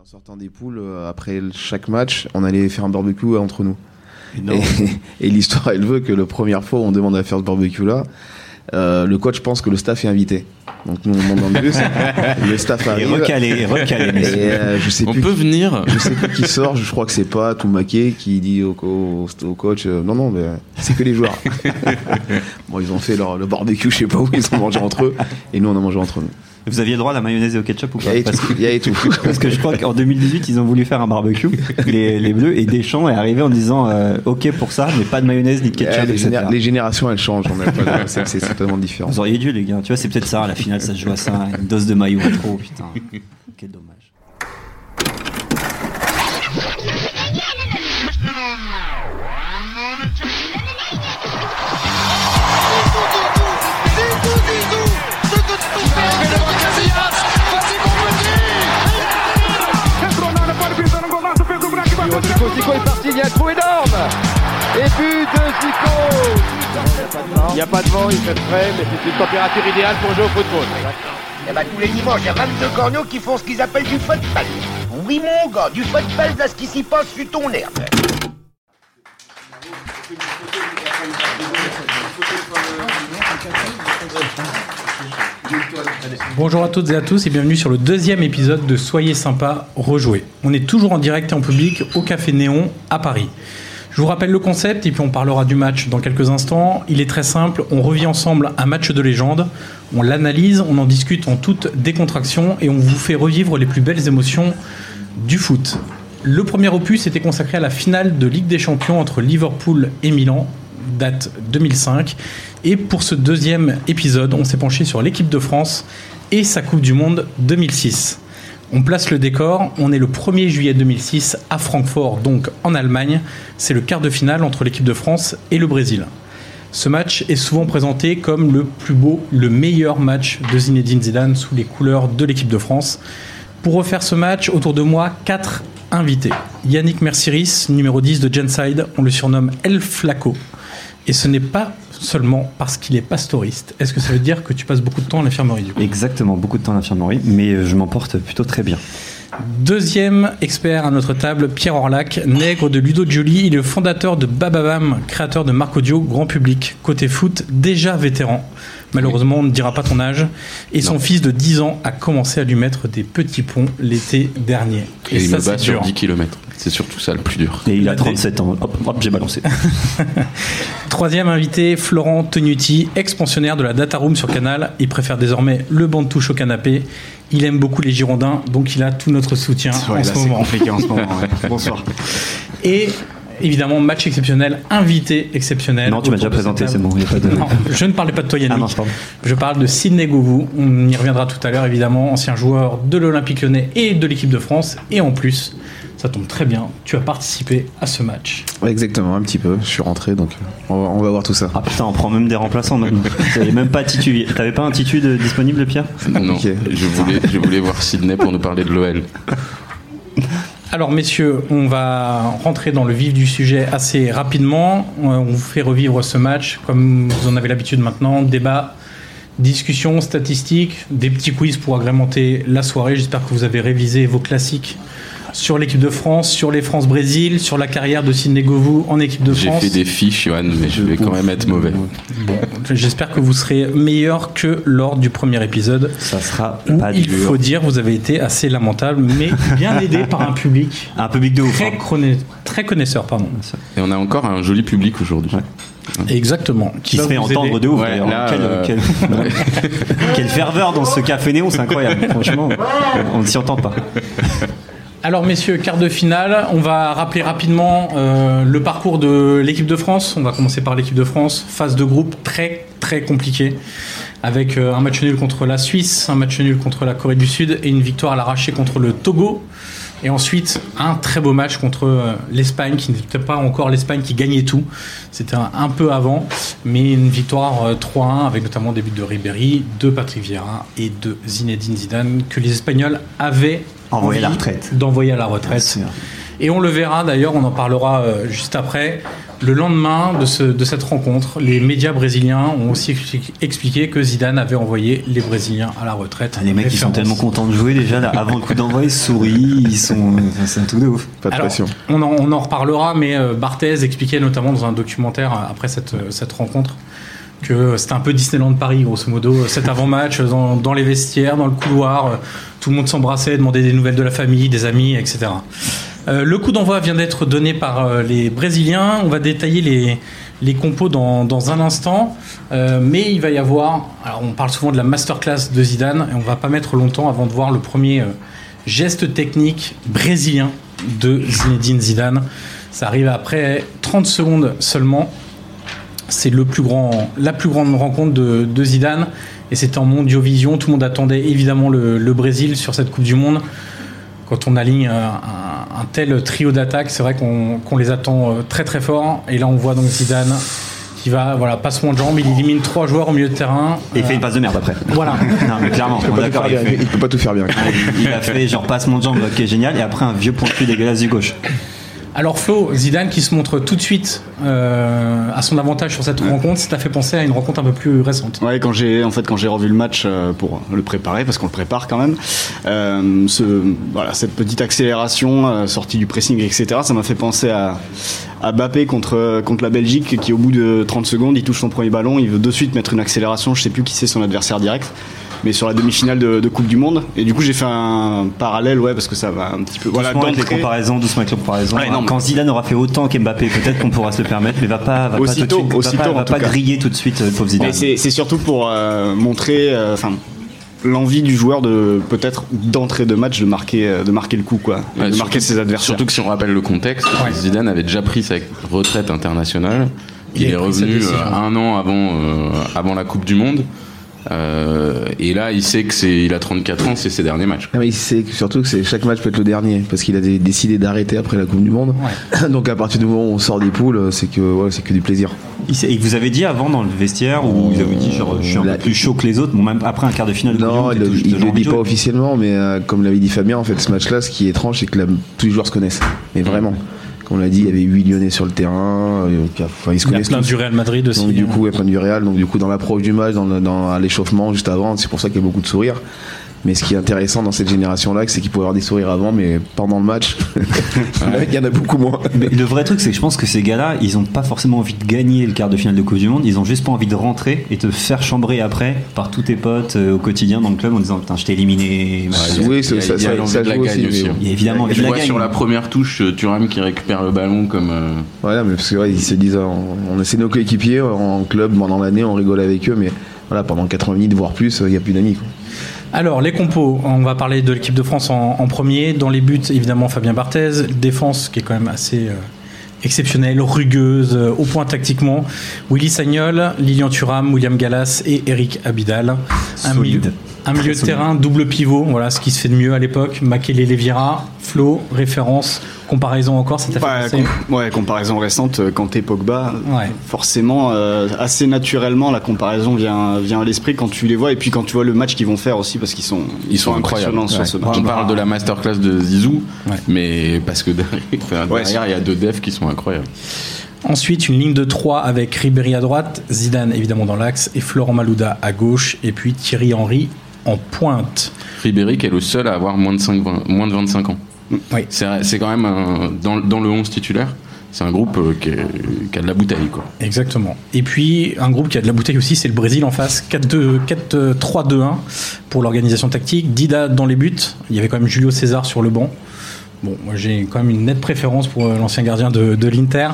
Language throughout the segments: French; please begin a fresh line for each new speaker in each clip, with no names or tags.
en sortant des poules, euh, après le- chaque match, on allait faire un barbecue euh, entre nous. Et, et l'histoire, elle veut que la première fois, on demande à faire ce barbecue-là. euh, le coach pense que le staff est invité. Donc nous, on monte dans le bus. le staff
Et
arrive.
recalé, recalé,
Et,
messieurs.
euh, je sais
On
plus
peut
qui-
venir.
je sais plus qui sort, je crois que c'est pas tout maqué qui dit au, co- au coach euh, non non mais c'est que les joueurs. bon ils ont fait leur le barbecue, je sais pas où ils ont mangé entre eux et nous on a mangé entre nous.
Vous aviez le droit à la mayonnaise et au ketchup ou
Il
pas
y avait
Parce
tout,
que-
il y avait tout.
Parce que je crois qu'en 2018, ils ont voulu faire un barbecue, les, les bleus, et Deschamps est arrivé en disant euh, OK pour ça, mais pas de mayonnaise ni de
Eh,
ketchup.
les,
etc.
généra- les générations elles changent, on a pas de- c'est c'est totalement différent.
Vous auriez dû, les gars. Tu vois, c'est peut-être ça, à la finale, ça se joue à ça. Une dose de maillot en trop, putain. Quel dommage.
Zico, Zico est parti, il y a un trou énorme Et but de Zico Il n'y a pas de vent, il fait frais, mais c'est une température idéale pour jouer au football.
Eh ben, tous les dimanches, il y a 22 corneaux qui font ce qu'ils appellent du football. Oui, mon gars, du football, là, ce qui s'y passe, sur ton herbe.
Bonjour à toutes et à tous et bienvenue sur le deuxième épisode de Soyez sympa, rejouez. On est toujours en direct et en public au Café Néon à Paris. Je vous rappelle le concept et puis on parlera du match dans quelques instants. Il est très simple, on revit ensemble un match de légende, on l'analyse, on en discute en toute décontraction et on vous fait revivre les plus belles émotions du foot. Le premier opus était consacré à la finale de Ligue des Champions entre Liverpool et Milan, date 2005. Et pour ce deuxième épisode, on s'est penché sur l'équipe de France et sa Coupe du Monde 2006. On place le décor, on est le 1er juillet 2006 à Francfort, donc en Allemagne. C'est le quart de finale entre l'équipe de France et le Brésil. Ce match est souvent présenté comme le plus beau, le meilleur match de Zinedine Zidane sous les couleurs de l'équipe de France. Pour refaire ce match, autour de moi, quatre invités. Yannick Merciris, numéro 10 de Genside, on le surnomme El Flaco. Et ce n'est pas seulement parce qu'il est pastoriste. Est-ce que ça veut dire que tu passes beaucoup de temps à l'infirmerie du coup
Exactement, beaucoup de temps à l'infirmerie, mais euh, je m'en porte plutôt très bien.
Deuxième expert à notre table, Pierre Orlac, nègre de Ludo Giuli. Il est le fondateur de Bababam, créateur de Marc Audio, grand public. Côté foot, déjà vétéran. Malheureusement, on ne dira pas ton âge. Et son fils de 10 ans a commencé à lui mettre des petits ponts l'été dernier.
Et, il
ça,
me bat
c'est
sur
dur.
10 km. C'est surtout ça le plus dur.
Et il a
Bah,
La dé-
37 ans. Hop, hop, j'ai balancé.
Troisième invité, Florent Tenuti, ex-pensionnaire de la Data Room sur Canal. Il préfère désormais le banc de touche au canapé. Il aime beaucoup les Girondins, donc il a tout notre soutien en ce moment.
compliqué en ce moment. ouais. Bonsoir.
Et évidemment, match exceptionnel, invité exceptionnel.
Non, tu m'as déjà
Autour de cette
présenté, c'est
table.
bon, il y a pas de-
Non, je ne parlais pas de toi, Yannick.
Ah non, pardon.
je parle de Sidney Govou. On y reviendra tout à l'heure, évidemment. Ancien joueur de l'Olympique lyonnais et de l'équipe de France. Et en plus, ça tombe très bien, tu as participé à ce match.
Ouais, exactement, un petit peu. Je suis rentré donc on va, on va voir tout ça.
Ah putain, on prend même des remplaçants maintenant. T'avais même pas Titu. T'avais pas un Titu de- disponible, Pierre
Non,
Ok.
je, voulais, je voulais voir Sydney pour nous parler de l'OL.
Alors messieurs, on va rentrer dans le vif du sujet assez rapidement. Euh, On vous fait revivre ce match comme vous en avez l'habitude maintenant. Débat, discussion, statistiques, des petits quiz pour agrémenter la soirée. J'espère que vous avez révisé vos classiques sur l'équipe de France, sur les France-Brésil, sur la carrière de Sidney Govou en équipe de
J'ai
France.
fait des fiches, Johan, mais je vais quand même être mauvais.
Bon, J'espère que vous serez meilleur que lors du premier épisode.
Ça sera
où
pas
il
dur.
faut dire, vous avez été assez lamentable, mais bien aidé par un public
Un public de ouf.
très,
hein.
conna- très connaisseur. Pardon.
Et on a encore un joli public aujourd'hui.
Exactement.
Qui se fait entendre de ouf
Bah, Ouais,
d'ailleurs.
là,
Quelle-
euh,
quelle- Quelle ferveur dans ce café néon, c'est incroyable. Franchement, on ne s'y entend pas.
Alors messieurs, quart de finale, on va rappeler rapidement euh, le parcours de l'équipe de France. On va commencer par l'équipe de France. Phase de groupe très très compliquée avec euh, un match nul contre la Suisse, un match nul contre la Corée du Sud et une victoire à l'arraché contre le Togo. Et ensuite, un très beau match contre euh, l'Espagne, qui n'était pas encore l'Espagne qui gagnait tout. C'était un, un peu avant, mais une victoire euh, 3-1 avec notamment des buts de Ribéry, de Patrick Vieira et de Zinedine Zidane que les Espagnols avaient
Envoyé à la
envie
retraite.
D'envoyer à la retraite. Et on le verra d'ailleurs, on en parlera euh, juste après. Le lendemain de, ce- de cette rencontre, les médias brésiliens ont aussi expli- expliqué que Zidane avait envoyé les Brésiliens à la retraite.
Putain, Ah, les mecs, ils sont
Référence.
tellement contents de jouer déjà. là, avant le coup d'envoi, ils sourient. Ils sont. enfin, c'est un truc de ouf.
Pas de
Alors,
pression.
On en, on en reparlera, mais euh, Barthez expliquait notamment dans un documentaire euh, après cette, euh, cette rencontre que euh, c'était un peu Disneyland Paris, grosso modo. Euh, Cet avant-match, euh, dans, dans les vestiaires, dans le couloir, euh, tout le monde s'embrassait, demandait des nouvelles de la famille, des amis, etc. Euh, le coup d'envoi vient d'être donné par euh, les Brésiliens. On va détailler les, les compos dans, dans un instant. Euh, mais il va y avoir. Alors, on parle souvent de la masterclass de Zidane et on va pas mettre longtemps avant de voir le premier euh, geste technique brésilien de Zinedine Zidane. Ça arrive après 30 secondes seulement. C'est le plus grand, la plus grande rencontre de, de Zidane. Et c'était en Mondiovision. Tout le monde attendait évidemment le, le Brésil sur cette Coupe du Monde. Quand on aligne euh, un, un tel trio d'attaque, c'est vrai qu'on qu'on les attend euh, très très fort. Et là, on voit donc Zidane qui va, voilà, passe moins de jambes. Il élimine trois joueurs au milieu de terrain.
Et il
Euh,
fait une passe de merde après.
Voilà.
Non, mais clairement, on est
Pas tout
d'accord.
faire
Il,
bien.
fait-
Il peut pas tout faire bien.
il a fait genre passe mon jambe qui est génial. Et après, un vieux pointu dégueulasse du gauche.
Alors Flo, Zidane qui se montre tout de suite euh, à son avantage sur cette rencontre, ça t'a fait penser à une rencontre un peu plus récente.
Ouais, quand j'ai en fait quand j'ai revu le match euh, pour le préparer parce qu'on le prépare quand même, euh, ce voilà cette petite accélération euh, sortie du pressing etc. Ça m'a fait penser à à Mbappé contre euh, contre la Belgique qui au bout de 30 secondes il touche son premier ballon, il veut de suite mettre une accélération. Je sais plus qui c'est son adversaire direct, mais sur la demi-finale de, de Coupe du Monde. Et du coup j'ai fait un parallèle ouais parce que ça va un petit peu voilà
doucement avec les
d'entrée.
comparaisons, doucement avec les comparaisons.
Ouais, non, mais-
Quand Zidane aura fait autant qu'Mbappé, peut-être qu'on pourra se le permettre, mais va pas, va pas tout
Aussitôt,
de suite, va
aussitôt,
pas- va
en tout
pas
cas.
griller tout de suite, euh, le pauvre Zidane.
Mais c'est c'est surtout pour euh, montrer euh, enfin l'envie du joueur de peut-être d'entrée de match de marquer euh, de marquer le coup quoi, Et
Ouais,
de
surtout-
marquer ses adversaires.
Surtout que si on rappelle le contexte,
Ouais.
Zidane avait déjà pris sa retraite internationale.
Il avait
Il, est
pris sa
revenu
décision.
euh, un an avant, euh, avant la Coupe du Monde. Euh, et là, il sait que c'est, il a 34 ans, c'est ses derniers matchs.
Non, mais il sait que- surtout que c'est chaque match peut être le dernier parce qu'il a dé- décidé d'arrêter après la Coupe du Monde. Donc à partir du moment où on sort des poules, euh, c'est que ouais, c'est que du plaisir.
Il s'est- il vous avait dit avant dans le vestiaire, ou il avait dit genre, je suis un
Là-
peu plus chaud que les autres, bon, même après un quart de finale de
Non,
Coupe
il
du
le,
Monde, t'es
il
toujours-
le
t'as envie
dit
de
pas
jouer.
officiellement, mais euh, comme l'avait dit Fabien, en fait, ce match-là, ce qui est étrange, c'est que la- tous les joueurs se connaissent. Mais vraiment, comme on l'a dit, il y avait 8 Lyonnais sur le terrain. euh, qui a- Enfin, ils se
Il y a
connaissent
plein
tous.
du Real Madrid aussi. hein.
Donc du coup, il y a plein du Real. Donc du coup, dans l'approche du match, dans, le- dans- à l'échauffement juste avant, c'est pour ça qu'il y a beaucoup de sourires. Mais ce qui est intéressant dans cette génération-là, c'est qu'il peut y avoir des sourires avant, mais pendant le match, il y en a beaucoup moins.
Mais le vrai truc, c'est que je pense que ces gars-là, ils ont pas forcément envie de gagner le quart de finale de Coupe du Monde, ils ont juste pas envie de rentrer et te faire chambrer après par tous tes potes euh, au quotidien dans le club en disant putain, je t'ai éliminé. machin.
oui,
Il y
ça,
a-
ça,
il y a
ça-
l'envie
ça
de la
joue aussi.
gagne aussi,
mais bon.
Il y a évidemment envie
Tu
de la
vois
gagne.
sur la première touche euh, Thuram qui récupère le ballon comme euh,
Voilà, mais parce que ouais, ils se disent, euh, on, on- c'est nos coéquipiers en club pendant l'année, on rigole avec eux, mais voilà, pendant 80 minutes voire plus, euh, il n'y a plus d'amis. quoi.
Alors, les compos, on va parler de l'équipe de France en, en premier. Dans les buts, évidemment, Fabien Barthez. Défense qui est quand même assez euh, exceptionnelle, rugueuse, euh, au point tactiquement. Willy Sagnol, Lilian Thuram, William Gallas et Eric Abidal. Un
Solide.
milieu, un milieu de
solide.
terrain, double pivot, voilà ce qui se fait de mieux à l'époque. Makele Vira, Flo, référence, comparaison encore, ça t'a fait
Ouais,
penser
Bah, com- ouais, comparaison récente, euh, Kanté Pogba.
Ouais.
Forcément, euh, assez naturellement, la comparaison vient, vient à l'esprit quand tu les vois et puis quand tu vois le match qu'ils vont faire aussi parce qu'ils sont,
ils sont incroyables.
impressionnants sur
Ouais.
ce match.
On parle de la masterclass de Zizou,
Ouais.
mais parce que derrière, enfin,
Ouais,
derrière, il y a deux devs qui sont incroyables.
Ensuite, une ligne de 3 avec Ribéry à droite, Zidane évidemment dans l'axe et Florent Malouda à gauche et puis Thierry Henry en pointe.
Ribéry qui est le seul à avoir moins de, 5 vingt- moins de 25 ans.
Oui.
C'est c'est quand même un- dans, le- dans le 11 titulaire, c'est un groupe euh, qui, est- qui a de la bouteille. Quoi.
Exactement. Et puis, un groupe qui a de la bouteille aussi, c'est le Brésil en face. 4-2, 4-3-2-1 pour l'organisation tactique. Dida dans les buts. Il y avait quand même Julio César sur le banc. Bon, moi j'ai quand même une nette préférence pour euh, l'ancien gardien de, de l'Inter.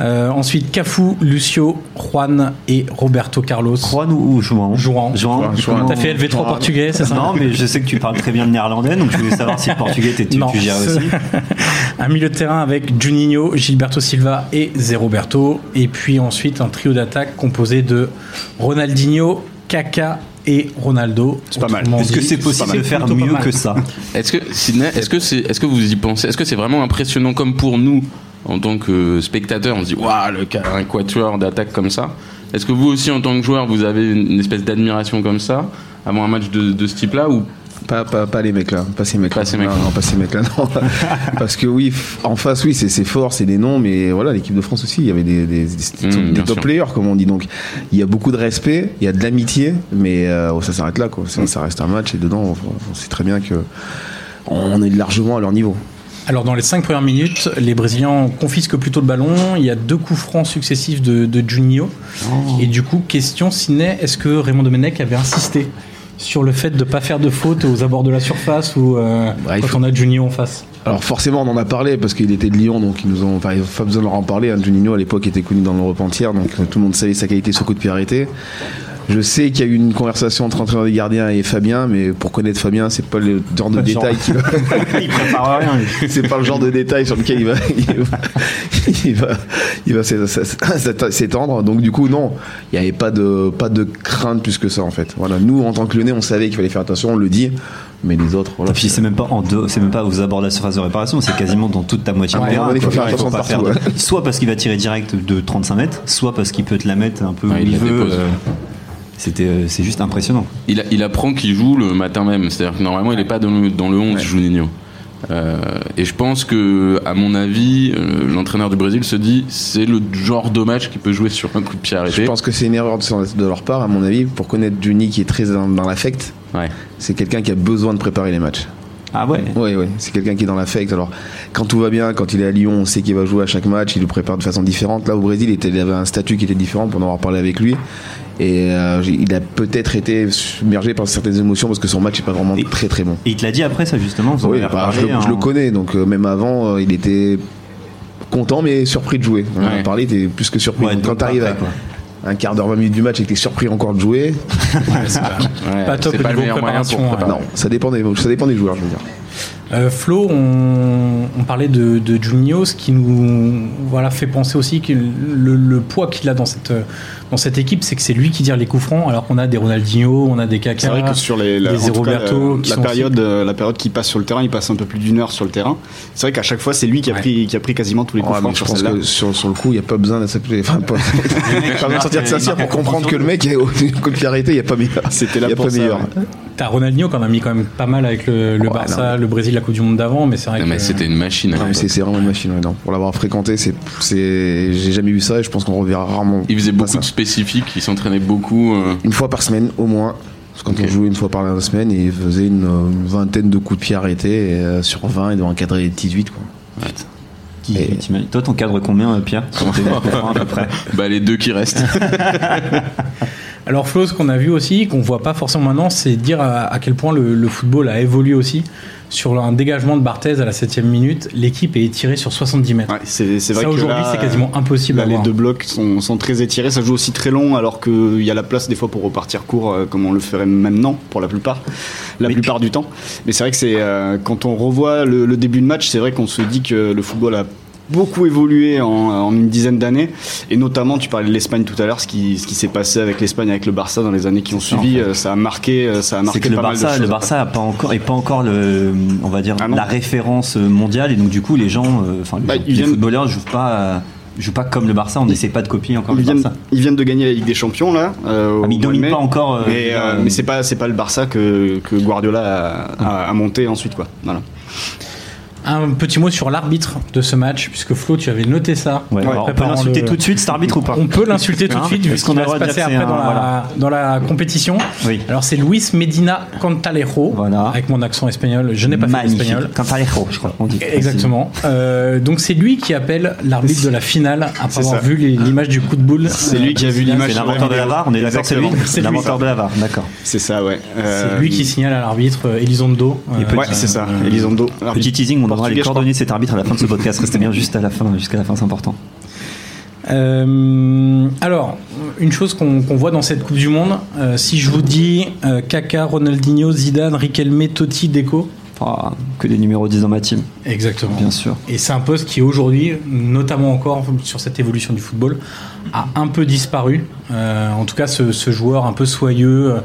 Euh, ensuite, Cafu, Lucio, Juan et Roberto Carlos.
Juan ou, ou Joan
Joan.
Joan.
Joan.
T'as fait LV3 portugais, c'est ça hein
Non, mais je sais que tu parles très bien le néerlandais, donc je voulais savoir si le portugais t'es- tu,
Non.
tu gères aussi.
un milieu de terrain avec Juninho, Gilberto Silva et Zé Roberto. Et puis ensuite un trio d'attaque composé de Ronaldinho, Kaka et Ronaldo.
C'est pas mal.
Autrement
Est-ce que
dit,
c'est possible de
plutôt
faire
pas
mieux
mal.
que ça
Est-ce que, Sidney, est-ce que, c'est- est-ce que vous y pensez Est-ce que c'est vraiment impressionnant comme pour nous, en tant que euh, spectateurs, on se dit Waouh, le ca- un quatuor d'attaque comme ça Est-ce que vous aussi, en tant que joueur, vous avez une une espèce d'admiration comme ça avant un match de, de ce type-là ou
Pas, pas, pas les mecs là, pas ces mecs là.
Pas ces mecs
non,
là.
non, pas ces mecs là, non. Parce que oui, f- en face, oui, c'est c'est fort, c'est des noms, mais voilà, l'équipe de France aussi, il y avait des, des- des- des-
Mm,
des
bien
top
sûr.
players, comme on dit. Donc, il y a beaucoup de respect, il y a de l'amitié, mais euh, oh, ça s'arrête là, quoi.
Mmh.
Ça, ça reste un match, et dedans, on, on sait très bien que on est largement à leur niveau.
Alors dans les cinq premières minutes, les Brésiliens confisquent plutôt le ballon. Il y a deux coups francs successifs de, de Juninho.
Oh.
Et du coup, question ciné, est-ce que Raymond Domenech avait insisté sur le fait de ne pas faire de faute aux abords de la surface ou euh,
Bah, il
quand
faut-
on a Juninho en face
Alors forcément, on en a parlé parce qu'il était de Lyon, donc ils nous ont, enfin, il n'y a pas besoin de leur en parler. hein. Juninho à l'époque était connu dans l'Europe entière, donc euh, tout le monde savait sa qualité sur coup de pied arrêté. Je sais qu'il y a eu une conversation entre entraîneur des gardiens et Fabien, mais pour connaître Fabien, c'est pas le genre de
Pas sûr.
détail qui va-
Il prépare rien. lui.
c'est pas le genre de détail sur lequel il va, il va, il va, il va s'é- s'é- s'é- s'étendre. Donc du coup, non, il n'y avait pas de, pas de crainte plus que ça en fait. Voilà, nous en tant que Lyonnais, on savait qu'il fallait faire attention, on le dit, mais les autres, voilà.
Et puis c'est même pas en deux- c'est même pas aux abords de la surface de réparation, c'est quasiment dans toute ta moitié
Ouais, à
de
un
terrain,
moment donné,
quoi.
faut faire
Il
attention
pas
partout,
faire de- Soit parce qu'il va tirer direct de 35 mètres, soit parce qu'il peut te la mettre un peu où
Ouais, il
il
la
veut.
dépose.
euh, C'était, euh, c'est juste impressionnant.
Il, a- il apprend qu'il joue le matin même. C'est-à-dire que normalement, il n'est pas dans le, dans le 11, Juninho. Euh, et je pense que, à mon avis, euh, l'entraîneur du Brésil se dit c'est le genre de match qui peut jouer sur un coup de pied
Je
arrêté.
pense que c'est une erreur de, son- de leur part, à mon avis, pour connaître Juni qui est très dans, dans l'affect.
Ouais.
C'est quelqu'un qui a besoin de préparer les matchs.
Ah ouais.
Oui, oui, c'est quelqu'un qui est dans l'affect. Alors, quand tout va bien, quand il est à Lyon, on sait qu'il va jouer à chaque match, il le prépare de façon différente. Là, au Brésil, il, était- il avait un statut qui était différent pour en avoir parlé avec lui. Et euh, j'ai- il a peut-être été submergé par certaines émotions parce que son match n'est pas vraiment
Et-
très très bon.
Et il te l'a dit après ça justement. vous en
Oui,
avez
bah,
reparlé,
je, le- je
hein.
le connais, donc euh, même avant, euh, il était content mais surpris de jouer. On en a
Ouais.
parlé, t'es plus que surpris.
Ouais,
Donc, quand
donc
t'arrives
après,
à un quart d'heure, 20 minutes du match et que t'es surpris encore de jouer,
Ouais,
Pas top
c'est
au
pas le
niveau
meilleur moyen pour
préparation, hein. ouais.
préparer.
non, ça dépend, des, ça dépend des joueurs, je veux dire.
Euh, Flo, on, on parlait de, de Juninho, ce qui nous voilà, fait penser aussi que le, le poids qu'il a dans cette, dans cette équipe, c'est que c'est lui qui tire les coups francs, alors qu'on a des Ronaldinho, on a des Kaká.
C'est vrai que sur les, la,
des
en tout cas,
Roberto
la-
qui
la
sont
période, euh, la période qui passe sur le terrain, il passe un peu plus d'une heure sur le terrain. C'est vrai qu'à chaque fois, c'est lui qui a
Ouais.
pris, qui a pris quasiment tous les coups
Ouais, mais
francs
je
sur
pense
celle-là.
que sur, sur le coup, il n'y a pas besoin de s'appeler. Enfin, pas, pas besoin de sortir de sa cire pour comprendre que le mec, est au coup de pied arrêté, il n'y a pas meilleur.
C'était là
Il y a
pour
pas
ça,
meilleur.
ouais.
T'as Ronaldinho qu'on a mis quand même pas mal avec le, le
Ouais,
Barça, le Brésil, la Coupe du Monde d'avant, mais c'est vrai
Non,
que
mais c'était une machine. hein.
Non, mais c'est c'est vraiment une machine, ouais, non. Pour l'avoir fréquenté, c'est, c'est, j'ai jamais vu ça et je pense qu'on reverra rarement.
Il faisait
pas
beaucoup
ça.
de spécifiques, il s'entraînait beaucoup. euh,
Une fois par semaine, au moins. Parce que quand
Ok.
on jouait une fois par la semaine, il faisait une, euh, une vingtaine de coups de pied arrêtés et, euh, sur 20, il doit encadrer 18, quoi.
Qui-
Et-
t'imagines- Toi, t'encadres combien, euh, Pierre sur tes coups francs, à peu près
Bah, les deux qui restent.
Alors Flo, ce qu'on a vu aussi, qu'on voit pas forcément maintenant, c'est dire à, à quel point le, le football a évolué aussi. Sur un dégagement de Barthez à la 7 minute, l'équipe est étirée sur 70 mètres.
Ouais, c'est c'est vrai
Ça
que
aujourd'hui,
là, euh,
c'est quasiment impossible
là,
à
les
voir. hein.
deux blocs sont, sont très étirés, ça joue aussi très long alors qu'il y a la place des fois pour repartir court euh, comme on le ferait maintenant pour la plupart, la plupart du temps. Mais c'est vrai que c'est euh, quand on revoit le, le début de match, c'est vrai qu'on se dit que le football a beaucoup évolué en, en une dizaine d'années et notamment tu parlais de l'Espagne tout à l'heure ce qui, ce qui s'est passé avec l'Espagne avec le Barça dans les années qui ont
ça, en
suivi euh, ça a marqué euh, ça a
C'est
marqué
que
pas
le Barça,
mal
le
de choses. hein.
Barça a pas encore, est pas encore le, on va dire,
Ah non.
la référence mondiale et donc du coup les gens, euh, enfin les
Bah,
gens-
ils
les,
viennent-
footballeurs jouent pas, euh, jouent pas comme le Barça. On n'essaie pas de copier encore
ils
le
viennent,
Barça.
ils viennent de gagner la Ligue des Champions là. euh,
Ah, mais ils
au mois de
dominent
mai.
pas encore. euh,
Mais, euh,
euh,
mais c'est pas c'est pas le Barça que, que Guardiola a, a- a monté ensuite quoi. Voilà.
Un petit mot sur l'arbitre de ce match, puisque Flo, tu avais noté ça.
ouais, alors, on peut
préparant
l'insulter
le-
tout de suite, cet arbitre ou pas
On peut l'insulter tout de
Hein
suite, vu
Parce
ce qu'on
qu'on a
va
le
se
droit de dire
passer
que
après
c'est un-
dans, la,
voilà.
dans la compétition.
Oui.
Alors c'est Luis Medina Cantalejo,
Voilà.
avec mon accent espagnol. Je n'ai pas fait
Magnifique.
l'espagnol.
Cantalejo, je crois. qu'on dit.
Exactement. Euh, donc c'est lui qui appelle l'arbitre de la finale après
C'est
avoir
ça.
vu les- l'image du coup de boule. Euh,
C'est lui qui a vu l'image.
C'est
sur
l'inventeur de la
vidéo.
VAR, on est d'accord, c'est lui
Exactement.
C'est lui,
L'inventeur de la VAR, d'accord.
C'est ça ouais.
C'est
Euh,
lui qui signale à l'arbitre euh, Elizondo. euh,
Ouais c'est ça. Elizondo.
Petit teasing, on donnera
Portugais,
les
je crois.
coordonnées de cet arbitre à la fin de ce podcast. Restez bien juste à la fin, jusqu'à la fin, c'est important.
Euh, alors, une chose qu'on qu'on voit dans cette Coupe du Monde, euh, si je vous dis euh, Kaka, Ronaldinho, Zidane, Riquelme, Totti, Deco.
Ah, que des numéros 10 dans ma team,
Exactement.
bien sûr.
Et c'est un poste qui aujourd'hui, notamment encore sur cette évolution du football, a un peu disparu. Euh, en tout cas, ce, ce joueur un peu soyeux, euh,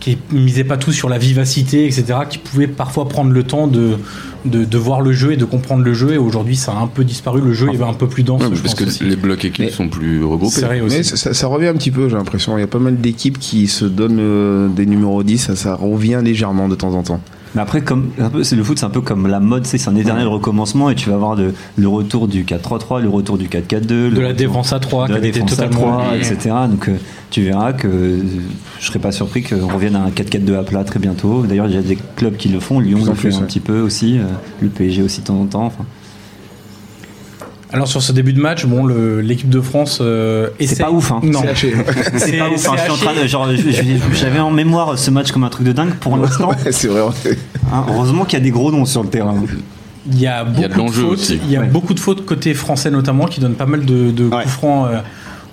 qui misait pas tout sur la vivacité, etc., qui pouvait parfois prendre le temps de, de, de voir le jeu et de comprendre le jeu. Et aujourd'hui, ça a un peu disparu. Le jeu est un peu plus dense.
Ouais,
je pense
parce que
aussi.
les blocs équipes
Mais-
sont plus regroupés.
C'est vrai aussi.
Mais ça, ça- ça revient un petit peu, j'ai l'impression. Il y a pas mal d'équipes qui se donnent euh, des numéros 10, ça, ça revient légèrement de temps en temps.
Mais après, comme, un peu, c'est le foot, c'est un peu comme la mode, c'est c'est un éternel recommencement et tu vas avoir de- le retour du 4-3-3, le retour du 4-4-2, le
De la
retour
défense à 3
de
qui
la
avait été
défense à
totalement.
3, etc. Donc euh, tu verras que euh, je serais pas surpris qu'on revienne à un 4-4-2 à plat très bientôt. D'ailleurs, il y a des clubs qui le font, Lyon
plus en
le fait
plus,
un
ouais.
petit peu aussi, euh, le PSG aussi de temps en temps. Enfin,
Alors sur ce début de match, bon, le- l'équipe de France euh,
C'est
essaie-
pas ouf, hein.
Non.
C'est lâché.
C'est pas ouf, hein, je suis en
haché.
train de- genre, je- je- j'avais en mémoire ce match comme un truc de dingue pour l'instant.
Ouais, c'est vrai.
hein. heureusement qu'il y a des gros noms sur le terrain.
Il y a beaucoup
de l'enjeu
fautes.
aussi.
Il y a
Ouais.
beaucoup de fautes côté français notamment qui donnent pas mal de, de
Ouais.
coups francs euh,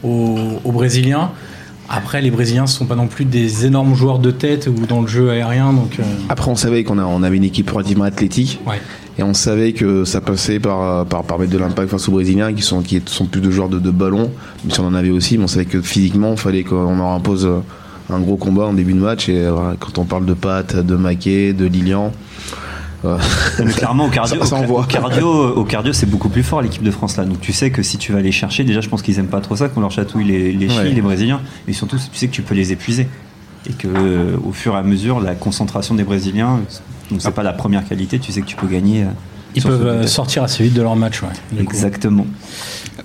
aux, aux Brésiliens. Après, les Brésiliens ne sont pas non plus des énormes joueurs de tête ou dans le jeu aérien, donc. euh,
Après, on savait qu'on a, on avait une équipe relativement athlétique.
ouais.
Et on savait que ça passait par, euh, par, par mettre de l'impact face aux Brésiliens, qui sont, qui sont plus de joueurs de, de ballon, mais si on en avait aussi, mais on savait que physiquement, il fallait qu'on leur impose euh, un gros combat en début de match. Et euh, voilà, quand on parle de Pat, de Maquet, de Lilian, euh,
Non, mais clairement, au cardio,
Ça- ça
au,
envoie.
au cardio, au cardio, c'est beaucoup plus fort l'équipe de France là. Donc tu sais que si tu vas les chercher, déjà, je pense qu'ils aiment pas trop ça qu'on leur chatouille les, les chevilles,
Ouais.
les Brésiliens. Et surtout, tu sais que tu peux les épuiser et que euh, au fur et à mesure, la concentration des Brésiliens, donc
Ah.
c'est pas la première qualité. Tu sais que tu peux gagner. euh,
Ils
sur ce
peuvent
coup de
euh,
tête.
sortir assez vite de leur match. ouais, du coup.
Exactement.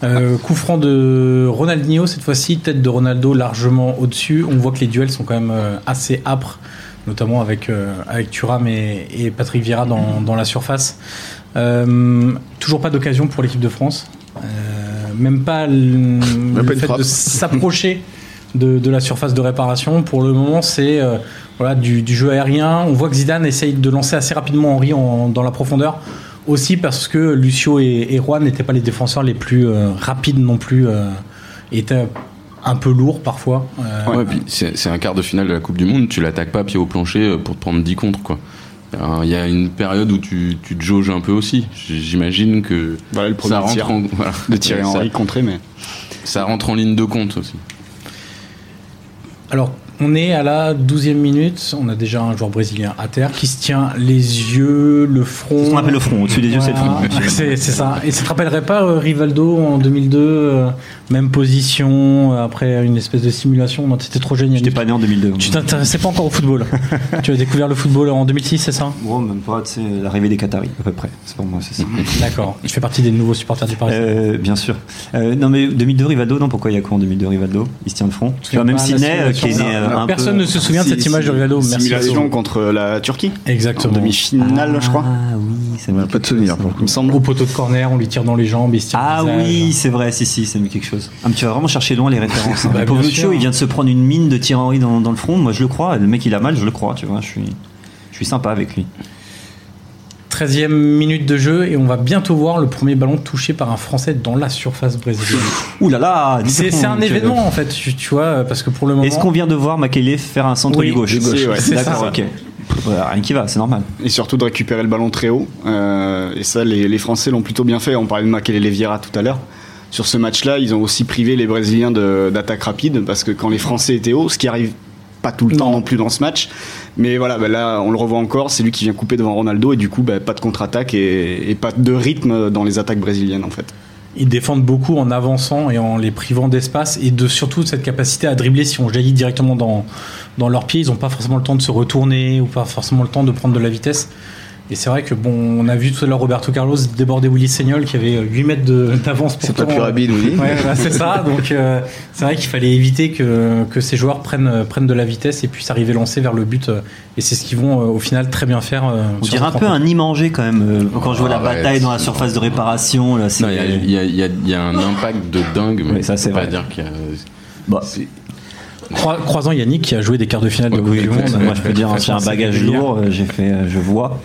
Euh, coup franc de Ronaldinho cette fois-ci, tête de Ronaldo largement au-dessus. On voit que les duels sont quand même euh, assez âpres, notamment avec, euh, avec Thuram et, et Patrick Vieira dans, dans la surface. Euh, toujours pas d'occasion pour l'équipe de France. Euh, même pas le, le
pas une
fait
frappe.
de s'approcher de, de la surface de réparation. Pour le moment, c'est euh, voilà, du, du jeu aérien. On voit que Zidane essaye de lancer assez rapidement Henry en- dans la profondeur. Aussi parce que Lucio et, et Juan n'étaient pas les défenseurs les plus euh, rapides non plus. euh, étaient un peu lourds parfois. Euh,
Ah Ouais, puis c'est c'est un quart de finale de la Coupe du Monde, tu l'attaques pas pied au plancher euh, pour te prendre 10 contre, quoi. Alors, Il y a une période où tu, tu te jauges un peu aussi. J- J'imagine que
Voilà le
ça
premier
rentre,
tir
en, voilà.
de Thierry
Ça-
Henry contré, mais
ça rentre en ligne de compte aussi.
Alors, on est à la 12e minute. On a déjà un joueur brésilien à terère qui se tient les yeux, le front.
C'est ce qu'on appelle le front. Au-dessus des yeux, c'est le front.
Voilà. C'est c'est ça. Et ça te rappellerait pas euh, Rivaldo en 2002, euh, même position, euh, après une espèce de simulation Non, t'étais trop génial.
J'étais pas né en 2002.
Tu t'intéressais pas encore au football. tu as découvert le football en 2006, c'est ça
Gros, même pas, tu sais, l'arrivée des Qataris, à peu près. C'est pour moi, c'est ça.
Mm-hmm.
D'accord. Tu fais partie des nouveaux supporters du Paris.
Euh, bien sûr. Euh, non, mais 2002 Rivaldo, non, pourquoi il y a quoi en 2002 Rivaldo Il se tient le front. Tu vois, même
Pas la
Sidney, euh, qui est né,
simulation.
euh, un
Personne
peu-
ne se souvient de
Si-
cette image de Rivaldo. Merci.
simulation contre euh, la Turquie en
Exactement.
demi-finale, je crois.
Ah oui, ça me
on n'a pas
dit
de
quelque
souvenir.
chose.
pour le coup.
Il me semble.
Au poteau de corner, on lui tire dans les jambes, il se tire le
Ah
visage.
oui, c'est vrai, si, si, ça me dit quelque chose. Ah, mais tu vas vraiment chercher loin les références. hein.
Bah,
Le pauvre
bien sûr.
Lucio, il vient de se prendre une mine de Thierry Henry dans, dans le front. Moi, je le crois. Le mec, il a mal, je le crois, tu vois. Je suis, je suis sympa avec lui.
13e minute de jeu et on va bientôt voir le premier ballon touché par un Français dans la surface brésilienne.
Ouh là là dis
C'est
donc,
c'est un
euh,
événement en fait, tu, tu vois, parce que pour le moment.
Est-ce qu'on vient de voir Makele faire un centre
Oui,
du gauche
du gauche, ouais.
C'est
D'accord,
ça.
ok. Voilà, rien qui va, c'est normal.
Et surtout de récupérer le ballon très haut. Euh, et ça, les, les Français l'ont plutôt bien fait. On parlait de Makelele Vieira tout à l'heure. Sur ce match-là, ils ont aussi privé les Brésiliens de- d'attaque rapide parce que quand les Français étaient hauts, ce qui arrive pas tout le temps non plus dans ce match. Mais voilà, bah là, on le revoit encore. C'est lui qui vient couper devant Ronaldo et du coup, bah, pas de contre-attaque et, et pas de rythme dans les attaques brésiliennes en fait.
Ils défendent beaucoup en avançant et en les privant d'espace et de surtout de cette capacité à dribbler si on jaillit directement dans, dans leurs pieds. Ils n'ont pas forcément le temps de se retourner ou pas forcément le temps de prendre de la vitesse. Et c'est vrai que bon, on a vu tout à l'heure Roberto Carlos déborder Willy Seignol qui avait euh, 8 mètres de- d'avance
C'est pas
pourtant,
plus
euh,
rapide, oui.
Ouais, voilà, c'est ça. Donc, euh, c'est vrai qu'il fallait éviter que, que ces joueurs prennent, euh, prennent de la vitesse et puissent arriver lancés vers le but. euh, Et c'est ce qu'ils vont, euh, au final, très bien faire. euh,
On
sur
dirait un
cette
peu
rencontre.
un imangé quand même. euh, Quand je vois la
Arrête.
bataille dans la surface de réparation, là, c'est.
Ah Non, Il y, a- il y a- il y a- il y a un impact de dingue, mais
Oui, ça,
ça, c'est
c'est
pas
vrai.
dire qu'il y a.
Bah,
c'est-
Croi- Croisant Yannick qui a joué des quarts de finale de
Ouais,
Coupe
oui,
du Monde.
exact.
moi, je peux dire,
De toute
j'ai un
façon,
bagage
c'est délire.
lourd. euh, J'ai fait, euh, je vois.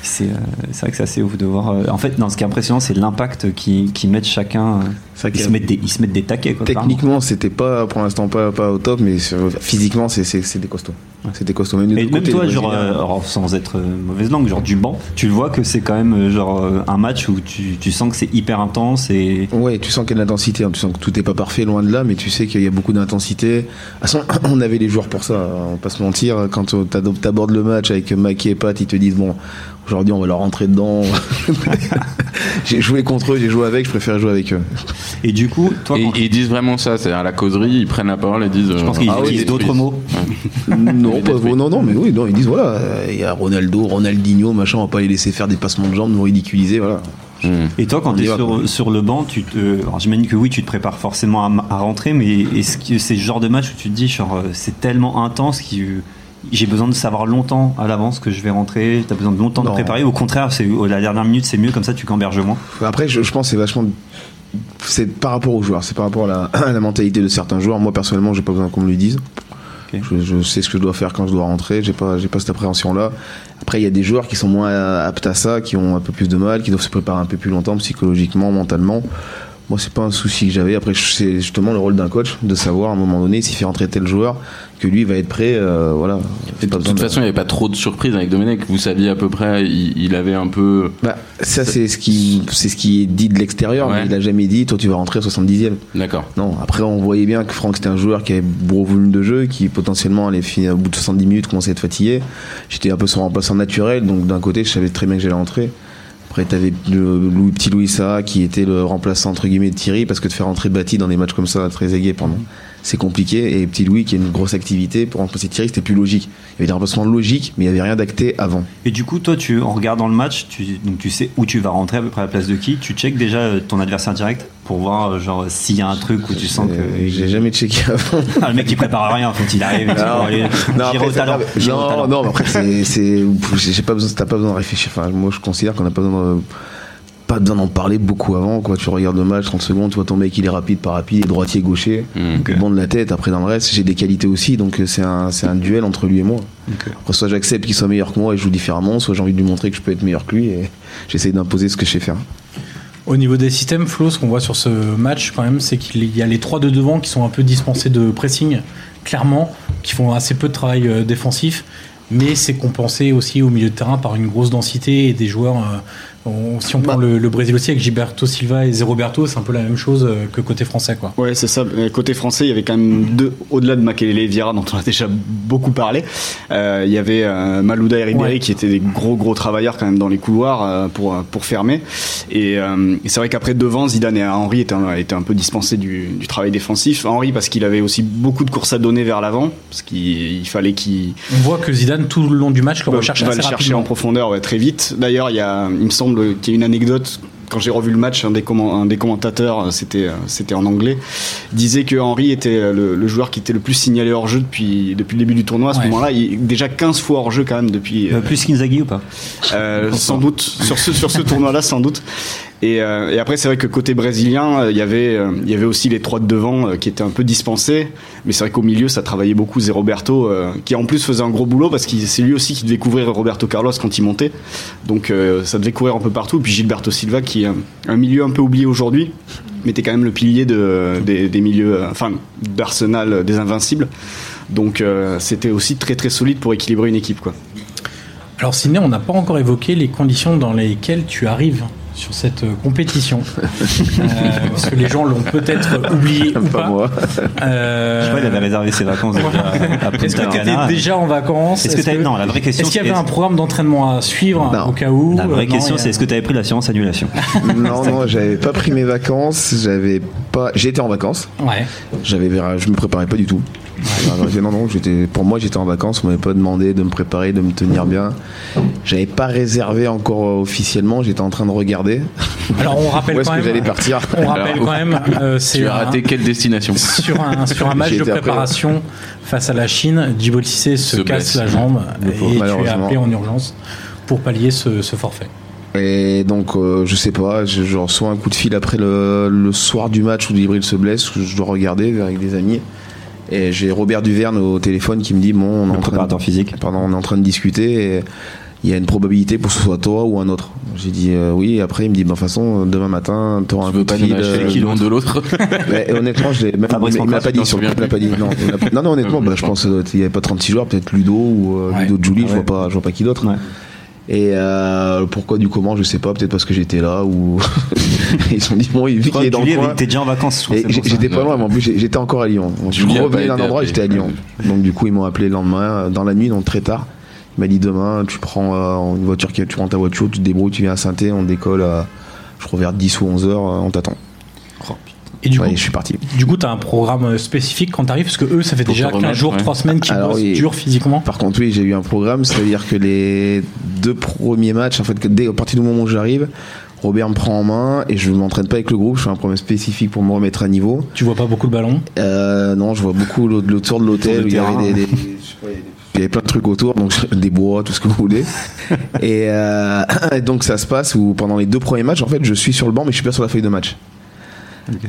C'est euh, c'est vrai que c'est assez ouf de voir. euh, En fait, non, ce qui est impressionnant, c'est l'impact qu'ils qui mettent chacun. euh,
C'est vrai
Ils
qu'il y
se,
a-
mettent des, ils se mettent des taquets. Quoi,
Techniquement, c'était pas pour l'instant pas, pas au top, mais sur- physiquement, c'est- c'est c'est des costauds. C'était costaud. Même,
Et
du
même
côté hein.
toi,
des
genre,
Brésiliens.
euh, alors, sans être euh, mauvaise langue, genre du banc, tu vois que c'est quand même euh, genre euh, un match où tu, tu sens que c'est hyper intense et
Ouais, tu sens qu'il y a de l'intensité, hein. tu sens que tout n'est pas parfait, loin de là, mais tu sais qu'il y a beaucoup d'intensité. De toute façon, on avait les joueurs pour ça, hein, on va pas se mentir. Quand tu abordes le match avec Maki et Pat, ils te disent, bon, Aujourd'hui, on va leur rentrer dedans. j'ai joué contre eux, j'ai joué avec, je préfère jouer avec eux.
Et du coup, toi,
Et
quand-
ils disent vraiment ça, c'est-à-dire à la causerie, ils prennent la parole et disent.
je pense qu'ils
ah ouais,
utilisent d'autres
détruisent.
mots.
Non, pas- non, non, mais oui, non, ils disent voilà, euh, il y a Ronaldo, Ronaldinho, machin, on va pas les laisser faire des passements de jambes, nous ridiculiser, voilà.
Hmm.
Et toi, quand
On
tu
y
es
va, quoi.
sur, sur le banc, tu te, alors j'imagine que oui, tu te prépares forcément à, à rentrer, mais est-ce que c'est le genre de match où tu te dis, genre, euh, c'est tellement intense que j'ai besoin de savoir longtemps à l'avance que je vais rentrer, tu as besoin de longtemps de
Non.
préparer, au contraire, c'est au- la dernière minute, c'est mieux, comme ça tu camberges moins.
Après, je, je pense que c'est vachement. C'est par rapport aux joueurs, c'est par rapport à la, à la mentalité de certains joueurs. Moi, personnellement, j'ai pas besoin qu'on me le dise.
Ok.
Je, je sais ce que je dois faire quand je dois rentrer, j'ai pas, j'ai pas cette appréhension-là. Après, il y a des joueurs qui sont moins euh, aptes à ça, qui ont un peu plus de mal, qui doivent se préparer un peu plus longtemps psychologiquement, mentalement. Moi, c'est pas un souci que j'avais. Après, je- c'est justement le rôle d'un coach de savoir à un moment donné s'il fait rentrer tel joueur que lui va être prêt. euh, voilà. J'ai pas
De
besoin
toute façon, il n'y avait pas trop de surprises avec Domenech. Vous saviez à peu près, il, il avait un peu.
Bah, ça, c'est ce qui, c'est ce qui est dit de l'extérieur,
Ouais.
mais il a jamais dit, toi, tu vas rentrer au 70e.
D'accord.
Non, après on voyait bien que Franck c'était un joueur qui avait gros volume de jeu, qui potentiellement allait finir au bout de 70 minutes, commençait à être fatigué. J'étais un peu son remplaçant naturel, donc d'un côté je savais très bien que j'allais entrer. Après t'avais le Louis- petit Louis Saha qui était le remplaçant entre guillemets de Thierry, parce que de faire entrer Bati dans des matchs comme ça, très aigué, pardon, c'est compliqué. Et petit Louis qui a une grosse activité, pour remplacer Thierry c'était plus logique. Il y avait des remplacements logiques, mais il n'y avait rien d'acté avant.
Et du coup, toi, tu, en regardant le match, tu, donc tu sais où tu vas rentrer à peu près à la place de qui, tu check déjà euh, ton adversaire direct pour voir, euh, genre, s'il y a un truc où tu sens
Euh,
que.
J'ai jamais checké avant.
Ah, le mec qui prépare rien, faut il arrive. et tu dis, bon, allez, j'irai au
après, ça
talent,
va.
j'irai au
Non,
talent.
non, mais après, c'est, c'est, j'ai j'ai pas besoin, t'as pas besoin de réfléchir. Enfin, moi, je considère qu'on n'a pas besoin de- pas besoin d'en parler beaucoup avant, quoi. Tu regardes le match, 30 secondes, tu vois ton mec, il est rapide, pas rapide, il est droitier, gaucher.
Hmm.
Mm, Ok.
Bon de la tête, après, dans le reste, j'ai des qualités aussi, donc euh, c'est un, c'est un duel entre lui et moi.
Ok.
Après, soit j'accepte qu'il soit meilleur que moi et je joue différemment, soit j'ai envie de lui montrer que je peux être meilleur que lui et j'essaie d'imposer ce que je sais faire.
Au niveau des systèmes, Flo, ce qu'on voit sur ce match, quand même, c'est qu'il y a les trois de devant qui sont un peu dispensés de pressing, clairement, qui font assez peu de travail euh, défensif, mais c'est compensé aussi au milieu de terrain par une grosse densité et des joueurs. euh, on- si on
Bah.
prend le, le Brésil aussi avec Gilberto Silva et Zé Roberto, c'est un peu la même chose euh, que côté français, quoi.
Ouais, c'est ça. Euh, Côté français, il y avait quand même deux, au-delà de Makelele et Vieira, dont on a déjà beaucoup parlé, euh, il y avait euh, Malouda et Ribéry
Ouais.
qui étaient des gros, gros travailleurs quand même dans les couloirs euh, pour, euh, pour fermer. Et, euh, et c'est vrai qu'après, devant, Zidane et Henry étaient, un- étaient un peu dispensés du, du travail défensif. Henry, parce qu'il avait aussi beaucoup de courses à donner vers l'avant, parce qu'il il fallait qu'il
On voit que Zidane, tout le long du match, le
va-
recherche
Bah, va
assez
le chercher
rapidement.
en profondeur ouais, très vite. D'ailleurs, il, y a, il me semble qu'il y a une anecdote. Quand j'ai revu le match, un des, comment- un des commentateurs, euh, c'était euh, c'était en anglais, disait que Henry était euh, le, le joueur qui était le plus signalé hors jeu depuis, depuis le début du tournoi. À ce
Ouais.
moment-là, il- déjà 15 fois hors jeu quand même depuis.
Euh, plus Kinzagi ou pas
Euh, sans doute sur ce sur ce tournoi-là, sans doute. Et, euh, et après, c'est vrai que côté brésilien, euh, il y avait euh, il y avait aussi les trois de devant euh, qui étaient un peu dispensés, mais c'est vrai qu'au milieu, ça travaillait beaucoup. Zé Roberto, euh, qui en plus faisait un gros boulot parce que c'est lui aussi qui devait couvrir Roberto Carlos quand il montait, donc euh, ça devait courir un peu partout. Et puis Gilberto Silva, qui est un milieu un peu oublié aujourd'hui, mais était quand même le pilier de, des, des milieux, euh, enfin d'Arsenal, euh, des invincibles. Donc euh, c'était aussi très très solide pour équilibrer une équipe, quoi.
Alors Sidney, on n'a pas encore évoqué les conditions dans lesquelles tu arrives sur cette euh, compétition. Euh, parce que les gens l'ont peut-être oublié ou pas.
Pas moi.
Euh,
Je sais pas, il avait réservé ses vacances déjà à
Est-ce que
Punta
tu
Cana.
déjà en vacances
Ah. Est-ce que t'as- non, la vraie question,
Est-ce qu'il y
c'est-
avait un programme d'entraînement à suivre
Non.
au cas où
La vraie
Euh, non,
question,
il y a-
c'est est-ce que tu avais pris l'assurance annulation
non, non, j'avais pas pris mes vacances, j'avais pas, j'étais en vacances.
Ouais.
J'avais, je me préparais pas du tout. La vérité, Non, non, j'étais, pour moi, j'étais en vacances. On m'avait pas demandé de me préparer, de me tenir bien. J'avais pas réservé encore euh, officiellement. J'étais en train de regarder
Alors on rappelle
où est-ce
quand
que j'allais
même.
partir.
On rappelle
Alors,
quand même. euh, c'est
Tu as
un-
raté quelle destination
Sur un, sur un match
J'y
de
étais après,
préparation face à la Chine, Djibril Cissé se,
Se
casse
blesse.
la jambe
Le pauvre,
et tu es
malheureusement.
appelé en urgence pour pallier ce, ce forfait.
Et donc, euh, je sais pas, je, je reçois un coup de fil après le, le soir du match où Djibril se blesse, que je dois regarder avec des amis. Et j'ai Robert Duverne au téléphone qui me dit Bon, on est en
Le
train de-
préparateur physique.
Pardon, on est en train de discuter et il y a une probabilité pour que ce soit toi ou un autre. J'ai dit euh, oui, et après il me dit, ben, de toute façon, demain matin, t'auras un
Je
coup
veux
de
pas nous
fil.
lâcher
euh,
l'un de l'autre.
mais honnêtement, je l'ai même,
Fabrice
il me l'a pas
Pancras,
tu t'en Euh,
dit, surtout, il me l'a pas dit. Non, il me l'a pas- non, non, honnêtement, bah, je pense qu'il n'y avait pas 36 joueurs, peut-être Ludo ou euh,
Ouais.
Ludo Julie, je
Ouais.
vois pas, je vois pas qui d'autre.
Ouais.
Et euh, pourquoi du comment, je sais pas, peut-être parce que j'étais là ou ils se sont dit bon, il vu qu'il est dans le
Julie,
coin.
t'es déjà en vacances, je crois,
Et
c'est
j'ai-
pour ça.
J'étais pas loin, mais en plus j'ai- j'étais encore à Lyon. Donc, je
Julie a pas
revenais d'un
été
endroit,
appelée.
j'étais à Lyon. Donc du coup ils m'ont appelé le lendemain, euh, dans la nuit, donc très tard. Il m'a dit demain, tu prends euh, une voiture, qui- tu prends ta voiture, tu te débrouilles, tu viens à saint on décolle, à, je crois vers 10 ou 11 heures, euh, on t'attend.
Et du
Ouais,
coup,
je suis parti.
du coup, t'as un programme euh, spécifique quand t'arrives, parce que eux, ça fait
Pour
déjà
se remettre,
15 jours,
ouais.
3 semaines qu'ils
Alors,
bossent
oui.
dur physiquement.
Par contre, oui, j'ai eu un programme, c'est-à-dire que les deux premiers matchs, en fait, que dès à partir du moment où j'arrive, Robert me prend en main et je ne m'entraîne pas avec le groupe, je fais un programme spécifique pour me remettre à niveau.
Tu vois pas beaucoup le ballon.
Euh, non, je vois beaucoup l'au- l'autour de l'hôtel
Autour
où
du
il y avait
terrain.
des, des- je sais pas, il y avait des- il y avait plein de trucs autour, donc des bois, tout ce que vous voulez. et euh, donc ça se passe où pendant les deux premiers matchs, en fait, je suis sur le banc, mais je suis pas sur la feuille de match.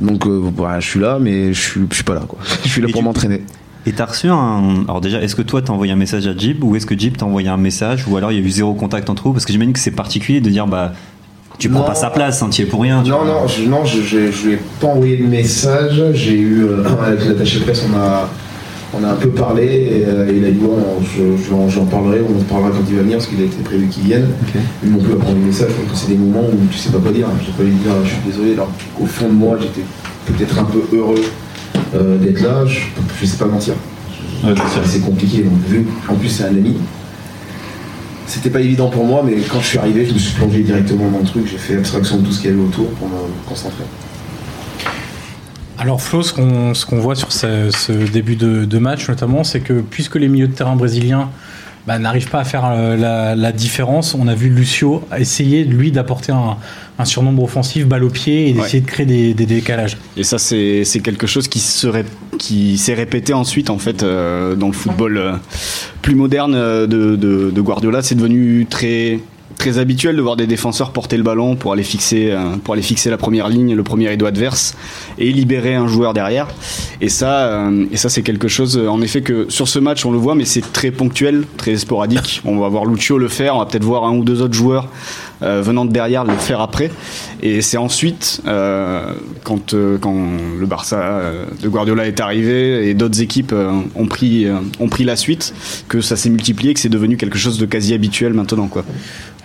Donc euh, bah, je suis là, mais je suis, je suis pas là. Quoi. Je suis là
Et
pour
tu-
m'entraîner.
Et t'as reçu un. Alors déjà, est-ce que toi t'as envoyé un message à Jib ou est-ce que Jib t'a envoyé un message ou alors il y a eu zéro contact entre vous Parce que j'imagine que c'est particulier de dire bah tu prends
Non.
pas sa place, hein, tu y es pour rien. tu
Non,
vois.
non, je, non, je, je, je lui ai pas envoyé de message. J'ai eu, euh, avec l'attaché de presse, on a, on a un peu parlé. Et, euh, il a dit, bon, je- je- j'en parlerai, on en parlera quand il va venir, parce qu'il a été prévu qu'il vienne. Mais mon peu à prendre des messages, parce que c'est des moments où tu sais pas quoi dire. hein. J'ai pas envie de dire, je suis désolé. Alors, au fond de moi, j'étais peut-être un peu heureux euh, d'être là. Je, je sais pas mentir.
Ouais, bien sûr.
C'est compliqué. Donc, vu en plus, c'est un ami. C'était pas évident pour moi, mais quand je suis arrivé, je me suis plongé directement dans le truc. J'ai fait abstraction de tout ce qu'il y avait autour pour me concentrer.
Alors Flo, ce qu'on ce qu'on voit sur ce, ce début de, de match notamment, c'est que puisque les milieux de terrain brésiliens bah, n'arrivent pas à faire euh, la, la différence, on a vu Lucio essayer lui d'apporter un, un surnombre offensif, balle au pied, et d'essayer de créer des, des décalages.
Et ça, c'est c'est quelque chose qui se ré- qui s'est répété ensuite en fait euh, dans le football euh, plus moderne euh, de, de- de Guardiola. C'est devenu très très habituel de voir des défenseurs porter le ballon pour aller fixer euh, pour aller fixer la première ligne, le premier rideau adverse et libérer un joueur derrière. Et ça euh, et ça c'est quelque chose euh, en effet que sur ce match on le voit, mais c'est très ponctuel, très sporadique. On va voir Lucio le faire, on va peut-être voir un ou deux autres joueurs euh, venant de derrière le faire après. Et c'est ensuite, euh, quand, euh, quand le Barça euh, de Guardiola est arrivé et d'autres équipes euh, ont, pris, euh, ont pris la suite, que ça s'est multiplié, que c'est devenu quelque chose de quasi habituel maintenant. Quoi.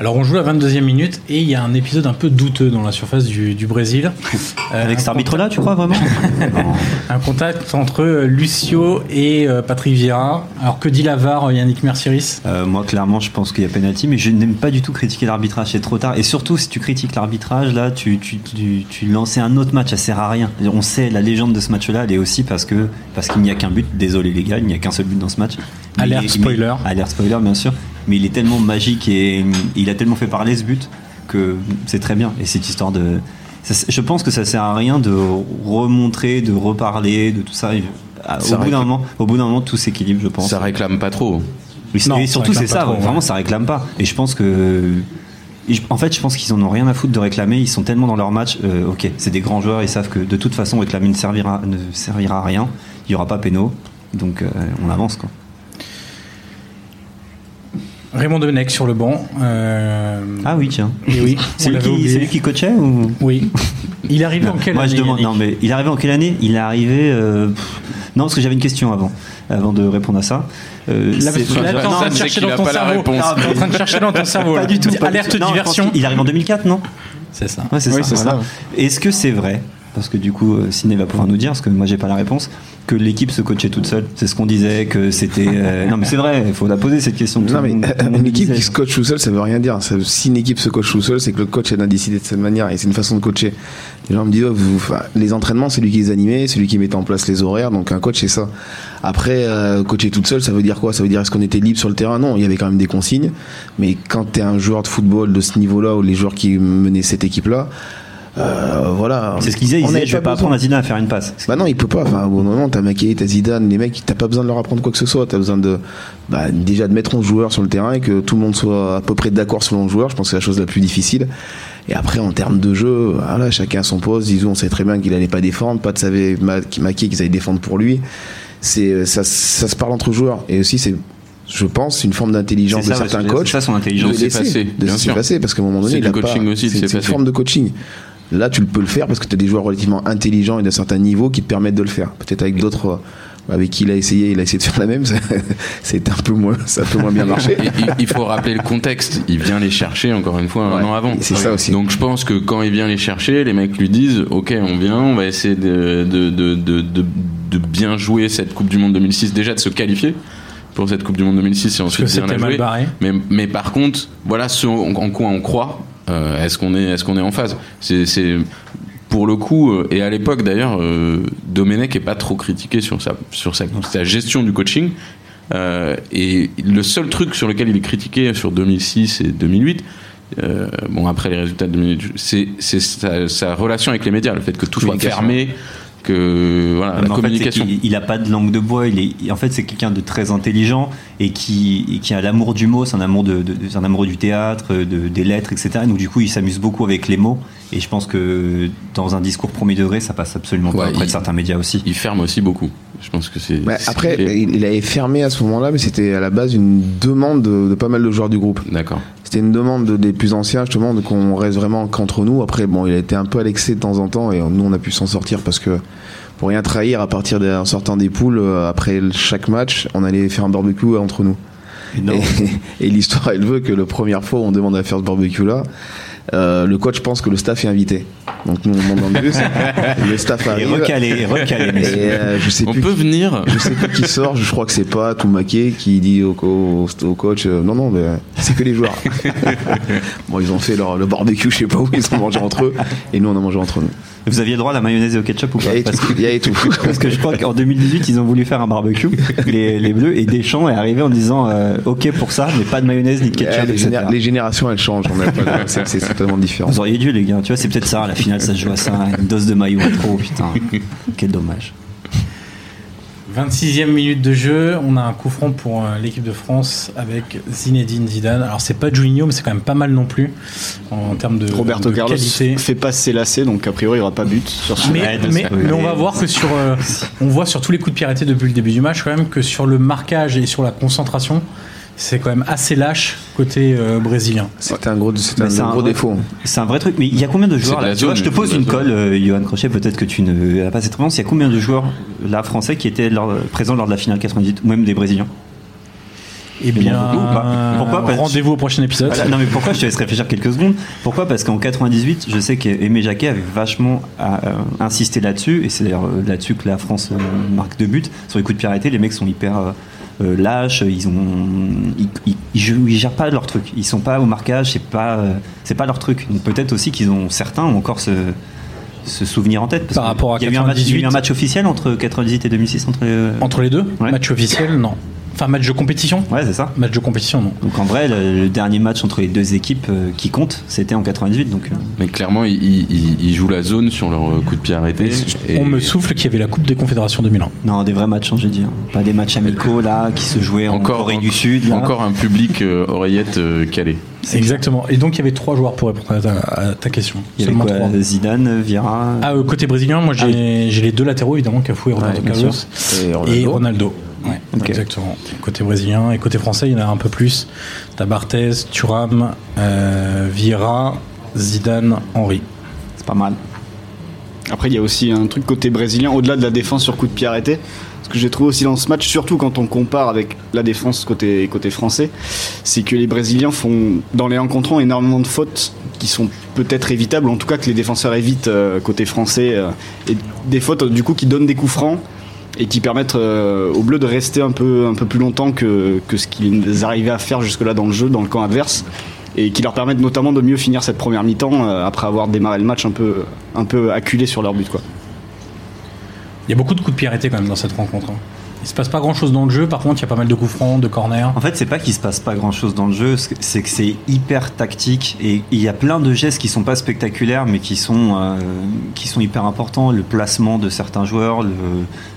Alors on joue la 22e minute et il y a un épisode un peu douteux dans la surface du, du Brésil. Euh,
Avec cet
un
arbitre là, tu crois vraiment
Un contact entre euh, Lucio et euh, Patrick Vieira. Alors que dit l'avare Yannick Mercieris
Euh, moi, clairement, je pense qu'il y a pénalty, mais je n'aime pas du tout critiquer l'arbitrage, c'est trop tard. Et surtout, si tu critiques l'arbitrage, là, tu, tu, tu, tu lançais un autre match, ça sert à rien. On sait, la légende de ce match-là, elle est aussi parce que parce qu'il n'y a qu'un but. Désolé, les gars, il n'y a qu'un seul but dans ce match. Mais
Alerte
il est-
spoiler.
mais- alerte spoiler, bien sûr. Mais il est tellement magique et hum, il a tellement fait parler ce but que c'est très bien. Et cette histoire de. ça- je pense que ça sert à rien de remontrer, de reparler, de tout ça. Et- à-
Ça
Au bout,
récupère-
d'un moment, au bout d'un moment, tout s'équilibre, je pense.
Ça réclame pas trop.
Oui, c'est-
Non,
et
ça
surtout,
réclame
c'est
pas
ça.
trop, ouais.
Vraiment, ça réclame pas. Et je pense que. et je- En fait, je pense qu'ils en ont rien à foutre de réclamer. Ils sont tellement dans leur match. euh, ok, c'est des grands joueurs. Ils savent que de toute façon, réclamer ne servira, ne servira à rien. Il n'y aura pas péno. Donc, euh, on avance. Quoi.
Raymond Domenech sur le banc. Euh,
Ah oui, tiens.
et oui,
C'est
on
lui,
l'avait
qui-
oublié.
c'est lui qui coachait ou
Oui. Il arrive en quelle
Moi,
année
je demande.
Yannick
Non, mais il est arrivé en quelle année Il est arrivé. euh, pff, Non, parce que j'avais une question avant, avant de répondre à ça. Euh,
Là,
c'est-
parce que là,
Non,
t'es en train de
c'est
chercher
qu'il
dans
a
ton
pas la
cerveau.
réponse.
Ah, T'es en train de chercher dans ton cerveau.
Pas
là.
du tout. pas du
Alerte
tout. Non, je pense
diversion.
qu'il- Il arrive en 2004, non
C'est ça.
Ouais, c'est
Oui,
ça.
c'est
voilà. Est-ce que c'est vrai Parce que du coup, euh, Ciné va pouvoir nous dire, parce que moi j'ai pas la réponse, que l'équipe se coachait toute seule. C'est ce qu'on disait, que c'était. euh, Non, mais c'est vrai, il faut la poser cette question. Tout
Non, mais
le
euh,
monde- tout le monde
une équipe
disait.
qui se coach tout seul, ça veut rien dire. Ça- si une équipe se coach tout seul, c'est que le coach elle a décidé de cette manière et c'est une façon de coacher. Les gens me disent, ouais, vous- enfin, les entraînements, c'est lui qui les animait, c'est lui qui mettait en place les horaires, donc un coach c'est ça. Après, euh, coacher toute seule, ça veut dire quoi Ça veut dire est-ce qu'on était libre sur le terrain Non, il y avait quand même des consignes. Mais quand t'es un joueur de football de ce niveau-là ou les joueurs qui menaient cette équipe-là, euh, voilà.
C'est ce qu'ils disaient, ils
On
disaient
n'avait
je vais pas
besoin.
apprendre à Zidane à faire une passe.
Bah non, il peut pas. Enfin, au bout d'un moment, t'as Maquet, t'as Zidane, les mecs, t'as pas besoin de leur apprendre quoi que ce soit. T'as besoin de, bah, déjà de mettre 11 joueurs sur le terrain et que tout le monde soit à peu près d'accord sur le joueur. Je pense que c'est la chose la plus difficile. Et après, en termes de jeu, voilà, chacun à son poste. Zizou, on sait très bien qu'il allait pas défendre. Pat savait, Ma- Maquet, qu'ils allaient défendre pour lui. C'est, euh, ça, ça se parle entre joueurs. Et aussi, c'est, je pense, une forme d'intelligence
C'est
de
ça, ouais,
certains
c'est-
coachs
c'est ça son
de
J'en
intelligence.
sais
laisser,
passer,
de
bien
se
sûr.
passer, parce qu'à un moment donné,
C'est
il
du
a
coaching
pas,
aussi, de
c'est
se
c'est une
passer.
forme de coaching. Là, tu le peux le faire parce que tu as des joueurs relativement intelligents et d'un certain niveau qui te permettent de le faire. Peut-être avec d'autres euh, avec qui il a essayé, il a essayé de faire la même, ça- c'était un peu moins, ça a un peu moins bien marché.
Et il- il faut rappeler le contexte. Il vient les chercher encore une fois un
Ouais,
an avant.
c'est ça aussi.
Donc je pense que quand il vient les chercher, les mecs lui disent Ok, on vient, on va essayer de, de, de, de, de- de bien jouer cette Coupe du Monde 2006, déjà de se qualifier. pour cette Coupe du Monde 2006 et ensuite
que
bien la
c'était mal
jouer.
barré.
Mais, mais par contre, voilà ce en, en quoi on croit. Euh, est-ce qu'on est, est, qu'on est en phase C'est- C'est pour le coup, euh, et à l'époque d'ailleurs, euh, Domenech est pas trop critiqué sur sa, sur sa, sa gestion du coaching. Euh, et le seul truc sur lequel il est critiqué sur 2006 et 2008, euh, bon après les résultats de 2008, c'est c'est sa, sa relation avec les médias, le fait que tout soit
Communication.
fermé, que voilà, la
Mais en fait,
communication.
c'est qu'il- il a pas de langue de bois. Il est, en fait, c'est quelqu'un de très intelligent et qui, et qui a l'amour du mot. C'est un amour de, de- c'est un amoureux du théâtre, de, des lettres, etc. Donc du coup, il s'amuse beaucoup avec les mots. Et je pense que dans un discours premier degré, ça passe absolument
Ouais,
pas. Après,
il-
certains médias aussi.
il ferme aussi beaucoup. Je pense que c'est.
Bah,
c'est-
après, il, il avait fermé à ce moment-là, mais c'était à la base une demande de, de pas mal de joueurs du groupe.
D'accord.
C'était une demande de- des plus anciens, justement, de qu'on reste vraiment qu'entre nous. Après, bon, il a été un peu à l'excès de temps en temps, et nous, on a pu s'en sortir parce que pour rien trahir, à partir de, en sortant des poules, euh, après chaque match, on allait faire un barbecue entre nous.
Non.
Et, et l'histoire, elle veut que la première fois, on demande à faire ce barbecue-là. euh, le coach pense que le staff est invité. Donc nous on monte dans le bus, le staff
Et
arrive.
recalé, recalé.
Et
messieurs.
euh, je sais
On
plus
peut
qui-
venir.
je sais plus qui sort, je crois que c'est pas Toumaké qui dit au, co- au- au coach euh, non non mais c'est que les joueurs. bon ils ont fait leur le barbecue je sais pas où ils ont mangé entre eux et nous on a mangé entre nous.
Vous aviez le droit à la mayonnaise et au ketchup ou pas
Il y avait
Parce
tout,
que-
il y avait tout.
Parce que je crois qu'en 2018, ils ont voulu faire un barbecue, les, les bleus, et Deschamps est arrivé en disant euh, OK pour ça, mais pas de mayonnaise ni de
Eh,
ketchup.
les,
etc.
géné- les générations elles changent, on a pas- c'est c'est totalement différent.
Vous auriez dû, les gars, tu vois, c'est peut-être ça, la finale, ça se joue à ça, hein, une dose de maillot à trop, putain. Quel dommage.
26e minute de jeu, on a un coup franc pour euh, l'équipe de France avec Zinedine Zidane. Alors c'est pas Juninho, mais c'est quand même pas mal non plus en, en termes de,
Roberto
de
Carlos
qualité.
fait passer lacé, donc a priori il n'y aura pas but sur ce
Mais,
Ouais,
mais-
ça, oui.
mais on va voir que sur, euh, on voit sur tous les coups de pied arrêtés depuis le début du match quand même que sur le marquage et sur la concentration, c'est quand même assez lâche côté euh, brésilien.
C'était un gros c'était
Mais c'est
un
un
gros
vrai-
défaut.
C'est un vrai truc, mais il y a combien de joueurs
de
là
la
Tu vois,
zone,
je te pose
c'est de
une
la
colle, euh, Johan Crochet, peut-être que tu ne l'as pas cette réponse. Il y a combien de joueurs là français qui étaient lors- euh, présents lors de la finale 98, ou même des Brésiliens
Et
bien,
Eh bien,
beaucoup ou pas Pourquoi Parce-
rendez-vous au prochain épisode.
Voilà, non mais pourquoi je te laisse réfléchir quelques secondes Pourquoi Parce qu'en 98, je sais qu'Aimé Jacquet avait vachement à, euh, insisté là-dessus, et c'est d'ailleurs euh, là-dessus que la France euh, marque deux buts. Sur les coups de pied arrêtés, les mecs sont hyper euh, euh, lâches, ils ont, ils, ils- ils jouent- ils gèrent pas leur truc, ils sont pas au marquage, c'est pas, euh, c'est pas leur truc. Donc peut-être aussi qu'ils ont certains ont encore ce, ce souvenir en tête. Parce
Par
que
rapport à
il y a eu un match- il y a eu
98.
un match officiel entre 98 et 2006 entre. euh,
Entre les deux,
Ouais.
match officiel, non. Enfin match de compétition.
Ouais, c'est ça.
Match de compétition, non.
Donc en vrai, le, le dernier match entre les deux équipes euh, qui compte, c'était en 98. Donc euh,
Mais clairement, ils, ils- ils jouent la zone sur leur coup de pied arrêté. Et-
On me souffle qu'il y avait la Coupe des Confédérations 2001.
non, des vrais matchs, hein, j'ai dit. hein. Pas des matchs amicaux là qui se jouaient en Corée du Sud. Là.
hein. Encore un public euh, oreillette euh, calé.
Exactement. Et donc il y avait trois joueurs pour répondre à ta, à ta question.
Il y avait
Seulement
quoi,
trois.
Zidane, Vieira.
Ah, euh, côté brésilien, moi j'ai
Ah
j'ai les deux latéraux évidemment, Cafou et Roberto
bien
Carlos
sûr.
Et Ronaldo.
et Ronaldo. Ouais,
Ok.
Exactement. Côté brésilien et côté français, il y en a un peu plus. Tabartez, Thuram, euh, Vieira, Zidane, Henry.
C'est pas mal.
Après, il y a aussi un truc côté brésilien, au-delà de la défense sur coup de pied arrêté. Ce que j'ai trouvé aussi dans ce match, surtout quand on compare avec la défense côté, côté français, c'est que les Brésiliens font, dans les rencontrants, énormément de fautes qui sont peut-être évitables, en tout cas que les défenseurs évitent euh, côté français, euh, et des fautes du coup qui donnent des coups francs et qui permettent euh, aux Bleus de rester un peu, un peu plus longtemps que, que ce qu'ils arrivaient à faire jusque-là dans le jeu, dans le camp adverse, et qui leur permettent notamment de mieux finir cette première mi-temps euh, après avoir démarré le match un peu, un peu acculé sur leur but. Quoi.
Il y a beaucoup de coups de pied arrêtés quand même dans cette rencontre. hein. Il se passe pas grand chose dans le jeu, par contre il y a pas mal de coups francs, de corners.
En fait, c'est pas qu'il se passe pas grand chose dans le jeu, c'est que c'est hyper tactique et il y a plein de gestes qui sont pas spectaculaires mais qui sont, euh, qui sont hyper importants. Le placement de certains joueurs, le,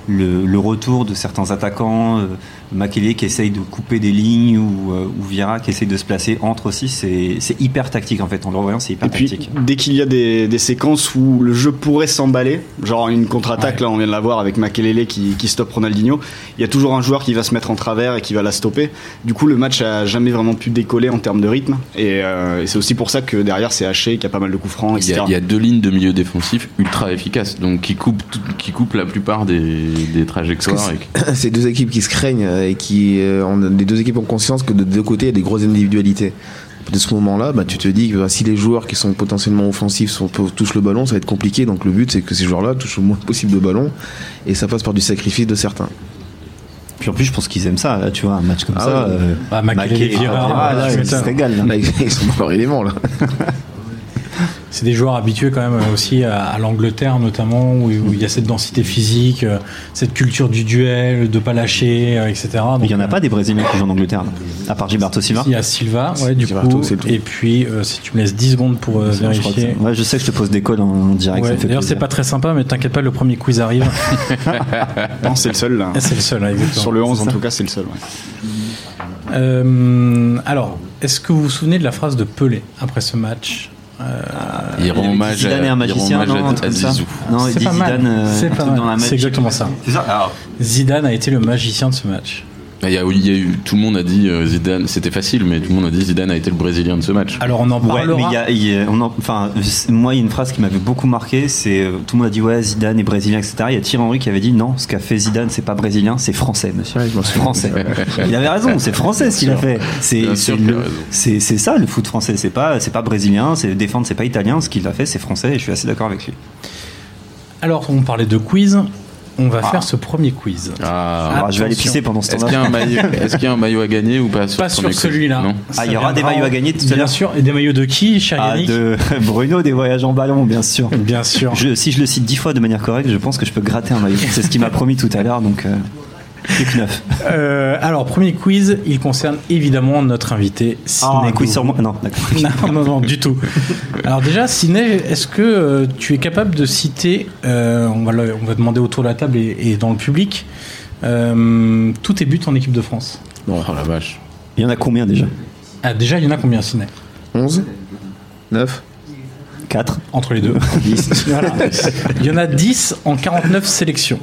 le, le retour de certains attaquants, euh, Makelele qui essaye de couper des lignes ou, euh, ou Vieira qui essaye de se placer entre aussi, c'est c'est hyper tactique en fait. En le revoyant, c'est hyper
Et puis,
tactique.
dès qu'il y a des, des séquences où le jeu pourrait s'emballer, genre une contre-attaque,
Ouais.
là on vient de la voir avec Makelele qui, qui stoppe Ronaldinho, il y a toujours un joueur qui va se mettre en travers et qui va la stopper. Du coup, le match a jamais vraiment pu décoller en termes de rythme, et, euh, et c'est aussi pour ça que derrière c'est haché, qu'il y a pas mal de coups francs,
Il y,
etc.
a, il y a deux lignes de milieu défensif ultra efficaces, donc qui coupent, tout- qui coupent la plupart des, des trajectoires. et que-
ces deux équipes qui se craignent euh, et qui euh, on a- les deux équipes ont conscience que de deux côtés il y a des grosses individualités. De ce moment-là, bah, tu te dis que bah, si les joueurs qui sont potentiellement offensifs sont, peuvent- touchent le ballon, ça va être compliqué. Donc le but, c'est que ces joueurs-là touchent le moins possible de ballon et ça passe par du sacrifice de certains.
Puis en plus, je pense qu'ils aiment ça, là, tu vois, un match comme
Ah
ça.
ouais.
euh,
Bah, Makelele,
Makelele, ah,
Vieira, euh,
Vieira, là,
tu
ils
m'étonnes.
se régalent, là.
Là, ils sont dans leur élément, là.
C'est des joueurs habitués quand même euh, aussi à, à l'Angleterre notamment, où, où il y a cette densité physique, euh, cette culture du duel, de pas lâcher, euh, etc. Donc,
Mais il n'y en a
euh,
pas des Brésiliens qui jouent en Angleterre, là. à part Gilberto Silva.
Il y a Silva, ouais, du
Gilberto,
coup.
c'est le tout.
Et puis, euh, si tu me laisses 10 secondes pour euh,
Je crois que
vérifier.
c'est- ouais, je sais que je te pose des codes en, en direct.
Ouais,
ça me fait
D'ailleurs, c'est
plaisir.
pas très sympa, mais t'inquiète pas, le premier quiz arrive.
Non, c'est le seul là.
c'est le seul, hein, exactement.
Sur le 11, en tout cas, c'est le seul. ouais.
Euh, alors, est-ce que vous vous souvenez de la phrase de Pelé après ce match
Il
Il y
rend
avait
hommage à
euh, Zidane et un magicien,
il rend
non, un
hommage
truc
à- à
comme ça.
Zizou.
Non, il
C'est
dit
pas mal.
Zidane, euh,
C'est
un
pas
truc dans la
mal.
match.
C'est exactement ça.
C'est ça Alors,
Zidane a été le magicien de ce match.
Il y a- il y a eu- tout le monde a dit euh, Zidane, c'était facile, mais tout le monde a dit Zidane a été le Brésilien de ce match.
Alors, on en
Ouais, mais
parlera.
il y a, il y a- on en- enfin, c'est- moi, il y a une phrase qui m'avait beaucoup marqué. C'est euh, tout le monde a dit ouais, Zidane est brésilien, etc. Il y a Thierry Henry qui avait dit non, ce qu'a fait Zidane, c'est pas brésilien, c'est français, monsieur. français. il avait raison, c'est français ce qu'il a fait.
Bien
C'est c'est
sûr qu'il
le-
a raison.
c'est c'est ça le foot français. C'est pas c'est pas brésilien, c'est défendre, c'est pas italien. Ce qu'il a fait, c'est français. Et je suis assez d'accord avec lui.
Alors, on parlait de quiz. On va
Ah.
faire ce premier quiz.
Ah.
Alors, je vais aller
Attention.
pisser pendant ce
Est-ce
temps-là.
qu'il y a un maillot, est-ce qu'il y a un maillot à gagner ou pas sur,
Pas
le
sur
premier quiz
celui-là.
Non.
Ça
Ah, il y aura des
viendra
maillots à
en-
gagner tout à
Bien
l'heure.
sûr. Et des maillots de qui, cher
Ah,
Yannick
de Bruno des voyages en ballon, bien sûr.
Bien sûr.
Je- si je le cite dix fois de manière correcte, je pense que je peux gratter un maillot. C'est ce qu'il m'a promis tout à l'heure, donc euh, plus que neuf.
Euh, alors, premier quiz, il concerne évidemment notre invité,
Ah,
Sidney
un quiz
Govou.
sur moi. Non, d'accord.
Non, non, non, du tout. Alors déjà, Sidney, est-ce que euh, tu es capable de citer, euh, on, va le- on va demander autour de la table et, et dans le public, euh, tous tes buts en équipe de France
Non, oh la vache.
Il y en a combien déjà
ah, Déjà, il y en a combien, Sidney
11 9
4
Entre les deux. Voilà. Il y en a 10 en 49 sélections.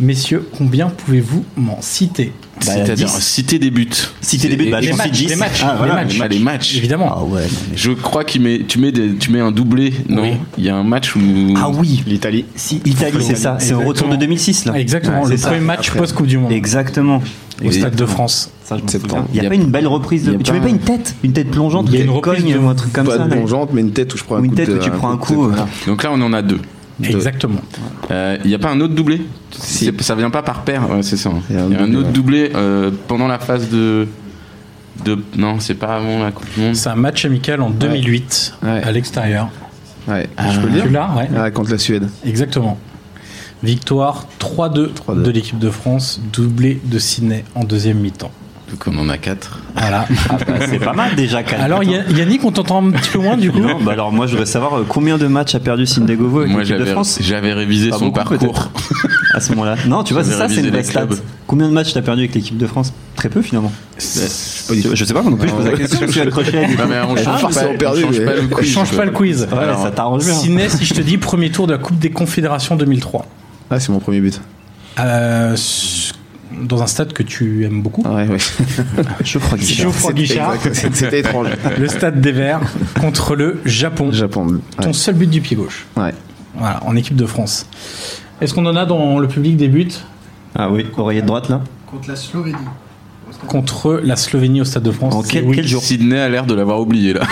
Messieurs, combien pouvez-vous m'en citer
Bah,
C'est-à-dire, citer des buts.
Citer des buts,
Et-
bah,
et-
je pense
matchs,
que 10.
les matchs,
Ah,
les
voilà,
matchs.
Ah, les matchs.
Évidemment.
Ah ouais.
Je crois qu'il met, tu mets, des- tu mets un doublé, non
Oui.
Il y a un match où.
Ah oui,
L'Italie.
si Italie, c'est ça. C'est au retour de
Exactement.
2006 là.
Exactement,
ah, Ouais,
le
c'est ça.
premier match post-Coupe du Monde
Exactement.
au Stade de France.
Ça, je m'en
Septembre.
souviens. Il n'y
Y
a
a
pas une belle reprise de.
y a
tu
pas
mets pas
un-
une tête Une tête plongeante,
Il y a
une
une
tête
reprise
cogne
de-
ou un truc comme
Pas
ça.
de
là.
plongeante, mais une tête où je prends un
Ou une
coup
tête
de
où tu prends un coup.
de-
voilà.
Donc là, on en a deux.
Exactement.
Euh, Il n'y a pas un autre doublé C'est- Ça vient pas par paire, ouais, c'est ça. hein. Il y a un,
doublé,
autre
ouais.
doublé euh, pendant la phase de. de... Non, c'est pas avant la Coupe du Monde.
C'est un match amical en 2008
Ouais.
à l'extérieur.
Ouais, je peux le
Tu
dire
l'as Ouais,
Ah, contre la Suède.
exactement. Victoire 3-2
3-2.
de l'équipe de France, doublé de Sydney en deuxième mi-temps.
Donc on en a quatre.
Voilà.
C'est pas mal déjà, quand même.
Alors
Attends.
Ya- Yannick, on t'entend un petit peu moins du coup
Non, bah alors moi je voudrais savoir euh, combien de matchs a perdu Sindegovo avec
Moi,
l'équipe de
j'avais
France
j'avais révisé
Pas
son
beaucoup,
parcours.
à ce moment-là. Non, tu vois,
J'avais
c'est ça, c'est
révisé
une vraie
les
stat.
clubs.
Combien de matchs t'as perdu avec l'équipe de France Très peu finalement. Je sais pas, non plus je pose la question, je suis accroché à
Non, mais on change,
mais c'est
pas, on
perdu,
change
mais-
pas le quiz.
Change pas le quiz.
Ouais,
Alors,
ça t'arrange bien.
Sydney, si je te dis premier tour de la Coupe des Confédérations 2003,
Ah, c'est mon premier but.
Euh, s- dans un stade que tu aimes beaucoup,
Ouais, ouais.
Geoffroy
C'est
Guichard.
Geoffroy Guichard,
Exact, c'est- C'était étrange.
le stade des Verts contre le Japon.
Japon.
Ton seul but du pied gauche.
Ouais. ouais.
Voilà, en équipe de France. Est-ce qu'on en a dans le public des buts
Ah oui, oreiller de droite là.
contre la Slovénie.
contre la Slovénie au Stade de France
En
C'est
quel,
oui.
quel jour
Sydney a l'air de l'avoir oublié là.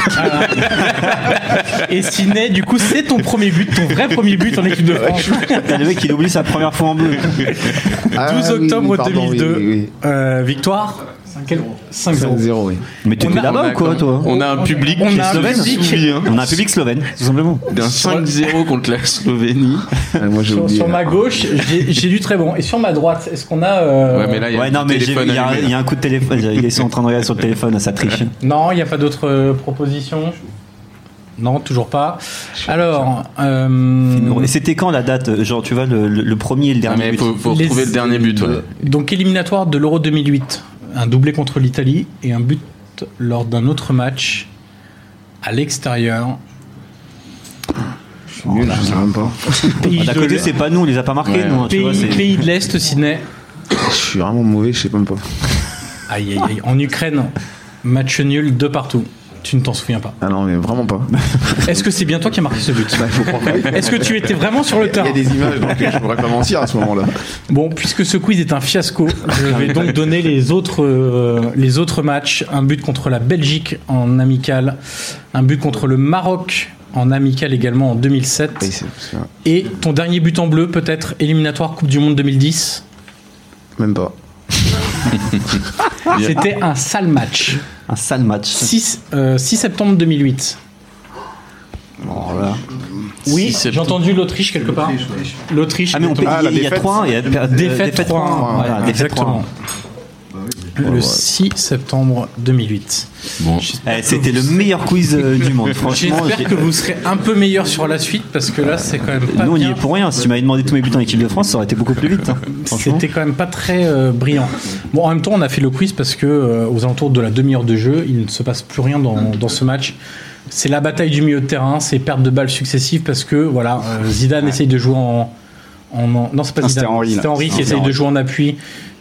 Et Sidney, du coup, c'est ton premier but, ton vrai premier but en équipe de France.
T'as le mec qui oublie sa première fois en bleu.
Ah,
12
oui, oui,
octobre
pardon, oui,
2002,
oui, oui.
Euh, victoire 5-0.
5-0, oui.
Mais
On
t'étais
a-
là-bas
on
ou
a
quoi
comme-
toi
On a un public
On
qui
a
est
un
slovène.
public.
hein.
On a un public slovène, tout simplement.
D'un 5-0 contre la Slovénie.
Ah, moi, j'ai
Sur,
oublié.
sur ma gauche, j'ai j'ai du très bon. Et sur ma droite, est-ce qu'on a. euh,
Ouais, mais là, il y a
Ouais,
le
non, mais j'ai-
téléphone
il y, a-
allumé.
il y a un coup de téléphone. Ils sont en train de regarder sur le téléphone, ça triche.
Non, il n'y a pas d'autres euh, propositions Non, toujours pas. Alors. euh,
Et c'était quand la date euh, Genre, tu vois, le, le- le premier et le
Ah,
dernier.
mais
but
faut, faut
Les- euh,
retrouver le dernier but. ouais.
Donc éliminatoire de l'Euro 2008, un doublé contre l'Italie et un but lors d'un autre match à l'extérieur.
Ah,
Je suis nul, je sais même pas.
Pays,
Ah, D'à
de
côté,
l'Est-
c'est pas nous, on les a pas marqués.
Ouais,
nous, hein, tu
pays-
vois, c'est-
pays de l'Est, Sydney.
Je suis vraiment mauvais, je sais même pas.
Aïe, aïe, aïe. En Ukraine, match nul de partout. Tu ne t'en souviens pas.
Ah non, mais vraiment pas.
Est-ce que c'est bien toi qui as marqué ce but
Bah, faut croire que-
Est-ce que tu étais vraiment sur le
Il y
terrain
a des images, donc je pourrais pas mentir à ce moment-là.
Bon, puisque ce quiz est un fiasco, je
Ah,
vais donc donner les autres, euh, les autres matchs. Un but contre la Belgique en amical, un but contre le Maroc en amical également en 2007.
Oui, c'est- c'est vrai.
Et ton dernier but en bleu, peut-être éliminatoire Coupe du Monde 2010
Même pas.
C'était
Ah.
un sale match.
Un sale match.
6, euh, 6 septembre 2008.
Oh là.
Oui, j'ai
septembre.
entendu l'Autriche quelque part. L'Autriche.
Ah mais on peut,
exactement.
Ah, la
il y a- il y a
défaite.
3-1, il y a euh,
Défaite 3-1.
3-1, voilà,
voilà,
défaite 3-1.
exactement. Le 6 septembre 2008.
Bon,
Eh, C'était le meilleur quiz euh, du monde, franchement. j'ai-
J'espère que vous serez un peu meilleur sur la suite parce que là c'est quand même pas
Nous on y
bien.
est pour rien, si tu m'avais demandé tous mes buts en équipe de France, ça aurait été beaucoup plus vite. hein, franchement.
C'était quand même pas très euh, brillant. Bon, en même temps, on a fait le quiz parce que euh, aux alentours de la demi-heure de jeu, il ne se passe plus rien dans, dans ce match. C'est la bataille du milieu de terrain, c'est perte de balles successives parce que voilà, euh, Zidane essaye de jouer en, en- en- non, c'est pas
Ah,
Zidane,
c'était Henry, là.
c'était Henry qui
C'était
essaye de
Henry.
jouer en appui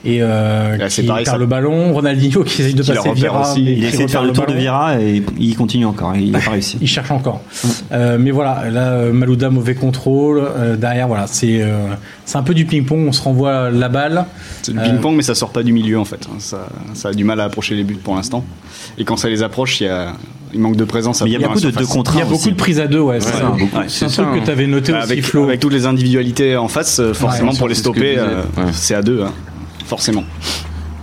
et euh,
Là, c'est
qui
pareil,
perd
ça.
le ballon, Ronaldinho qui essaye de
Qui le
passer
repère
Vira,
aussi.
mais
Il
qui
essaie de faire
repère
le tour de
ballon.
Vira et il continue encore, hein. il n'a pas réussi.
Il cherche encore. Euh, mais voilà, là, euh, Malouda, mauvais contrôle. euh, derrière, voilà, c'est euh, c'est un peu du ping-pong. On se renvoie la balle.
C'est du
Euh,
ping-pong, mais ça sort pas du milieu en fait. hein. Ça, ça a du mal à approcher les buts pour l'instant. Et quand ça les approche, il, y a, il manque de présence. à
Mais il y a
dans la
beaucoup de
surface.
deux contre
Il y a
un
beaucoup
aussi.
de prises à deux, ouais, c'est
Ouais,
ça.
beaucoup. Ouais,
C'est un
c'est ça,
truc
hein.
que tu avais noté
Bah,
aussi,
avec,
Flo.
avec toutes les individualités en face, euh, forcément
Ouais,
pour les
c'est ce que
stopper,
je disais.
euh,
Ouais.
c'est à deux, hein. forcément.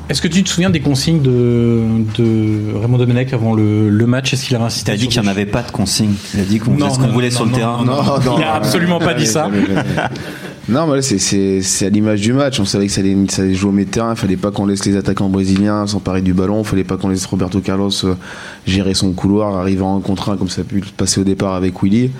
Est-ce que tu te souviens des consignes de, de Raymond Domenech avant le, le match Est-ce qu'il avait insisté
T'as dit qu'il n'y en avait pas de consigne. Il a dit qu'on faisait
Non,
ce qu'on
non,
voulait
non,
sur le
non,
terrain.
non, non. Il a
non,
absolument pas dit ça.
Non, mais là, c'est- c'est c'est à l'image du match. On savait que ça allait, ça allait jouer au milieu de terrain. Il fallait pas qu'on laisse les attaquants brésiliens s'emparer du ballon. Il fallait pas qu'on laisse Roberto Carlos euh, gérer son couloir, arriver en contre un comme ça a pu se passer au départ avec Willy.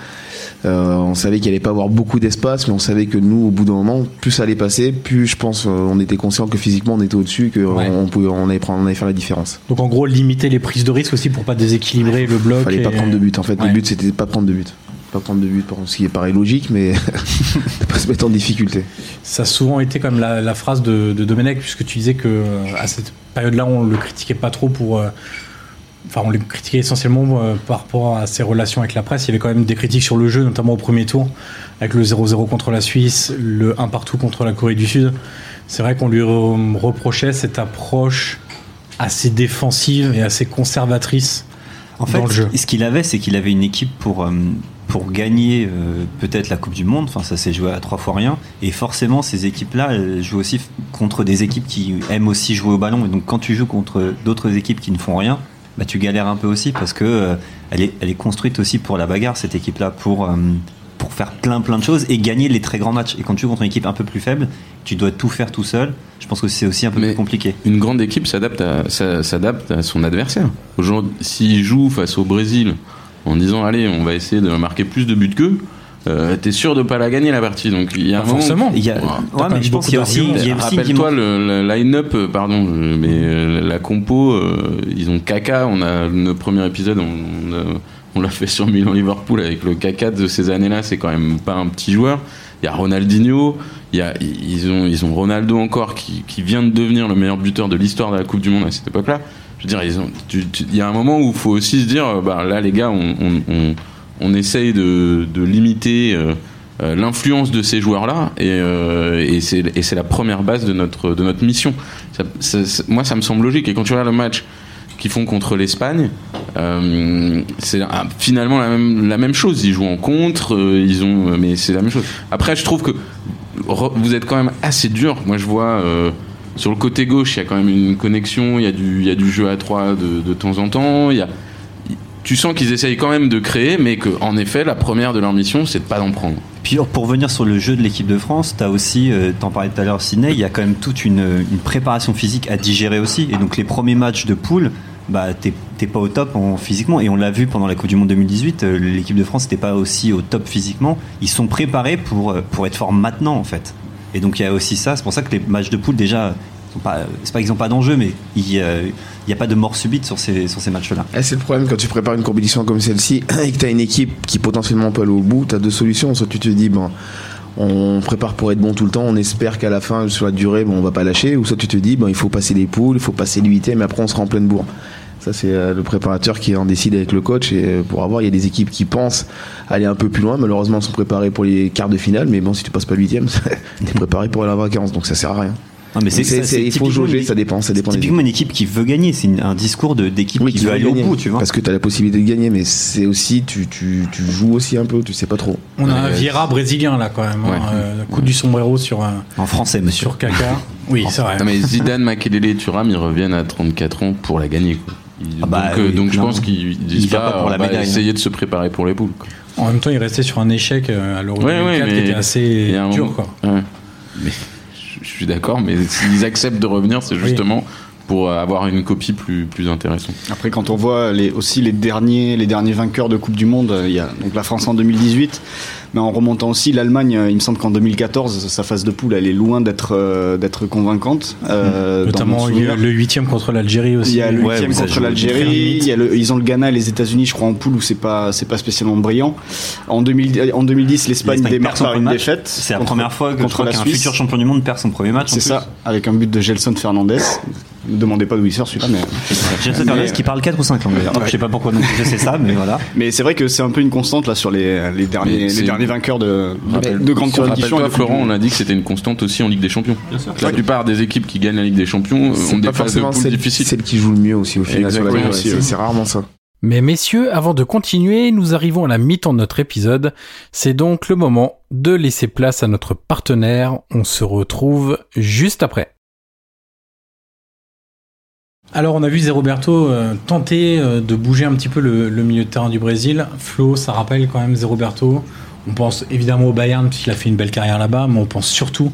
Euh, on savait qu'il allait pas avoir beaucoup d'espace, mais on savait que nous, au bout d'un moment, plus ça allait passer, plus je pense euh, on était conscient que physiquement on était au-dessus, qu'on
Ouais.
on pouvait, on allait, prendre, on allait faire la différence.
Donc en gros, limiter les prises de risque aussi pour pas déséquilibrer le bloc.
Il fallait pas
et-
prendre de but. En fait,
Ouais.
le but c'était de pas prendre de but. Pas prendre de but, pour- ce qui paraît logique, mais de pas se mettre en difficulté.
Ça a souvent été comme la, la phrase de, de Domenech, puisque tu disais que euh, à cette période-là, on le critiquait pas trop pour. euh, Enfin, on le critiquait essentiellement euh, par rapport à ses relations avec la presse. Il y avait quand même des critiques sur le jeu, notamment au premier tour, avec le 0-0 contre la Suisse, le 1 partout contre la Corée du Sud. C'est vrai qu'on lui re- reprochait cette approche assez défensive et assez conservatrice.
En fait,
dans le jeu.
ce qu'il avait, c'est qu'il avait une équipe pour, euh, pour gagner euh, peut-être la Coupe du Monde. Enfin, ça s'est joué à trois fois rien. Et forcément, ces équipes-là elles jouent aussi f- contre des équipes qui aiment aussi jouer au ballon. Et donc, quand tu joues contre d'autres équipes qui ne font rien, bah, tu galères un peu aussi parce que euh, elle, est, elle est construite aussi pour la bagarre, cette équipe-là, pour, euh, pour faire plein plein de choses et gagner les très grands matchs. Et quand tu joues contre une équipe un peu plus faible, tu dois tout faire tout seul. Je pense que c'est aussi un peu
Mais-
plus compliqué.
une grande équipe s'adapte à, s'a- s'adapte à son adversaire. Aujourd'hui, s'il joue face au Brésil en disant allez, on va essayer de marquer plus de buts qu'eux, euh, t'es sûr de pas la gagner la partie. Donc il y a un
Pas
moment-
forcément.
Il y a,
Ouais,
Ouais, mais
même
je pense
beaucoup
qu'il y a aussi,
d'arguments.
il y a aussi une
Rappelle-toi le, le line-up, euh, pardon, euh, mais euh, la compo, euh, ils ont Kaka. On a le premier épisode, on, on a- on l'a fait sur Milan Liverpool avec le Kaka de ces années-là. C'est quand même pas un petit joueur. Il y a Ronaldinho, il y a, ils ont ils ont Ronaldo encore qui, qui vient de devenir le meilleur buteur de l'histoire de la Coupe du Monde à cette époque-là. Je veux dire, ils ont- tu- tu- il y a un moment où il faut aussi se dire, euh, bah là les gars, on on, on- on essaye de, de limiter. euh, euh, l'influence de ces joueurs-là et, euh, et c'est et c'est la première base de notre, de notre mission. Ça- ça- ça- moi, ça me semble logique. Et quand tu regardes le match qu'ils font contre l'Espagne, euh, c'est ah, finalement la même, la même chose. Ils jouent en contre, euh, ils ont, mais c'est la même chose. Après, je trouve que re- vous êtes quand même assez dur. Moi, je vois euh, sur le côté gauche, il y a quand même une connexion, il y a du, il y a du jeu à trois de, de temps en temps. Il y a, tu sens qu'ils essayent quand même de créer, mais que en effet, la première de leur mission, c'est de pas d'en prendre.
Puis oh, pour revenir sur le jeu de l'équipe de France, t'as aussi, euh, t'en parlais tout à l'heure, Sydney, il y a quand même toute une, une préparation physique à digérer aussi. Et donc les premiers matchs de poule, bah t'es t'es pas au top en, physiquement. Et on l'a vu pendant la Coupe du Monde 2018, euh, l'équipe de France n'était pas aussi au top physiquement. Ils sont préparés pour euh, pour être forts maintenant en fait. Et donc il y a aussi ça. C'est pour ça que les matchs de poule déjà, sont pas, euh, c'est pas qu'ils ont pas d'enjeu, mais il n'y a pas de mort subite sur ces sur ces matchs-là.
Eh, c'est le problème quand tu prépares une compétition comme celle-ci et que tu as une équipe qui potentiellement peut aller au bout, tu as deux solutions. Soit tu te dis, ben, on prépare pour être bon tout le temps, on espère qu'à la fin, sur la durée, ben, on va pas lâcher. Ou soit tu te dis, ben, il faut passer les poules, il faut passer l'UIT, mais après on sera en pleine bourre. Ça, c'est euh, le préparateur qui en décide avec le coach. Et euh, pour avoir, il y a des équipes qui pensent aller un peu plus loin. Malheureusement, elles sont préparées pour les quarts de finale. Mais bon, si tu passes pas huitième, t'es préparé pour aller en vacances. Donc ça sert à rien.
Non, mais c'est-
C'est-
ça,
c'est-
c'est
il faut
typiquement
jauger,
une-
ça dépend, ça dépend des
Typiquement une équipe qui veut gagner, c'est une- un discours de- d'équipe qui
tu
veut
veux
aller au
gagner,
bout, tu vois.
Parce que tu as la possibilité de gagner, mais c'est aussi, tu, tu, tu joues aussi un peu, tu sais pas trop.
On a un
Ouais.
Vieira brésilien là quand même. hein,
Ouais.
euh, coup du sombrero sur un
En français, monsieur.
sur Kaka. Oui, c'est vrai.
Non, mais Zidane, Makelele et Thuram, ils reviennent à 34 ans pour la gagner. quoi. Ils-
Ah bah,
donc euh,
oui,
donc je
clairement.
pense qu'ils disent
Il vient
pas,
pas pour
on
la
va
médaille,
essayer de se préparer pour les poules. quoi.
En même temps, il restait sur un échec euh, à l'Euro
Ouais,
2004
ouais,
qui
mais
était
il y
assez
a un
dur
moment-
quoi.
Ouais. Mais je, je suis d'accord, mais s'ils acceptent de revenir, c'est justement pour avoir une copie plus, plus intéressante.
Après, quand on voit les, aussi les derniers, les derniers vainqueurs de Coupe du Monde, euh, il y a donc la France en 2018, mais en remontant aussi l'Allemagne, euh, il me semble qu'en 2014, sa phase de poule, elle est loin d'être euh, d'être convaincante. euh, dans mon
Notamment
souvenir.
le le huitième contre l'Algérie
Il
aussi.
y a le
Ouais,
huitième
vous avez
contre
joué
très
l'Algérie,
limite.
il y a le- ils ont le Ghana et les États-Unis, je crois, en poule où c'est pas, c'est pas spécialement brillant. En, 2000 en 2010, l'Espagne
L'Espagne
démarre
perd son
par une
premier match.
défaite.
C'est la
contre-
première fois que je
contre
crois
la
qu'un
Suisse.
futur champion du monde perd son premier match. en
C'est
plus.
ça, avec un but de Gelson Fernandez. Ne demandez pas d'où il sort celui-là, mais.
Jason
Mais-
Fernandez qui parle 4 ou 5 langues. d'ailleurs. Je sais pas pourquoi donc je sais ça, mais voilà.
Mais c'est vrai que c'est un peu une constante là sur les, les, derniers,
c'est-
les derniers vainqueurs de,
Rappelle-
de grandes compétitions.
Rappelle-toi,
et de Coupe du
Florent,
Monde.
on a dit que c'était une constante aussi en Ligue des Champions. La plupart des équipes qui gagnent la Ligue des Champions euh, ont
C'est
des
pas
phases de
forcément
poules
celle,
difficiles.
celle qui joue le mieux aussi au final sur la
Exactement,
durée,
aussi,
c'est-
ouais.
C'est rarement ça.
Mais messieurs, avant de continuer, nous arrivons à la mi-temps de notre épisode. C'est donc le moment de laisser place à notre partenaire. On se retrouve juste après.
Alors on a vu Zé Roberto euh, tenter euh, de bouger un petit peu le, le milieu de terrain du Brésil. Flo, ça rappelle quand même Zé Roberto. On pense évidemment au Bayern parce qu'il a fait une belle carrière là-bas, mais on pense surtout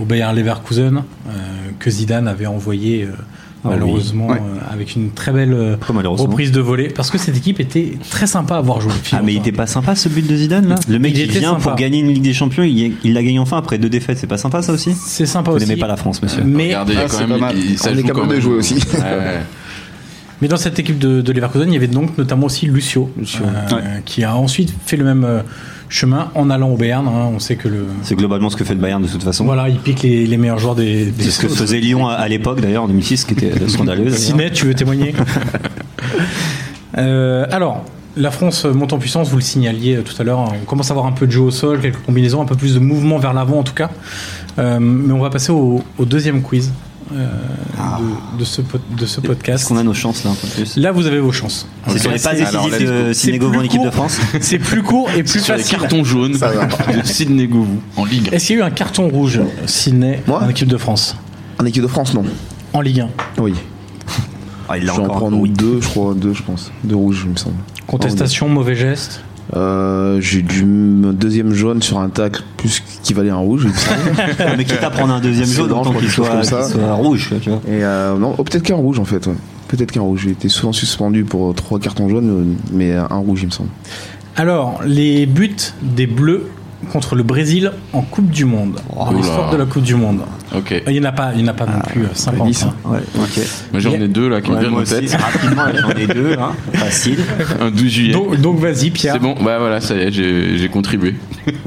au Bayern Leverkusen euh, que Zidane avait envoyé euh,
Ah oui.
malheureusement
Ouais.
euh, avec une très belle euh,
Après, malheureusement.
reprise de volée parce que cette équipe était très sympa à voir jouer.
Ah mais il était pas sympa ce but de Zidane là Le mec qui
Il était
vient
sympa.
pour gagner une Ligue des Champions, il il l'a gagne enfin après deux défaites, c'est pas sympa ça aussi
C'est sympa
Vous
aussi.
n'aimez pas la France monsieur
mais
Regardez, il y a
Ah,
quand
c'est
même-
pas mal.
il- ça
On est
joue
capable
quand
de
même.
jouer aussi.
Ouais, ouais.
Mais dans cette équipe de, de Leverkusen, il y avait donc notamment aussi Lucio, euh, qui a ensuite fait le même euh, chemin en allant au Bayern. hein. On sait que le
C'est globalement ce que fait le Bayern de toute façon.
voilà, il pique les, les meilleurs joueurs des. des
C'est ce que faisait Lyon à- à l'époque d'ailleurs en 2006 qui était scandaleux. d'ailleurs.
Sinet, tu veux témoigner Euh, Alors. La France monte en puissance, vous le signaliez euh, tout à l'heure. On commence à avoir un peu de jeu au sol, quelques combinaisons, un peu plus de mouvement vers l'avant en tout cas. Euh, mais on va passer au, au deuxième quiz euh, de, de ce, pod- de
Est-ce
ce podcast.
qu'on a nos chances là un peu plus
Là, vous avez vos chances.
Ah, C'est sur les passes décisives de Sinego en
plus
équipe de
court.
France
C'est plus court et plus
Sur les
facile.
cartons jaunes de Sidney Govou en Ligue.
Est-ce qu'il y a eu un carton rouge, Sydney,
Moi Oh,
en équipe de France
En équipe de France, non
En Ligue 1.
Oui.
Ah, il
Je
l'a
vais en
encore.
prendre
Oui.
deux, je crois, deux, je pense. Deux rouges, il me semble.
Contestation, mauvais geste.
Euh, J'ai du deuxième jaune sur un tacle, plus qui valait un rouge, il me semble.
Ah, Mais quitte à prendre un deuxième
C'est
jaune,
grand,
autant
je crois,
qu'il
quelque chose
soit,
comme ça.
qu'il soit rouge. Tu vois.
Et euh, non, oh, peut-être qu'un rouge en fait. ouais. Peut-être qu'un rouge. J'ai été souvent suspendu pour euh, trois cartons jaunes, euh, mais un rouge, il me semble.
Alors, les buts des Bleus contre le Brésil en Coupe du Monde. Dans
Oula. Ah,
l'histoire de la Coupe du Monde.
Ok.
Il n'y en a pas, il n'y en a pas non plus euh, 50. hein.
Ouais, ok.
Moi j'en
Il y a-
ai deux là qui me
Ouais,
viennent
moi
en
aussi,
tête.
rapidement, j'en ai deux. Hein. Facile.
Un 12 juillet.
Donc, donc vas-y Pierre.
C'est bon, bah voilà, ça y est, j'ai j'ai contribué.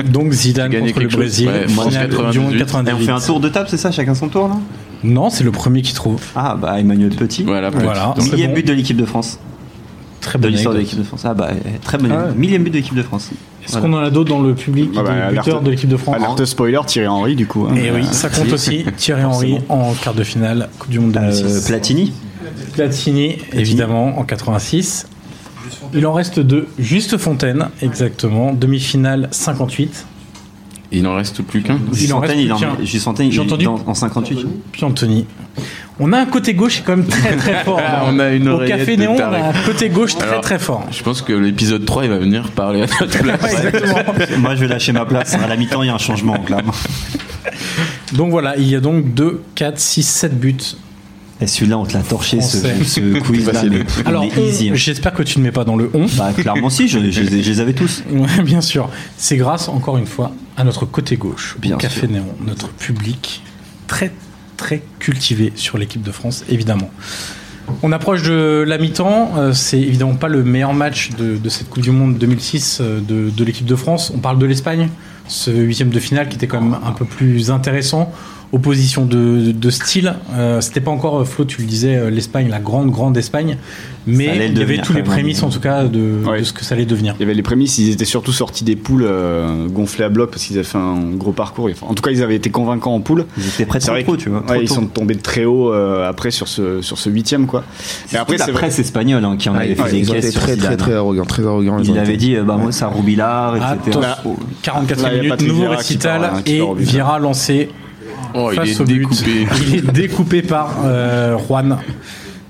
Donc Zidane
J'ai gagné
contre le
quelque chose.
Brésil.
Ouais,
finale
France
du monde
98.
98.
Et on fait un tour de table, c'est ça Chacun son tour là
Non, c'est le premier qui trouve.
Ah bah Emmanuel Petit.
Voilà, peut-être.
Voilà.
Donc,
c'est
Millième
bon.
but de l'équipe de France.
Très
De
bonne
l'histoire de l'équipe
anecdote.
de France. Ah bah eh, très bonne.
Ah ouais.
Millième but de l'équipe de France.
Est-ce qu'on en a d'autres dans le public
Ah bah,
des
alerte-
buteurs de l'équipe de France
Alerte spoiler, Thierry Henry, du coup. hein.
Et oui, ça compte aussi. Thierry Henry en quart de finale Coupe du Monde
Euh,
2006.
Platini.
Platini, évidemment, en 86. Il en reste deux. Juste Fontaine, exactement. Demi-finale 58.
il en reste plus
Il
qu'un.
en
Gisantaine,
reste
il
plus qu'un.
en- Gisantaine, il
J'ai
est
entendu.
dans- en 58.
Puis Anthony. On a un côté gauche quand même très très fort.
Ah, on a une
Au
oreillette
Café
de
Néon, on
taré.
a un côté gauche très
Alors,
très fort.
Je pense que l'épisode 3, il va venir parler à notre place.
Ouais, exactement.
Moi je vais lâcher ma place. À la mi-temps, il y a un changement. clairement.
Donc voilà, il y a donc 2, 4, 6, 7 buts.
Et Eh, celui-là, on te l'a torché ce,
Français.
ce quiz là.
Facile.
Alors,
Alors,
on-
easy. hein.
j'espère que tu ne mets pas dans le on.
Bah clairement si, je, je les ai- je les avais tous.
Ouais, bien sûr. C'est grâce, encore une fois, à notre côté gauche, au
Bien
Café Néon, notre public très, très cultivé sur l'équipe de France, évidemment. On approche de la mi-temps. euh, C'est évidemment pas le meilleur match de, de cette Coupe du Monde 2006 euh, de, de l'équipe de France. On parle de l'Espagne. ce huitième de finale qui était quand même un peu plus intéressant. Opposition de, de style. Euh, C'était pas encore, Flo, tu le disais, euh, l'Espagne, la grande, grande Espagne.
Ça allait
Mais il y avait
devenir
tous les
quand même.
prémices, en tout cas, de,
Ouais.
de ce que ça allait devenir.
Il y avait les prémices, ils étaient surtout sortis des poules euh, gonflés à bloc parce qu'ils avaient fait un gros parcours. Enfin, En tout cas, ils avaient été convaincants en poule.
Ils étaient prêts
C'est vrai
trop tôt,
que-
tu vois.
ouais,
trop
ils
tôt.
sont tombés de très haut euh, après sur ce sur ce huitième quoi.
C'est
Mais
surtout
après, c'est
la
vrai.
presse espagnole hein, qui en avait
Ouais,
fait des
Ah, ils ont été
caisses sur
très, très,
Zidane.
très arrogants. Très arrogants ils ont
Il
été.
avait dit, euh, bah moi, ça Rubilar, etc.
Ah, Attends.
Là,
44
Là, il y a
minutes,
Patrick
nouveau
Vieira qui
récital
part, hein, qui
et
part au but.
Vieira lancé
Oh, il
face
est
au but.
découpé.
Il est découpé par euh, Juan,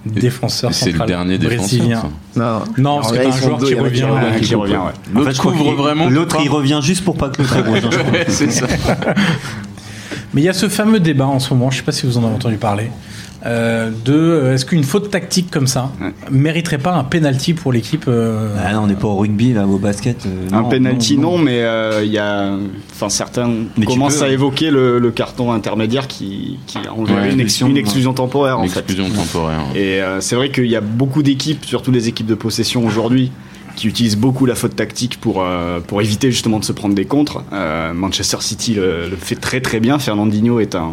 défenseur
C'est le
central
dernier
brésilien.
défenseur. ça.
Non, non.
Non, parce que
Ouais,
t'as
ils
un
sont
joueur
deux,
qui
il y en a
revient.
qui revient.
Ah, qui revient, ouais.
En fait, je
L'autre
crois
couvre
qu'il-
vraiment.
L'autre,
pas.
il revient juste pour pas que l'autre revienne. je crois.
Ouais, c'est ça.
Mais il y a ce fameux débat en ce moment, je ne sais pas si vous en avez entendu parler, euh, de euh, est-ce qu'une faute tactique comme ça mériterait pas un penalty pour l'équipe euh,
Ah, là, on n'est pas au rugby, là, au basket. euh,
Un
non,
penalty non, mais euh, il y a, enfin certains
Mais tu
commencent
peux,
à
ouais.
évoquer le, le carton intermédiaire qui, qui a enlevé
Ouais,
une, ex-
exclusion,
une
ouais.
exclusion temporaire en fait.
L'exclusion temporaire.
Et euh, c'est vrai qu'il y a beaucoup d'équipes, surtout les équipes de possession aujourd'hui, qui utilisent beaucoup la faute tactique pour, euh, pour éviter justement de se prendre des contres. Euh, Manchester City le, le fait très très bien. Fernandinho est un.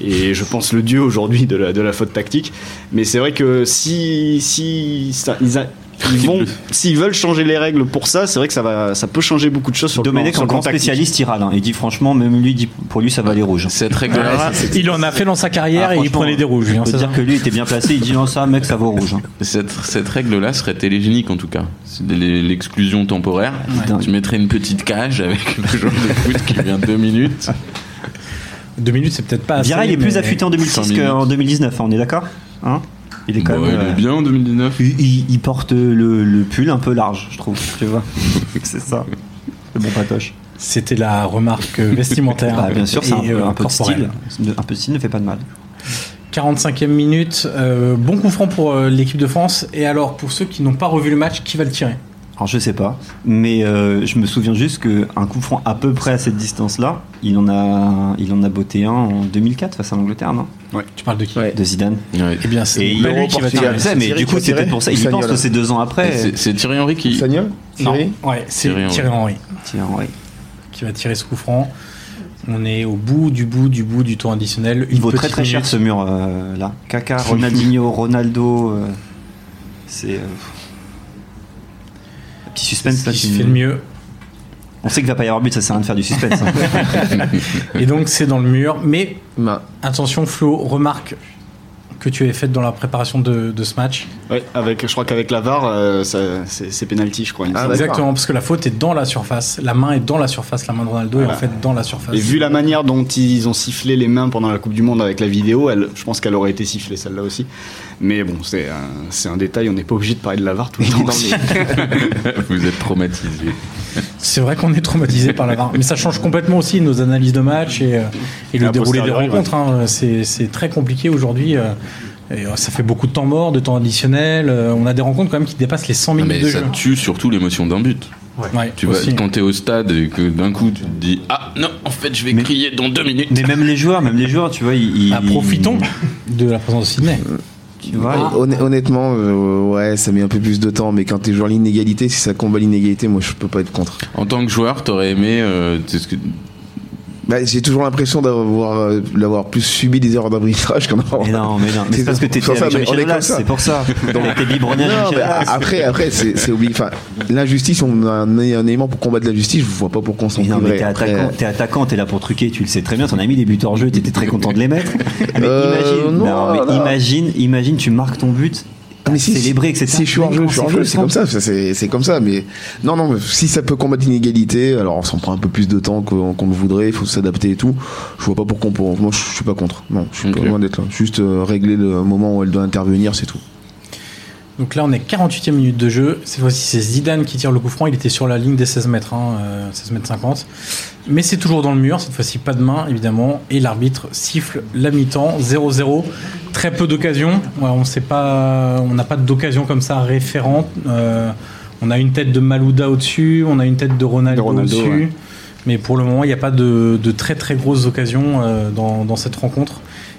Et je pense le dieu aujourd'hui de la, de la faute tactique. Mais c'est vrai que si. si ça- ils a- ils vont, s'ils veulent changer les règles pour ça, c'est vrai que ça va, ça peut changer beaucoup de choses sur le plan,
Domenech,
sur
en
le plan
grand
tactique.
spécialiste, il râle. hein. Il dit franchement, même lui, il dit, pour lui, ça va aller rouge.
Cette règle-là,
Il en a fait dans sa carrière
Ah,
et il
franchement,
prenait des rouges. lui,
On
hein,
peut
c'est
dire
ça
que lui était bien placé, il dit non, ça, mec, ça va au rouge. hein.
cette, cette règle-là serait télégénique en tout cas. C'est de l'e- l'exclusion temporaire.
dingue.
Tu mettrais une petite cage avec le joueur de foot qui vient deux minutes.
Deux Ah, minutes, c'est peut-être pas assez.
Vira, il est
mais-
plus affûté en 2006
Cinq
qu'en
minutes.
2019, hein, on est d'accord Hein Il est quand
Bon,
même.
il
euh,
est bien en 2019.
il- il, il porte le, le pull un peu large, je trouve. Tu vois C'est ça. Le bon patoche.
C'était la remarque vestimentaire.
Bah, bien sûr, c'est un,
et,
peu-
euh,
un peu de
corporelle.
style. Un peu de style ne fait pas de mal.
45e minute, euh, bon coup franc pour euh, l'équipe de France. Et alors, pour ceux qui n'ont pas revu le match, qui va le tirer
Alors je sais pas, mais euh, je me souviens juste qu'un coup franc à peu près à cette distance-là, il en a, il en a botté un en 2004 face à l'Angleterre, non
Tu parles de qui
De Zidane.
Ouais.
Eh bien, c'est
Et il
pas lui
est
qui va
reparti
tirer.
à ça, mais
Thierry
du
qui
coup
a tiré
c'était pour ça.
Ou
Il pense
Sagnola
que c'est deux ans après.
C'est c'est Thierry Henry qui.
Sagnol
Non,
Thierry
ouais, c'est
Thierry Henry.
Thierry Henry.
Tiens, ouais.
qui va tirer ce coup franc. On est au bout du bout du bout du temps additionnel. Une
Il vaut très
petite
très cher
minute.
ce mur euh, là. Kaka, Ronaldinho, Ronaldo. euh, c'est. euh, un Petit suspense
C'est
là.
ce
tu-
qui se fait le mieux.
On sait qu'il va pas y avoir but, ça sert à rien de faire du suspense. hein.
Et donc c'est dans le mur. Mais
Bah,
attention Flo, remarque que tu avais faite dans la préparation de, de ce match.
Ah,
Ouais, avec, je crois qu'avec la VAR, euh, ça- c'est c'est penalty, je crois. il me
Ah,
semble.
d'accord.
Exactement, parce que la faute est dans la surface. La main est dans la surface. La main de Ronaldo est
Voilà.
en fait dans la surface.
Et vu la manière dont ils ont sifflé les mains pendant la Coupe du Monde avec la vidéo, elle, je pense qu'elle aurait été sifflée celle-là aussi. Mais bon, c'est un, c'est un détail, on n'est pas obligé de parler de la VAR tout le temps. aussi.
Vous êtes traumatisé.
C'est vrai qu'on est traumatisé par la VAR, mais ça change complètement aussi nos analyses de match et, euh, et le
A
déroulé des
posteriori, ouais.
rencontres. hein. C'est c'est très compliqué aujourd'hui. euh, et, euh, Ça fait beaucoup de temps mort, de temps additionnel. euh, On a des rencontres quand même qui dépassent les 100
Non,
minutes
mais
de
ça
jeu.
tue surtout l'émotion d'un but.
Ouais,
Tu vois,
aussi.
quand t'es au stade et que d'un coup tu te dis Ah non, en fait je vais
Mais-
crier dans deux minutes.
mais même les joueurs, même les joueurs, tu vois, ils.
Ah,
ils-
profitons Ah. de la présence de Sydney.
Tu vois, ils-
honn- Honnêtement, euh, ouais, ça met un peu plus de temps, mais quand t'es joueur l'inégalité, si ça combat l'inégalité, moi je peux pas être contre.
En tant que joueur, t'aurais aimé. euh, c'est ce que-
Bah, j'ai toujours l'impression d'avoir euh, l'avoir plus subi des erreurs d'arbitrage qu'en avoir.
Mais non, mais non, mais c'est
C'est
parce que t'étais
pour ça,
avec
mais on
Jean-Michel
est comme
Aulas,
ça.
c'est pour ça. T'étais biberonné à
Non,
Jean-Michel
mais a-
Aulas.
après, après, c'est c'est oublié. Enfin, l'injustice, on a un, un élément pour combattre l'injustice. Je vois pas pourquoi on s'en
Mais non, mais
priverait.
t'es
Après,
attaquant, t'es attaquant, t'es là pour truquer, tu le sais très bien, t'en as mis des buts hors jeu, t'étais très content de les mettre. Mais
Euh,
imagine,
non,
non, mais
non.
imagine, imagine, tu marques ton but,
Ah,
t'as célébré, etc.
Si je suis hors jeu, je suis hors jeu, c'est comme ça, ça, c'est c'est comme ça. Mais non, non, mais si ça peut combattre l'inégalité, alors on s'en prend un peu plus de temps qu'on qu'on le voudrait, il faut s'adapter et tout. Je vois pas pourquoi on pourrait- Moi, je suis pas contre. Non, je suis
Ok.
pas loin d'être là. Juste euh, régler le moment où elle doit intervenir, c'est tout.
Donc là, on est 48e minute de jeu. Cette fois-ci, c'est Zidane qui tire le coup franc. Il était sur la ligne des 16 mètres, hein, euh, 16 mètres 50. Mais c'est toujours dans le mur. Cette fois-ci, pas de main, évidemment. Et l'arbitre siffle la mi-temps, 0-0. Très peu d'occasions. Ouais, on sait pas, on n'a pas d'occasion comme ça référente. Euh, on a une tête de Malouda au-dessus, on a une tête de Ronaldo,
De Ronaldo,
au-dessus.
ouais.
Mais pour le moment, il n'y a pas de, de très très grosses occasions euh, dans, dans cette rencontre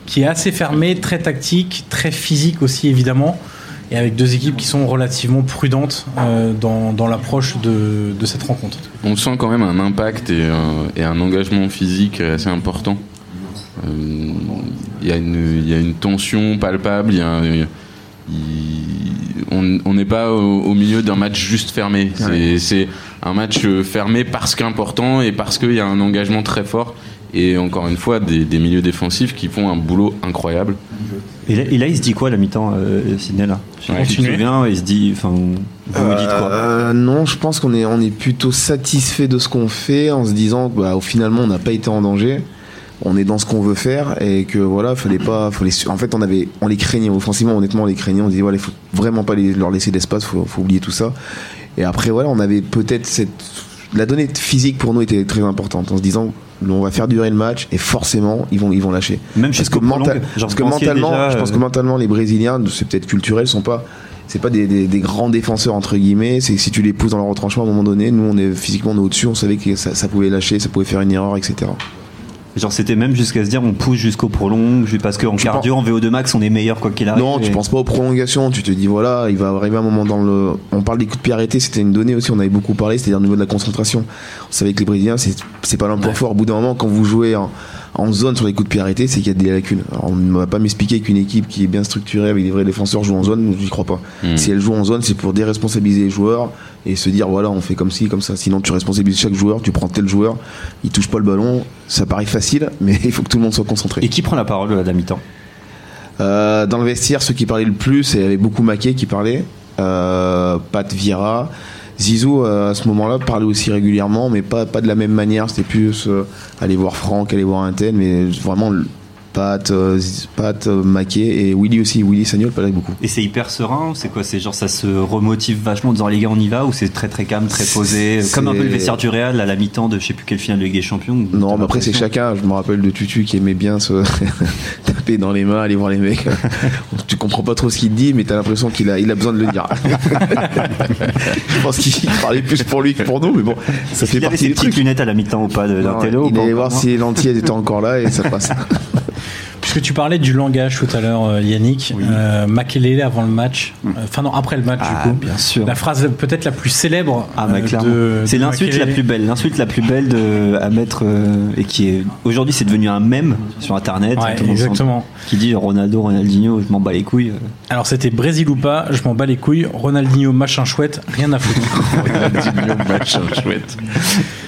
qui est assez fermée, très tactique, très physique aussi évidemment et avec deux équipes qui sont relativement prudentes euh, dans, dans l'approche de, de cette rencontre.
On sent quand même un impact et, euh, et un engagement physique assez important. Euh, Il y, a une- il y a une tension palpable, il y a un- il- on on n'est pas au, au milieu d'un match juste fermé. C'est- C'est un match euh, fermé parce qu'important et parce qu'il y a un engagement très fort. Et encore une fois, des, des milieux défensifs qui font un boulot incroyable.
Et là, et là, il se dit quoi à la mi-temps, euh, Sidney là Je
Ouais.
tu te souviens, il se dit. Enfin, vous vous dites quoi
Euh, non, je pense qu'on est, on est plutôt satisfait de ce qu'on fait en se disant que bah, au- finalement on n'a pas été en danger. On est dans ce qu'on veut faire et que voilà, fallait pas, faut les su- en fait, on avait, on les craignait offensivement, honnêtement, on les craignait. On disait voilà, il faut vraiment pas les- leur laisser d'espace, faut, faut oublier tout ça. Et après voilà, on avait peut-être cette, la donnée physique pour nous était très importante en se disant, nous, on va faire durer le match et forcément ils vont, ils vont lâcher.
Même
Parce
jusqu'au
que,
prolong,
mental-
genre,
parce que
vous pensiez
mentalement,
déjà,
je pense
euh,
que mentalement, les Brésiliens, c'est peut-être culturel, sont pas, c'est pas des, des- des grands défenseurs entre guillemets. C'est que si tu les pousses dans leur retranchement à un moment donné, nous on est physiquement on est au-dessus, on savait que ça, ça pouvait lâcher, ça pouvait faire une erreur, etc.
Genre, c'était même jusqu'à se dire on pousse jusqu'au prolong, ju- parce qu'en cardio, en VO2 max, on est meilleur quoi qu'il arrive.
non, tu
et-
penses pas aux prolongations, tu te dis voilà, il va arriver un moment dans le. On parle des coups de pied arrêtés, c'était une donnée aussi, on avait beaucoup parlé, c'est-à-dire au niveau de la concentration. On savait que les Brésiliens, c'est c'est pas l'emploi fort. Au bout d'un moment, quand vous jouez en, en zone sur les coups de pied arrêtés, c'est qu'il y a des lacunes. Alors, on ne va pas m'expliquer qu'une équipe qui est bien structurée avec des vrais défenseurs joue en zone, j'y crois pas.
Mm.
Si elle joue en zone, c'est pour déresponsabiliser les joueurs et se dire voilà, on fait comme ci, comme ça. Sinon, tu responsabilises chaque joueur, tu prends tel joueur, il touche pas le ballon. Ça paraît facile, mais il faut que tout le monde soit concentré.
Et qui prend la parole à la mi-temps
Euh, dans le vestiaire, ceux qui parlaient le plus, il y avait beaucoup Maquet qui parlait, euh, Pat Vira. Zizou, euh, à ce moment-là, parlait aussi régulièrement, mais pas, pas de la même manière. C'était plus euh, aller voir Franck, aller voir un tel, mais vraiment le- Pat, euh, Ziz- Pat euh, Maquet et Willy aussi. Willy Sagnol parlait beaucoup.
Et c'est hyper serein, ou c'est quoi C'est genre ça se remotive vachement en disant les gars on y va ou c'est très très calme, très posé,
C'est-
comme un peu le vestiaire du Real à la mi-temps de je sais plus quelle finale de Ligue des Champions. où
Non,
t'as
mais après c'est
l'impression-
chacun. Je me rappelle de Tutu qui aimait bien se taper dans les mains, aller voir les mecs. tu comprends pas trop ce qu'il te dit, mais t'as l'impression qu'il a, il a besoin de le dire. je pense qu'il parlait plus pour lui que pour nous, mais bon, ça fait
Il avait
partie
ses
du
petites
truc.
lunettes à la mi-temps ou pas de- d'un
Non,
télo ou
il
pas
allait
encore,
voir
non
si l'entier était encore là et ça passe.
Puisque tu parlais du langage tout à l'heure, euh, Yannick, euh, Makelele avant le match, euh, enfin non, après le match
Hum. Ah,
du coup.
bien sûr.
La phrase peut-être la plus célèbre
Ah bah
euh,
clairement.
de-
C'est
de
l'insulte la
Makelele.
plus belle, l'insulte la plus belle de, à mettre euh, et qui est aujourd'hui c'est devenu un mème sur internet.
Ouais,
Tout le monde s'en-
exactement.
Qui dit Ronaldo, Ronaldinho, je m'en bats les couilles. euh.
Alors c'était Brésil ou pas, je m'en bats les couilles, Ronaldinho machin chouette, rien à foutre.
match chouette.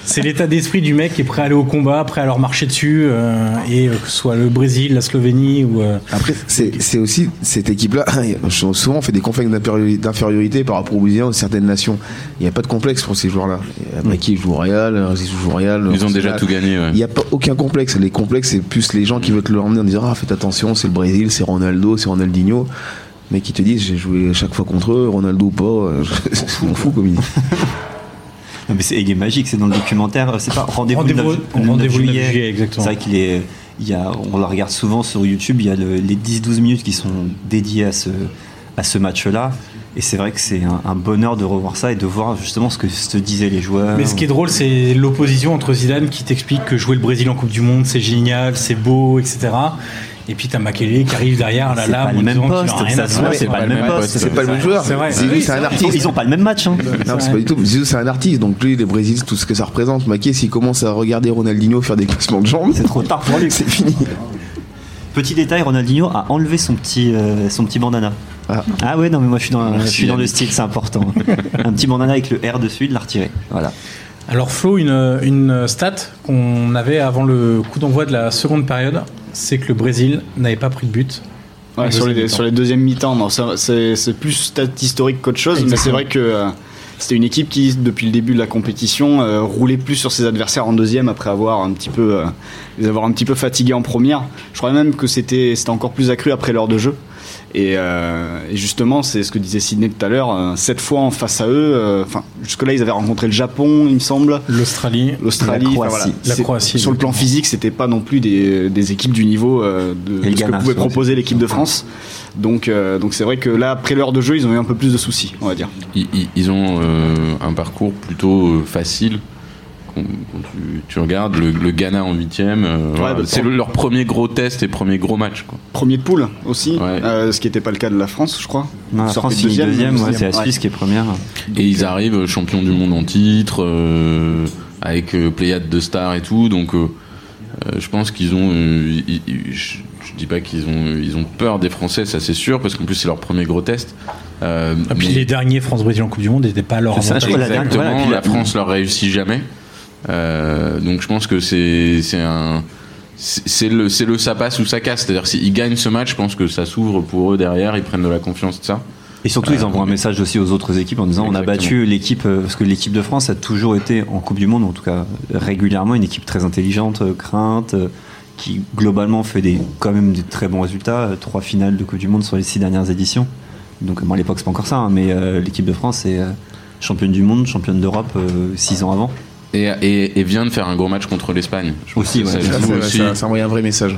C'est l'état d'esprit du mec qui est prêt à aller au combat, prêt à leur marcher dessus, euh, et euh, que ce soit le Brésil, la Slovénie ou... euh,
Après, c'est c'est aussi cette équipe-là. Souvent, on fait des complexes d'infériori- d'infériorité par rapport aux Brésiliens ou certaines nations. Il n'y a pas de complexe pour ces joueurs-là. Maki joue au Real, Zizou joue au Real. euh,
Ils ont déjà
Arsenal.
tout gagné. ouais.
Il n'y a pas aucun complexe. Les complexes, c'est plus les gens qui veulent te le ramener en disant Ah, faites attention, c'est le Brésil, c'est Ronaldo, c'est Ronaldinho. Mais qui te disent J'ai joué chaque fois contre eux, Ronaldo ou pas, euh, je m'en fous comme ils disent.
Non, mais c'est, il est magique, c'est dans le documentaire. euh, C'est pas rendez-vous le
Rendez-vous-
9 le 9
rendez-vous le 9 juillet, exactement.
C'est vrai qu'il est. Il y a, on le regarde souvent sur YouTube. Il y a le- les 10-12 minutes qui sont dédiées à ce, à ce match-là. Et c'est vrai que c'est un, un bonheur de revoir ça et de voir justement ce que se disaient les joueurs.
Mais ce qui est drôle, c'est l'opposition entre Zidane qui t'explique que jouer le Brésil en Coupe du Monde, c'est génial, c'est beau, etc. Et puis t'as Makelele qui arrive derrière, là,
C'est
là,
pas le même poste, ça se voit,
c'est pas le même
poste.
C'est pas le même joueur.
C'est vrai. Ah
Zizou,
Oui,
c'est un
ils, ont,
artiste.
ils ont pas le même match. hein.
Non, c'est pas du tout. Zizou, c'est un artiste. Donc lui, les Brésils, tout ce que ça représente. Maki, s'il commence à regarder Ronaldinho faire des classements de jambes,
C'est trop tard pour lui.
c'est fini.
Petit détail, Ronaldinho a enlevé son petit, euh, son petit bandana.
Ah.
Ah. ouais, non mais moi je suis dans, je
Merci,
suis dans le
Yannick.
style, c'est important. un petit bandana avec le R dessus, il l'a retiré. Voilà.
Alors Flo, une, une stat qu'on avait avant le coup d'envoi de la seconde période, c'est que le Brésil n'avait pas pris de but.
Ouais,
Les
sur,
deuxièmes
les,
mi-temps.
sur les deuxièmes mi-temps, non, ça, c'est c'est plus stat historique qu'autre chose, mais c'est
Exactement.
vrai que euh, c'était une équipe qui, depuis le début de la compétition, euh, roulait plus sur ses adversaires en deuxième après avoir un petit peu, euh, les avoir un petit peu fatigués en première. Je crois même que c'était c'était encore plus accru après l'heure de jeu. Et, euh, et justement, c'est ce que disait Sidney tout à l'heure, euh, cette fois en face à eux, euh, enfin jusque-là ils avaient rencontré le Japon, il me semble,
L'Australie,
l'Australie,
La
enfin, voilà.
Croatie.
La
C'est-
Croatie,
Sur le plan physique, c'était pas non plus des, des équipes du niveau euh, de,
Et le
de ce que
Ghana,
pouvait
je crois.
proposer l'équipe de France. Donc, euh, donc c'est vrai que là, après l'heure de jeu, ils ont eu un peu plus de soucis, on va dire.
Ils, ils- ils ont euh, un parcours plutôt euh, facile quand, quand tu, tu regardes le, le Ghana en huitième, euh, voilà.
bah,
c'est
pour-
le- leur premier gros test et premier gros match. Quoi.
Premier de poule aussi,
Ouais.
euh, ce qui n'était pas le cas de la France, je crois.
Non, la
Sortait
France finit deuxième, ouais, c'est la
ouais.
Suisse qui est première.
Et
euh,
ils arrivent euh, champions du monde en titre, euh, avec euh, Pléiade de stars et tout. Donc, euh, euh, je pense qu'ils ont. euh, ils- ils- je, je dis pas qu'ils ont, euh, ils ont peur des Français, ça c'est sûr, parce qu'en plus c'est leur premier gros test. Euh,
Et Ah, puis
mais-
les derniers France-Brésil en Coupe du Monde n'étaient pas à leur
C'est ça,
avantage.
je crois, la dernière-
Exactement,
voilà, puis
la France leur réussit jamais. Euh, donc je pense que c'est c'est un c'est c'est le c'est le ça passe ou ça casse. C'est-à-dire s'ils gagnent ce match, je pense que ça s'ouvre pour eux derrière, ils prennent de la confiance de ça.
Et surtout, ils envoient un message aussi aux autres équipes en disant on a
Exactement.
battu l'équipe, euh, parce que l'équipe de France a toujours été en Coupe du Monde, en tout cas régulièrement, une équipe très intelligente, euh, crainte, euh, qui globalement fait des, quand même des très bons résultats. euh, Trois finales de Coupe du Monde sur les six dernières éditions. Donc, bon, à l'époque, c'est pas encore ça, hein, mais euh, l'équipe de France est euh, championne du monde, championne d'Europe euh, six ans avant.
Et, et, et vient de faire un gros match contre l'Espagne. Je pense
Aussi,
que
ouais.
ça
Ça,
joue
c'est-
aussi.
ça- ça envoie un vrai message.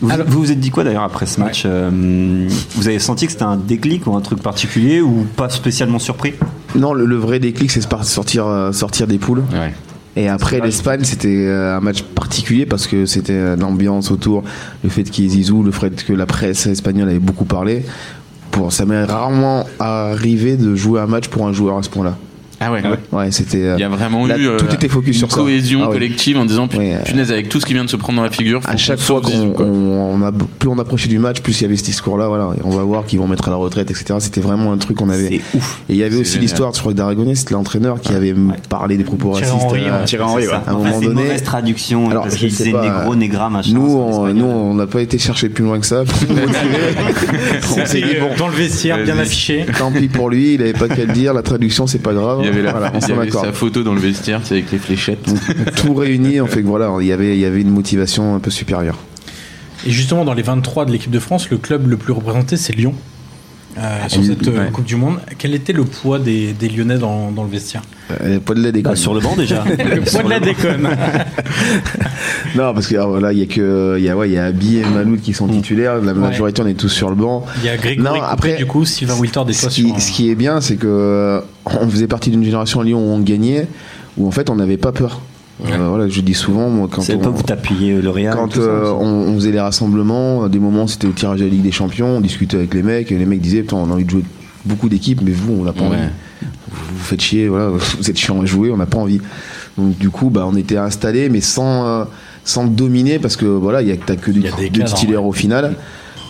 Vous,
Alors-
vous vous êtes dit quoi d'ailleurs après ce match Euh, Vous avez senti que c'était un déclic ou un truc particulier ou pas spécialement surpris
Non, le, le vrai déclic, c'est de par- sortir, euh, sortir des poules.
Ouais.
Et après, l'Espagne, c'était euh, un match particulier parce que c'était euh, l'ambiance autour, le fait qu'il y ait Zizou, le fait que la presse espagnole avait beaucoup parlé. Pour, ça m'est rarement arrivé de jouer un match pour un joueur à ce point-là.
Ah ouais.
Ouais, c'était. euh,
Il y a vraiment
Là,
eu euh,
tout était focus
une
sur ça.
cohésion
Ah ouais.
collective en disant
Ouais, euh,
punaise avec tout ce qui vient de se prendre dans la figure. faut
à chaque
qu'on
fois
sauve
qu'on
Zizou, quoi.
on- on a- plus on approchait du match, plus il y avait ce discours-là. Voilà, Et on va voir qu'ils vont mettre à la retraite, etc. C'était vraiment un truc qu'on avait.
C'est ouf.
Et il y avait
C'est
aussi
génial.
l'histoire, je crois, d'Aragonès, l'entraîneur, qui avait parlé des propos
Thierry
racistes.
Henry,
euh,
ouais.
Thierry Henry, ouais.
un moment
Ah, c'est une
donné-
mauvaise traduction
Alors,
parce
je
qu'ils
sais
disaient
pas,
négro,
euh,
négra, machin.
Nous,
c'est
on,
espagnol.
nous, on n'a pas été chercher plus loin que ça. plus motivé. on s'est dit, bon,
Dans le vestiaire, bien
Vas-y.
affiché.
tant pis pour lui, il n'avait pas qu'à le dire. La traduction, c'est pas grave.
Il y avait, la-
Voilà, on
il y
s'en
avait
accorde.
sa photo dans le vestiaire, c'est avec les fléchettes.
Tout réuni, on fait que voilà, il y avait, il y avait une motivation un peu supérieure.
Et justement, dans les 23 de l'équipe de France, le club le plus représenté, c'est Lyon. Euh, sur
Ah, oui,
cette euh,
ouais.
Coupe du Monde, quel était le poids des, des Lyonnais dans, dans le vestiaire
Euh, pas de la déconne.
Bah, sur le banc déjà.
Le poids de la déconne
Non, parce que alors, là, il y a que, il y a, ouais, il y a Abi et Maloud qui sont titulaires. La
Mm. Ouais.
majorité, on est tous sur le banc.
Il y a Grégory,
Non,
Coupé,
après,
du coup, Sylvain Wiltord et
ce,
toi
qui,
sur un-
ce qui est bien, c'est que euh, on faisait partie d'une génération à Lyon où on gagnait, où en fait, on n'avait pas peur. Euh, voilà, je dis souvent, moi, quand
C'est
on,
pas vous t'appuyez euh, le Real.
Quand
tout ça,
euh,
aussi.
on, on faisait les rassemblements, à des moments c'était au tirage de la Ligue des Champions, on discutait avec les mecs, et les mecs disaient Putain, on a envie de jouer beaucoup d'équipes, mais vous, on n'a pas
Ouais.
envie. Vous vous faites chier, voilà, vous êtes chiant à jouer, on n'a pas envie. Donc du coup, bah, on était installés, mais sans, euh, sans dominer, parce que voilà, il y a, t'as que deux,
Il y a des
deux
cadres,
titulaires
ouais.
au final.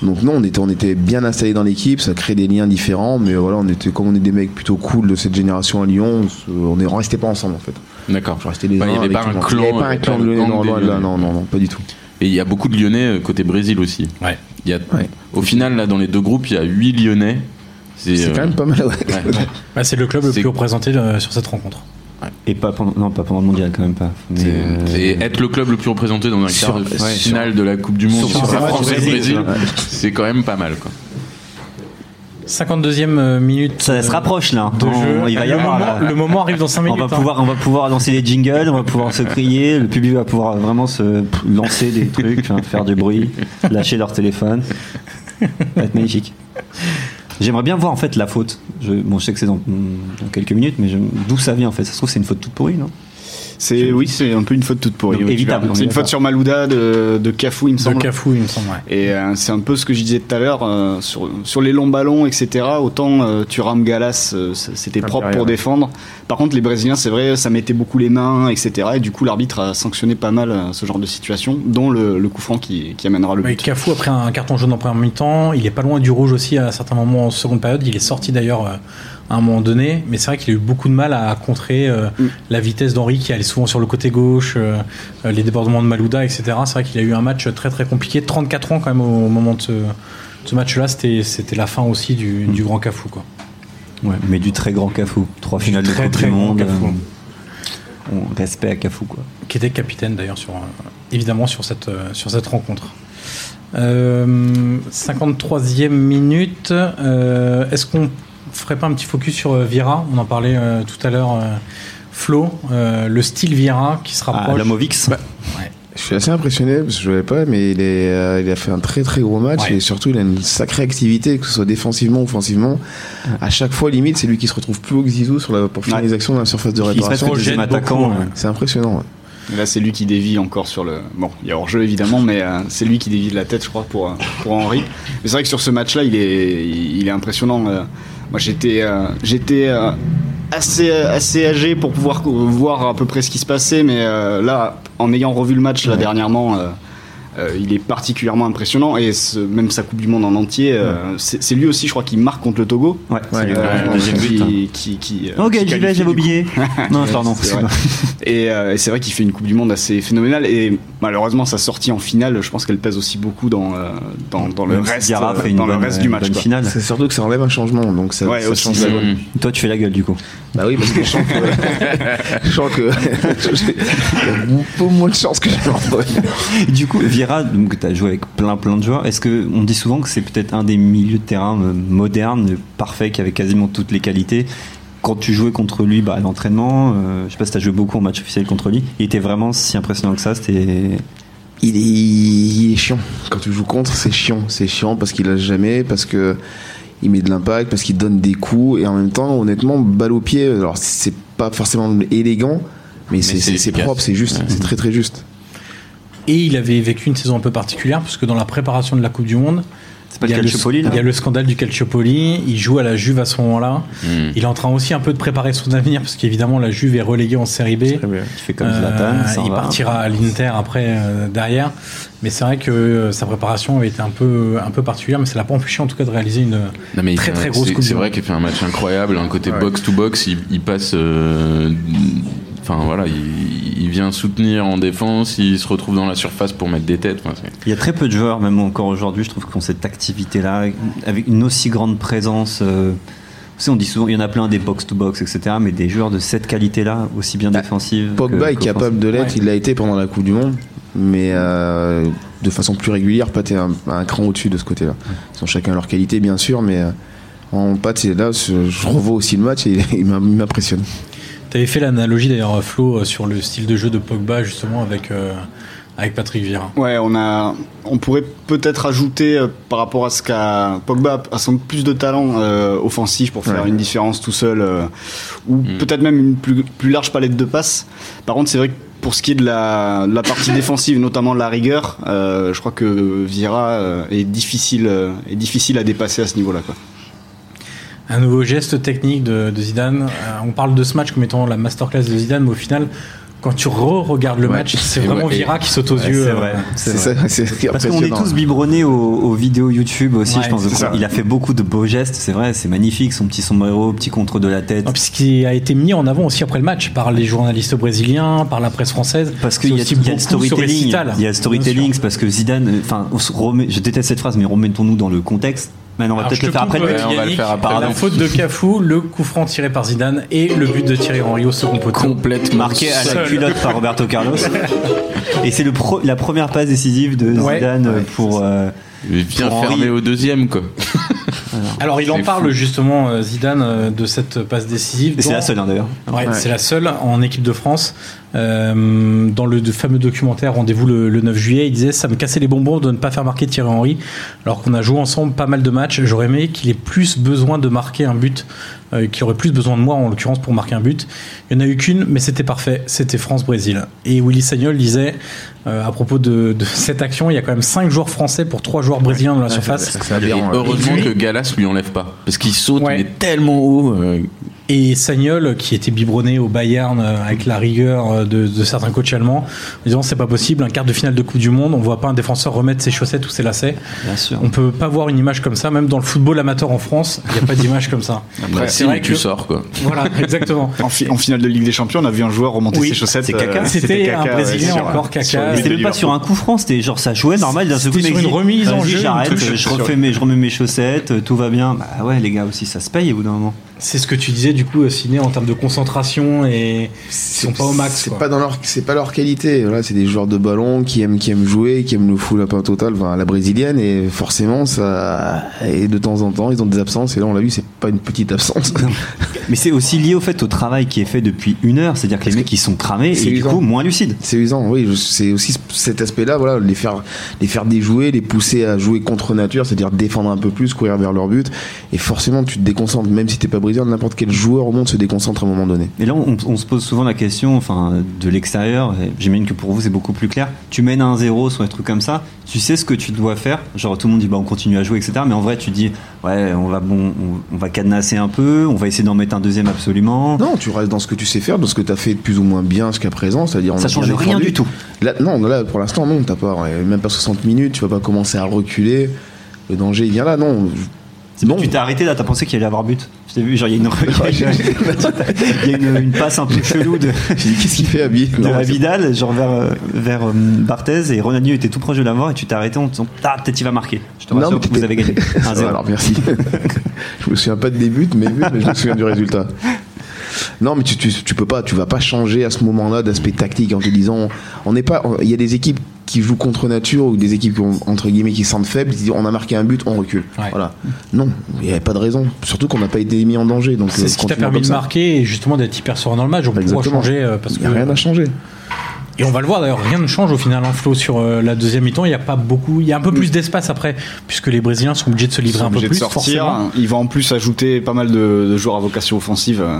Donc non, on était, on était bien installés dans l'équipe, ça crée des liens différents, mais voilà, on était, comme on est des mecs plutôt cool de cette génération à Lyon, on se- on ne restait pas ensemble en fait.
D'accord.
On restait les
Bah,
uns
il y avait
avec
pas
tout le
un
monde.
clan,
Il y avait pas
il y
un
avait
clan
pas
de
le
Lyonnais,
gang
non,
des
loin de là,
Lyonnais.
non, non, non, pas du tout.
Et il y a beaucoup de Lyonnais euh, côté Brésil aussi.
Ouais.
Il y a,
Ouais.
Au final, là, dans les deux groupes, il y a 8 Lyonnais.
C'est
euh,
quand même pas mal, ouais.
ouais.
Bah, c'est le club le
C'est-
plus représenté euh, sur cette rencontre.
Et pas pendant, non, pas pendant le mondial quand même pas. Mais,
C'est-
euh,
Et être le club le plus représenté dans un
Sur-
quart de
ouais,
finale de la Coupe du
sur-
Monde sur,
sur-
la
sur-
France et le
Brésil,
Brésil,
ouais.
c'est quand même pas mal. Quoi.
52e euh, minute.
ça se
euh,
rapproche là.
de
On-
jeu.
Il va y
le,
avoir.
moment,
là.
le moment arrive dans 5
On
minutes.
va,
hein.
pouvoir, on va pouvoir lancer des jingles, on va pouvoir se crier, le public va pouvoir vraiment se pff, lancer des trucs, enfin, faire du bruit, lâcher leur téléphone. Ça va être magnifique. J'aimerais bien voir en fait la faute. Je, bon, je sais que c'est dans, dans quelques minutes, mais je- d'où ça vient en fait Ça se trouve, c'est une faute toute pourrie, non
C'est oui, c'est un peu une faute toute pourrie.
Donc,
oui, tu
évitable,
verras.
on est
C'est une
d'accord.
faute sur Malouda de, de Cafou, il me
De
semble.
Cafou, il me semble. ouais.
Et euh, c'est un peu ce que je disais tout à l'heure euh, sur, sur les longs ballons, etc. Autant euh, Thuram Galas, euh, c- c'était propre pour défendre. Par contre, les Brésiliens, c'est vrai, ça mettait beaucoup les mains, etc. Et du coup, l'arbitre a sanctionné pas mal euh, ce genre de situation, dont le, le coup franc qui, qui amènera le
Mais
but.
Cafou, après un carton jaune en première mi-temps, il est pas loin du rouge aussi à certains moments en seconde période. Il est sorti d'ailleurs euh, à un moment donné, mais c'est vrai qu'il a eu beaucoup de mal à contrer euh, la vitesse d'Henri qui allait souvent sur le côté gauche, euh, euh, les débordements de Malouda, etc. C'est vrai qu'il a eu un match très très compliqué. 34 ans quand même au, au moment de ce, de ce match-là, c'était c'était la fin aussi du,
Mm.
du grand Cafou. Quoi.
Ouais, mais du très grand Cafou. Trois finales de
très,
Coupe
très
du
grand
Monde.
Cafou.
euh, on respect à Cafou, quoi.
qui était capitaine d'ailleurs sur euh, évidemment sur cette euh, sur cette rencontre. Euh, 53e minute. euh, Est-ce qu'on ferait pas un petit focus sur euh, Vieira On en parlait euh, tout à l'heure. euh, Flo, euh, le style Vieira qui se
Ah,
rapproche.
la Movix.
Ouais.
Je suis assez impressionné parce que je l'avais pas, mais il, est, euh, il a fait un très très gros match
Ouais.
et surtout il a une sacrée activité, que ce soit défensivement ou offensivement. À chaque fois, limite, c'est lui qui se retrouve plus haut que Zizou sur la, pour finir
Ouais.
les actions dans la surface de
Il se passe
réparation.
au deuxième
beaucoup,
attaquant.
hein.
euh,
C'est impressionnant. ouais.
Et Là, c'est lui qui dévie encore sur le. Bon, il y a hors-jeu évidemment, mais euh, c'est lui qui dévie de la tête, je crois, pour, euh, pour Henry. Mais c'est vrai que sur ce match-là, il est, il est impressionnant. euh. Moi, j'étais, euh, j'étais euh, assez, euh, assez âgé pour pouvoir co- voir à peu près ce qui se passait, mais euh, là, en ayant revu le match là dernièrement. euh, euh, il est particulièrement impressionnant et ce- même sa Coupe du Monde en entier, euh, c'est c'est lui aussi, je crois, qui marque contre le Togo.
Ouais, c'est
Ouais,
lui,
ouais,
euh,
euh,
ouais,
deuxième but, hein.
qui, qui, qui, euh,
Ok,
qui
j'y vais,
qualifie,
j'avais
du coup.
oublié. non, pardon.
c'est vrai. Et, euh, et c'est vrai qu'il fait une Coupe du Monde assez phénoménale. Et malheureusement, sa sortie en finale, je pense qu'elle pèse aussi beaucoup dans, euh, dans, dans le
Même si
reste,
Diarra
euh,
fait une
dans le
bonne-
reste du
une
match.
bonne
quoi.
finale.
C'est surtout que ça enlève un changement, donc ça,
Ouais,
ça
aussi,
change la donne.
Mmh.
Toi, tu fais la gueule du coup.
Bah oui, parce que je sens que. je sens que. Il y a beaucoup moins de chances que je me rende.
Et Du coup, Vieira, donc tu as joué avec plein plein de joueurs. Est-ce que on dit souvent que c'est peut-être un des milieux de terrain euh, modernes, parfait, qui avait quasiment toutes les qualités. Quand tu jouais contre lui, bah, à l'entraînement, euh, je sais pas si t'as joué beaucoup en match officiel contre lui, il était vraiment si impressionnant que ça. C'était
il est, il est chiant. Quand tu joues contre, c'est chiant. C'est chiant parce qu'il lâche jamais, parce que il met de l'impact, parce qu'il donne des coups. Et en même temps, honnêtement, balle au pied, alors c'est pas forcément élégant, mais c'est-
c'est
c'est c'est
efficace.
propre, c'est juste, c'est très très juste.
Et il avait vécu une saison un peu particulière, puisque dans la préparation de la Coupe du Monde,
c'est pas
il y,
le
a le,
Calciopoli là.
il y a le scandale du Calciopoli. Il joue à la Juve à ce moment-là.
Mm.
Mmh.
Il est en train aussi un peu de préparer son avenir, parce qu'évidemment, la Juve est reléguée en Série B.
Qui fait comme
Euh,
Zlatan. ça
il
va.
partira à l'Inter après euh, derrière. Mais c'est vrai que euh, sa préparation avait été un peu, un peu particulière, mais ça l'a pas empêché en tout cas de réaliser une.
Non, mais il
Très,
fait un-
très grosse
c'est-
Coupe
C'est
du
vrai
Monde.
qu'il fait un match incroyable, un côté box to box, il, il passe. euh, Enfin voilà, il, il vient soutenir en défense, il se retrouve dans la surface pour mettre des têtes. Enfin, c'est-
Il y a très peu de joueurs, même encore aujourd'hui, je trouve, qui ont cette activité-là, avec une aussi grande présence. euh, vous savez, on dit souvent, il y en a plein des box-to-box, etc., mais des joueurs de cette qualité-là, aussi bien défensive.
Bah, Pogba
que-
est
qu'offensive.
capable de l'être, il l'a été pendant la Coupe du Monde, mais euh, de façon plus régulière, Pat est un, un cran au-dessus de ce côté-là. Ils ont chacun leur qualité, bien sûr, mais euh, en Pat, il est là, je je revois aussi le match et il- il m'a- il m'impressionne.
Tu avais fait l'analogie d'ailleurs, Flo, euh, sur le style de jeu de Pogba, justement, avec, euh, avec Patrick Vieira.
Ouais, on, a, on pourrait peut-être ajouter euh, par rapport à ce qu'a Pogba, à son plus de talent euh, offensif pour faire
Ouais.
une différence tout seul, euh, ou
Mm.
peut-être même une plus, plus large palette de passes. Par contre, c'est vrai que pour ce qui est de la, de la partie défensive, notamment de la rigueur, euh, je crois que Vieira euh, est, difficile, euh, est difficile à dépasser à ce niveau-là. quoi.
Un nouveau geste technique de, de Zidane. Euh, on parle de ce match comme étant la masterclass de Zidane, mais au final, quand tu re-regardes le
Ouais.
match, c'est
Et
vraiment
ouais, et-
Vieira qui saute aux
Ouais,
yeux.
C'est
euh,
vrai. c'est
C'est ça,
vrai.
c'est
Parce qu'on est
impressionnant.
tous biberonnés aux, aux vidéos YouTube aussi,
Ouais,
je pense.
c'est
donc
ça.
Il a fait beaucoup de beaux gestes, c'est vrai, c'est magnifique, son petit sombrero, petit contre de la tête.
Non, Ah, puis ce qui a été mis en avant aussi après le match par les journalistes brésiliens, par la presse française.
Parce qu'il
C'est
y, a-
aussi
il y a le
beaucoup ce
storytelling.
récital.
Il y a le storytelling,
Bien
c'est
sûr.
parce que Zidane. euh, Enfin, on se remet- je déteste cette phrase, mais remettons-nous dans le contexte. Maintenant, on va
Alors,
peut-être
je
le
te
faire
coupe, euh,
après.
Ouais, on va le
Yannick,
faire après,
La
pardon.
faute de Cafou, le coup franc tiré par Zidane et le but de Thierry Henry au second poteau.
Complètement
marqué à la
Seul.
culotte par Roberto Carlos. Et c'est le pro- la première passe décisive de
Ouais.
Zidane euh, pour. euh,
Il vient
Pour Henri.
fermer au deuxième quoi.
Alors il en
C'est
parle
fou.
justement euh, Zidane euh, de cette passe décisive.
et c'est
dans-
la seule hein, d'ailleurs.
Ouais,
Ouais.
C'est la seule en équipe de France. Euh, dans le de- fameux documentaire Rendez-vous le, le 9 juillet, il disait ça me cassait les bonbons de ne pas faire marquer Thierry Henry. Alors qu'on a joué ensemble pas mal de matchs, j'aurais aimé qu'il ait plus besoin de marquer un but, euh, qu'il aurait plus besoin de moi en l'occurrence pour marquer un but. Il n'y en a eu qu'une, mais c'était parfait. C'était France-Brésil. Et Willy Sagnol disait euh, à propos de, de cette action, il y a quand même 5 joueurs français pour 3 joueurs brésiliens dans la surface.
C'est
Et
euh,
aberrant, là.
Bah, heureusement
Et lui-
que Galas lui enlève pas, parce qu'il saute
Ouais.
mais tellement haut. euh,
Et Sagnol, qui était biberonné au Bayern euh, avec la rigueur euh, de, de certains coachs allemands, en disant c'est pas possible, un quart de finale de Coupe du Monde, on voit pas un défenseur remettre ses chaussettes ou ses lacets.
Bien sûr.
On peut pas voir une image comme ça, même dans le football amateur en France, il n'y a pas d'image comme ça.
bah, si,
vrai
mais
que-
tu sors quoi.
Voilà, exactement.
En, fi- en finale de Ligue des Champions, on a vu un joueur remonter
Oui,
ses chaussettes. euh,
c'est Kaka.
C'était un
ouais,
Brésilien
sur-
encore, Kaka.
sur le but
C'était
de
même pas sur un coup franc, c'était genre ça jouait normal d'un seul coup.
C'était
le mec
sur une
dit,
remise en
vas-y,
jeu, un
J'arrête,
truc
je refais mes, je remets mes chaussettes, euh, tout va bien. Bah ouais, les gars aussi, ça se paye au bout d'un moment.
C'est ce que tu disais du coup au ciné en termes de concentration et ils sont pas au max.
C'est
quoi.
pas dans leur, c'est pas leur qualité. Voilà, c'est des joueurs de ballon qui aiment, qui aiment jouer, qui aiment le full lapin total, enfin, à la brésilienne, et forcément, ça, et de temps en temps, ils ont des absences, et là, on l'a vu, c'est pas une petite absence.
Mais c'est aussi lié au fait au travail qui est fait depuis une heure, c'est-à-dire que les mecs ils sont cramés
c'est
et du
usant.
coup moins lucides.
C'est usant, oui, je- c'est aussi cet aspect-là, voilà, les faire, les faire déjouer, les pousser à jouer contre nature, c'est-à-dire défendre un peu plus, courir vers leur but, et forcément, tu te déconcentres, même si t'es pas brésilien, n'importe quel joueur au monde se déconcentre à un moment donné.
Et là, on, on se pose souvent la question, enfin, de l'extérieur, et j'imagine que pour vous c'est beaucoup plus clair. Tu mènes un 0 sur des trucs comme ça, tu sais ce que tu dois faire. Genre, tout le monde dit, bah, on continue à jouer, etc. Mais en vrai, tu dis, ouais, on va, bon, on, on va cadenasser un peu, on va essayer d'en mettre un deuxième absolument.
Non, tu restes dans ce que tu sais faire, dans ce que tu as fait plus ou moins bien jusqu'à présent, c'est-à-dire on
Ça
a
change
bien
rien
défendu.
du tout.
Là, non, là pour l'instant non, t'as pas ouais, même pas 60 minutes, tu vas pas commencer à reculer. Le danger il vient là, non.
C'est bon.
Non.
Tu t'es arrêté là, t'as pensé qu'il allait avoir but. Je t'ai vu, genre, il y a une, il y a une- il y a une- une passe un peu chelou de,
J'ai dit, Qu'est-ce qu'il fait Abby
de
Non, c'est-
Vidal, genre vers, euh, vers euh, Barthez, et Ronaldinho était tout proche de l'avoir, et tu t'es arrêté en te disant, ah, peut-être il va marquer. Je te
Non,
rassure,
mais
vous avez gagné.
Ça va,
1-0.
alors merci. je me souviens pas de des buts, mais, mais je me souviens du résultat. Non, mais tu, tu, tu peux pas, tu vas pas changer à ce moment-là d'aspect tactique en te disant, on n'est pas, il y a des équipes qui jouent contre nature ou des équipes qui ont, entre guillemets qui se sentent faibles, qui disent, on a marqué un but, on recule.
Ouais.
Voilà. Non, il n'y avait pas de raison. Surtout qu'on n'a pas été mis en danger. Donc
C'est
euh,
ce qui t'a
continuons
permis
comme
de
ça.
marquer et justement d'être hyper serein dans le match. On
Bah,
pourra
exactement.
changer euh, parce
Il n'y a rien
que
à changer.
et on va le voir d'ailleurs. Rien ne change au final en flow sur euh, la deuxième mi-temps. Il n'y a pas beaucoup. Il y a un peu plus d'espace après puisque les Brésiliens sont obligés de se
Ils
livrer
sont
un peu
obligés
plus.
de sortir. hein,
forcément.
Il va en plus ajouter pas mal de, de joueurs à vocation offensive. Euh,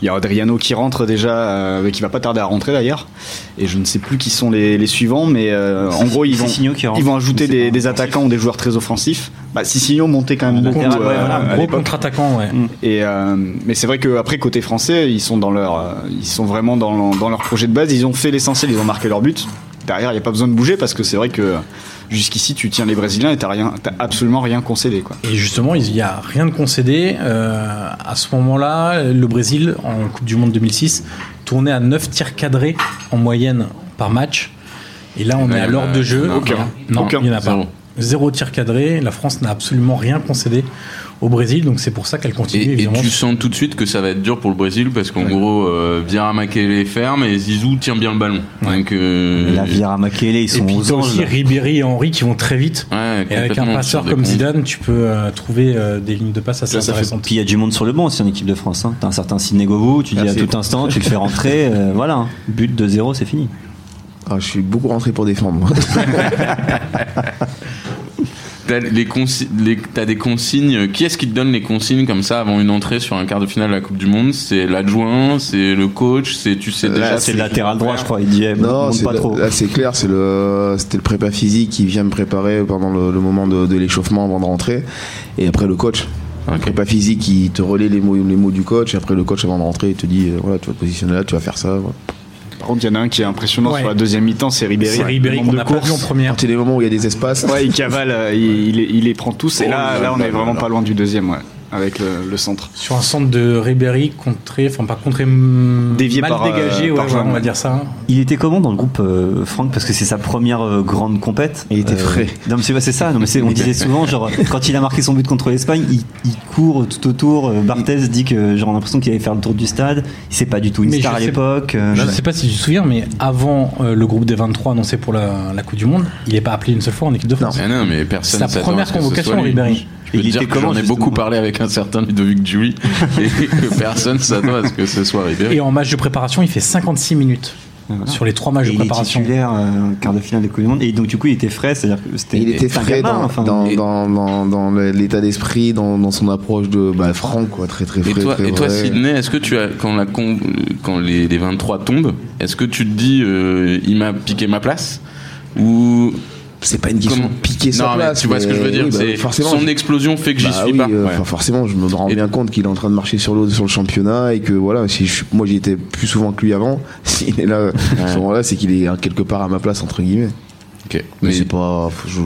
Il y a Adriano qui rentre déjà, euh, mais qui va pas tarder à rentrer d'ailleurs. Et je ne sais plus qui sont les, les suivants, mais euh, en gros, ils
C'est
vont,
Signaux
hein.
qui rentre.
ils vont
Mais
ajouter
c'est pas
des, des
offensif.
attaquants ou des joueurs très offensifs. Bah, Sissigno montait quand même beaucoup.
Contre, ouais,
euh,
voilà,
à
gros
l'époque.
contre-attaquant. ouais.
Et euh, mais c'est vrai que après côté français, ils sont dans leur, euh, ils sont vraiment dans, dans leur projet de base. Ils ont fait l'essentiel, ils ont marqué leur but. Derrière, il n'y a pas besoin de bouger parce que c'est vrai que jusqu'ici, tu tiens les Brésiliens et t'as rien, t'as absolument rien concédé quoi.
Et justement, il n'y a rien de concédé. Euh, à ce moment-là, le Brésil, en Coupe du Monde 2006, tournait à 9 tirs cadrés en moyenne par match. Et là, on
là,
est
il y
à
en
l'heure
a-
de jeu.
aucun.
Non,
Aucun.
il n'y en a pas.
Zéro.
Zéro tir cadré. La France n'a absolument rien concédé au Brésil. Donc c'est pour ça qu'elle continue,
Et, et
évidemment.
tu sens tout de suite que ça va être dur pour le Brésil parce qu'en gros, euh, Viera Makele ferme et Zizou tient bien le ballon. Donc, euh,
La Viera Makele, ils
Et
sont
puis
aux
t'as
anges.
aussi
là.
Ribéry et Henry qui vont très vite.
ouais,
Et avec un
complètement,
passeur
sur
comme
des
Zidane, tu peux euh, trouver euh, des lignes de passe assez
Ça, ça fait
intéressantes.
Puis il y a du monde sur le banc aussi en équipe de France. Hein. T'as un certain Sidney Govou, tu dis à
Merci.
tout instant, tu le fais rentrer, euh, voilà. hein. But de 0 c'est fini.
Ah, je suis beaucoup rentré pour défendre. moi.
T'as les consi- les- t'as des consignes. Qui est-ce qui te donne les consignes comme ça avant une entrée sur un quart de finale de la Coupe du Monde C'est l'adjoint, c'est le coach, c'est tu sais
Là,
déjà.
Là, c'est le latéral droit, je crois. Il dit, eh,
non,
monte
c'est
pas
le-
trop.
là c'est clair, c'est le, c'était le prépa physique qui vient me préparer pendant le, le moment de, de l'échauffement avant de rentrer, et après le coach. Le
Ok.
prépa physique qui te relaie les mots, les mots du coach, et après le coach avant de rentrer, il te dit euh, voilà, tu vas te positionner là, tu vas faire ça. voilà.
Par contre, il y en a un qui est impressionnant
Ouais.
sur la deuxième mi-temps, c'est Ribéry.
C'est Ribéry
Le nombre
qu'on
de
n'a pas vu en
courses.
première.
Quand il y a des moments où il y a des espaces,
Ouais, il cavale, euh, il, il les- il les prend tous. Et
Oh,
là,
là,
là, on
là,
est
là,
vraiment
là.
pas loin du deuxième, ouais, avec le, le centre.
sur un centre de Ribéry contré, enfin pas contré, hum,
Dévié
mal
par, euh,
dégagé, ouais,
par
ouais, on va
Joanne.
dire ça. hein.
Il était comment dans le groupe euh, Franck parce que c'est sa première euh, grande compète.
Il était
Euh,
frais.
Non mais c'est c'est ça. Non mais c'est- on disait souvent genre quand il a marqué son but contre l'Espagne, il, il court tout autour. Euh, Barthez dit que genre on a l'impression qu'il allait faire le tour du stade. Il sait pas du tout une
Mais
star
je
à
sais-
l'époque. euh,
Je ne sais pas si tu te souviens, mais avant euh, le groupe des 23 annoncé pour la, la Coupe du Monde, il n'est pas appelé une seule fois en équipe de France.
Ah non, mais
C'est
personne
la
s'attend à
première
ce que ce
convocation,
soit lui.
Ribéry.
Je peux
Et
te
il
dire
était
que
comment,
j'en ai
justement
beaucoup parlé avec un certain Ludovic Dewey et que personne s'attend à ce que ce soit Ribéry.
Et en match de préparation, il fait 56 minutes
voilà.
sur les trois matchs
Et
de
il est
préparation.
titulaire euh, en quart de finale de Coupe du Monde et donc du coup il était frais, c'est-à-dire que c'était
il était
c'était un
frais
gamin,
dans,
enfin.
dans,
Et-
dans, dans, dans l'état d'esprit, dans, dans son approche de bah, franc, quoi, très très frais.
Et toi,
très
et toi
vrai.
Sydney, est-ce que tu as, quand, la con- quand les, les 23 tombent, est-ce que tu te dis euh, il m'a piqué ma place ou
c'est pas une question
comment-
de piquer sa
Non, mais
place.
tu vois ce que je veux
mais
dire
oui, bah,
c'est
forcément,
son
je-
explosion fait que j'y
Bah
suis
oui,
pas.
euh,
Ouais.
enfin, forcément, je me rends
Et-
bien compte qu'il est en train de marcher sur l'eau sur le championnat et que voilà, si je suis- moi j'y étais plus souvent que lui avant, s'il est là euh, à ce moment-là, c'est qu'il est euh, quelque part à ma place entre guillemets.
Ok.
Mais,
Mais-
c'est pas faut- je-